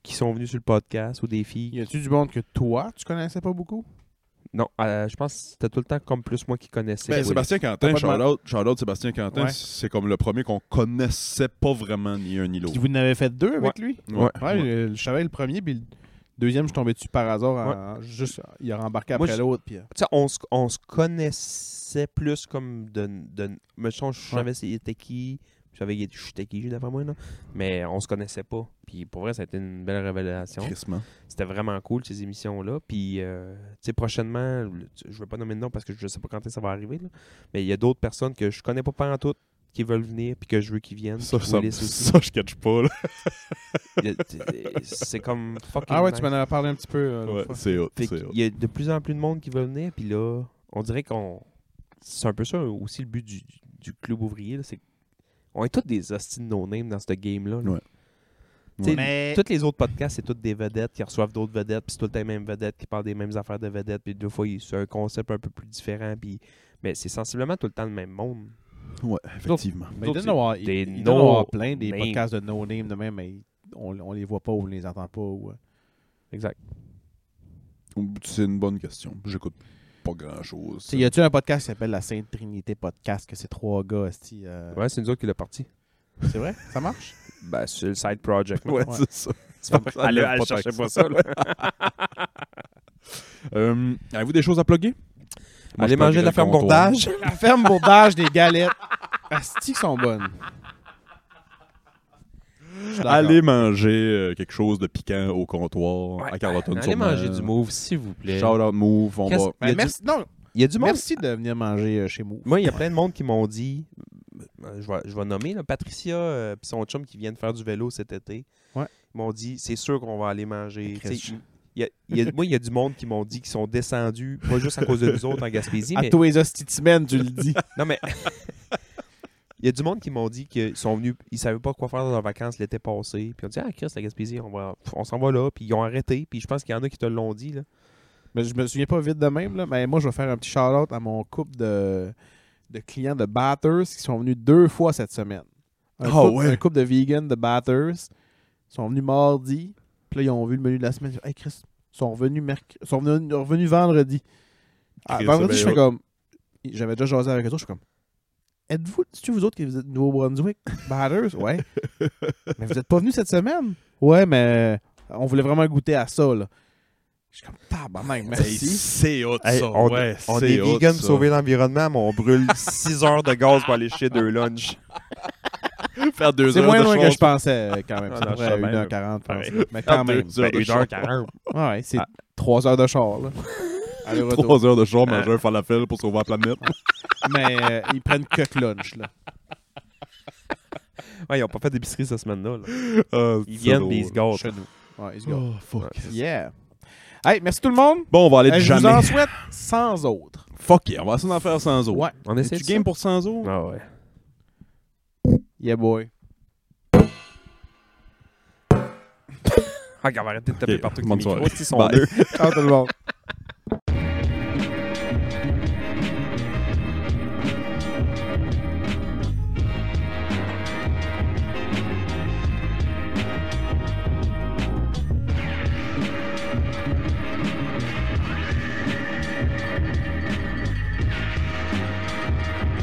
Qui sont venus sur le podcast ou des filles. Y a-tu du monde que toi, tu connaissais pas beaucoup? Non, euh, je pense que c'était tout le temps comme plus moi qui connaissais. Ben, Willis. Sébastien Quentin, T'as pas de shout-out, shout-out Sébastien Quentin, Ouais. c'est comme le premier qu'on connaissait pas vraiment ni un ni l'autre. Puis vous en avez fait deux avec lui? Ouais. Ouais, le- je savais le premier, puis le deuxième, je tombais dessus par hasard. en- juste, il a rembarqué Moi, après je- l'autre. Puis, euh, Tu sais, on se on se connaissait plus comme de. de mais je je savais c'était qui. Je savais qu'il était- j'étais qui, d'après moi, là. Mais on se connaissait pas. Puis pour vrai, ça a été une belle révélation. Crissement. C'était vraiment cool, ces émissions-là. Puis, euh, tu sais, prochainement, le- tu- je veux pas nommer de nom parce que je sais pas quand est-ce que ça va arriver, là. Mais il y a d'autres personnes que je connais pas pas en tout qui veulent venir, puis que je veux qu'ils viennent. Ça, puis ça, Willis aussi. ça, je catch pas. là. Il y a- C'est comme fucking Ah ouais, nice. tu m'en avais parlé un petit peu. euh, l'autre Ouais, fois. c'est hot. Fait c'est qu'il hot. y a de plus en plus de monde qui veut venir, puis là, on dirait qu'on. C'est un peu ça aussi le but du, du club ouvrier. là, c'est On est tous des hosties de no-name dans ce game-là. là. Ouais. Tu sais, Mais- Tous les autres podcasts, c'est toutes des vedettes qui reçoivent d'autres vedettes, puis c'est tout le temps les mêmes vedettes qui parlent des mêmes affaires de vedettes, puis deux fois, ils- c'est un concept un peu plus différent, puis. Mais c'est sensiblement tout le temps le même monde. Ouais, effectivement. Mais Nous il autres, doit y en avoir- il- des il doit y en avoir no plein des name. podcasts de no-name de même, mais on, on les voit pas ou on les entend pas. ou, euh. Exact. C'est une bonne question. J'écoute pas grand-chose. Tu sais, Y a-tu un podcast qui s'appelle la Sainte Trinité Podcast, que c'est trois gars, esti, Ben. euh, Ouais, c'est nous autres qui l'a parti. c'est vrai? Ça marche? Ben, sur le side project. Ouais, Ouais. c'est ça. Allez, lève pas tant cherchez que pas ça. là. Euh, Avez-vous des choses à plugger? Moi, Allez je manger de la pluggerai ferme le comptoir. bourdage. La ferme bourdage des galettes. Asti qui sont bonnes. Je suis d'accord. Allez manger euh, quelque chose de piquant au comptoir Ouais. à Carleton Allez manger du move, s'il vous plaît. Shout out Move. On Qu'est-ce- va... Ben, y a du- merci, non, Il y a du monde merci de venir manger euh, chez moi. Moi, il y a plein de monde qui m'ont dit, euh, je vais, je vais nommer, là, Patricia euh, puis son chum qui viennent faire du vélo cet été. Ouais. Ils m'ont dit, c'est sûr qu'on va aller manger. Chris. Tu sais, il y a- il y a- moi, il y a du monde qui m'ont dit qu'ils sont descendus, pas juste à cause de nous autres en Gaspésie, À mais. tous les hosties de semaine, tu le dis. Non, mais. Il y a du monde qui m'ont dit qu'ils sont venus, ils savaient pas quoi faire dans leurs vacances l'été passé. Puis on dit, ah, Chris, la Gaspésie, on, va, on s'en va là. Puis ils ont arrêté. Puis je pense qu'il y en a qui te l'ont dit. Là. Mais je me souviens pas vite de même, là, mais moi, je vais faire un petit shout-out à mon couple de, de clients de Batters qui sont venus deux fois cette semaine. Un, Ah couple, ouais? un couple de vegans de Batters Ils sont venus mardi, puis là, ils ont vu le menu de la semaine. Ils ont dit, Hey Chris, ils sont revenus, merc- ils sont venus, ils sont revenus vendredi. Ah, Chris, vendredi, ben, je fais ouais. comme. J'avais déjà jasé avec eux autres, je suis comme. Êtes-vous, c'est-tu vous autres qui vous êtes du Nouveau-Brunswick? Batters, ouais. mais vous êtes pas venus cette semaine? Ouais, mais on voulait vraiment goûter à ça, là. Je suis comme, tabarnak, Hey, merci. c'est hot Hey, ça. on, ouais, on c'est est hot, vegan ça. pour sauver l'environnement, mais on brûle 6 heures de gaz pour aller chez deux lunchs. Faire deux C'est heures moins de loin que choses. je pensais euh, quand même. Ah, Ça non, devrait je à sais bien, 1h40, je pareil. pense. Mais quand même. Deux heures Ben, de char. 1h40. Ouais, ouais, c'est Ah. 3 heures de char, là. Aller-retour. Trois heures de char, manger un falafel pour sauver la planète. Mais euh, ils prennent que lunch, là. Ouais, ils n'ont pas fait d'épicerie cette semaine-là. là. Ah, Ils c'est viennent drôle. et ils se gâtent. Chez nous. Ouais, ils se gâtent. Oh, fuck. Yeah. Hey, merci tout le monde. Bon, on va aller de Euh, Je vous jamais. en souhaite sans autres. Fuck it, on va essayer d'en faire sans eau. Ouais. On Tu essaie de game pour sans eau? ça? Ah ouais. Yeah, boy. Ah, on va arrêter de taper Ok, partout avec bonne les micros. soirée. Ils sont Bye. deux. Ciao tout le monde.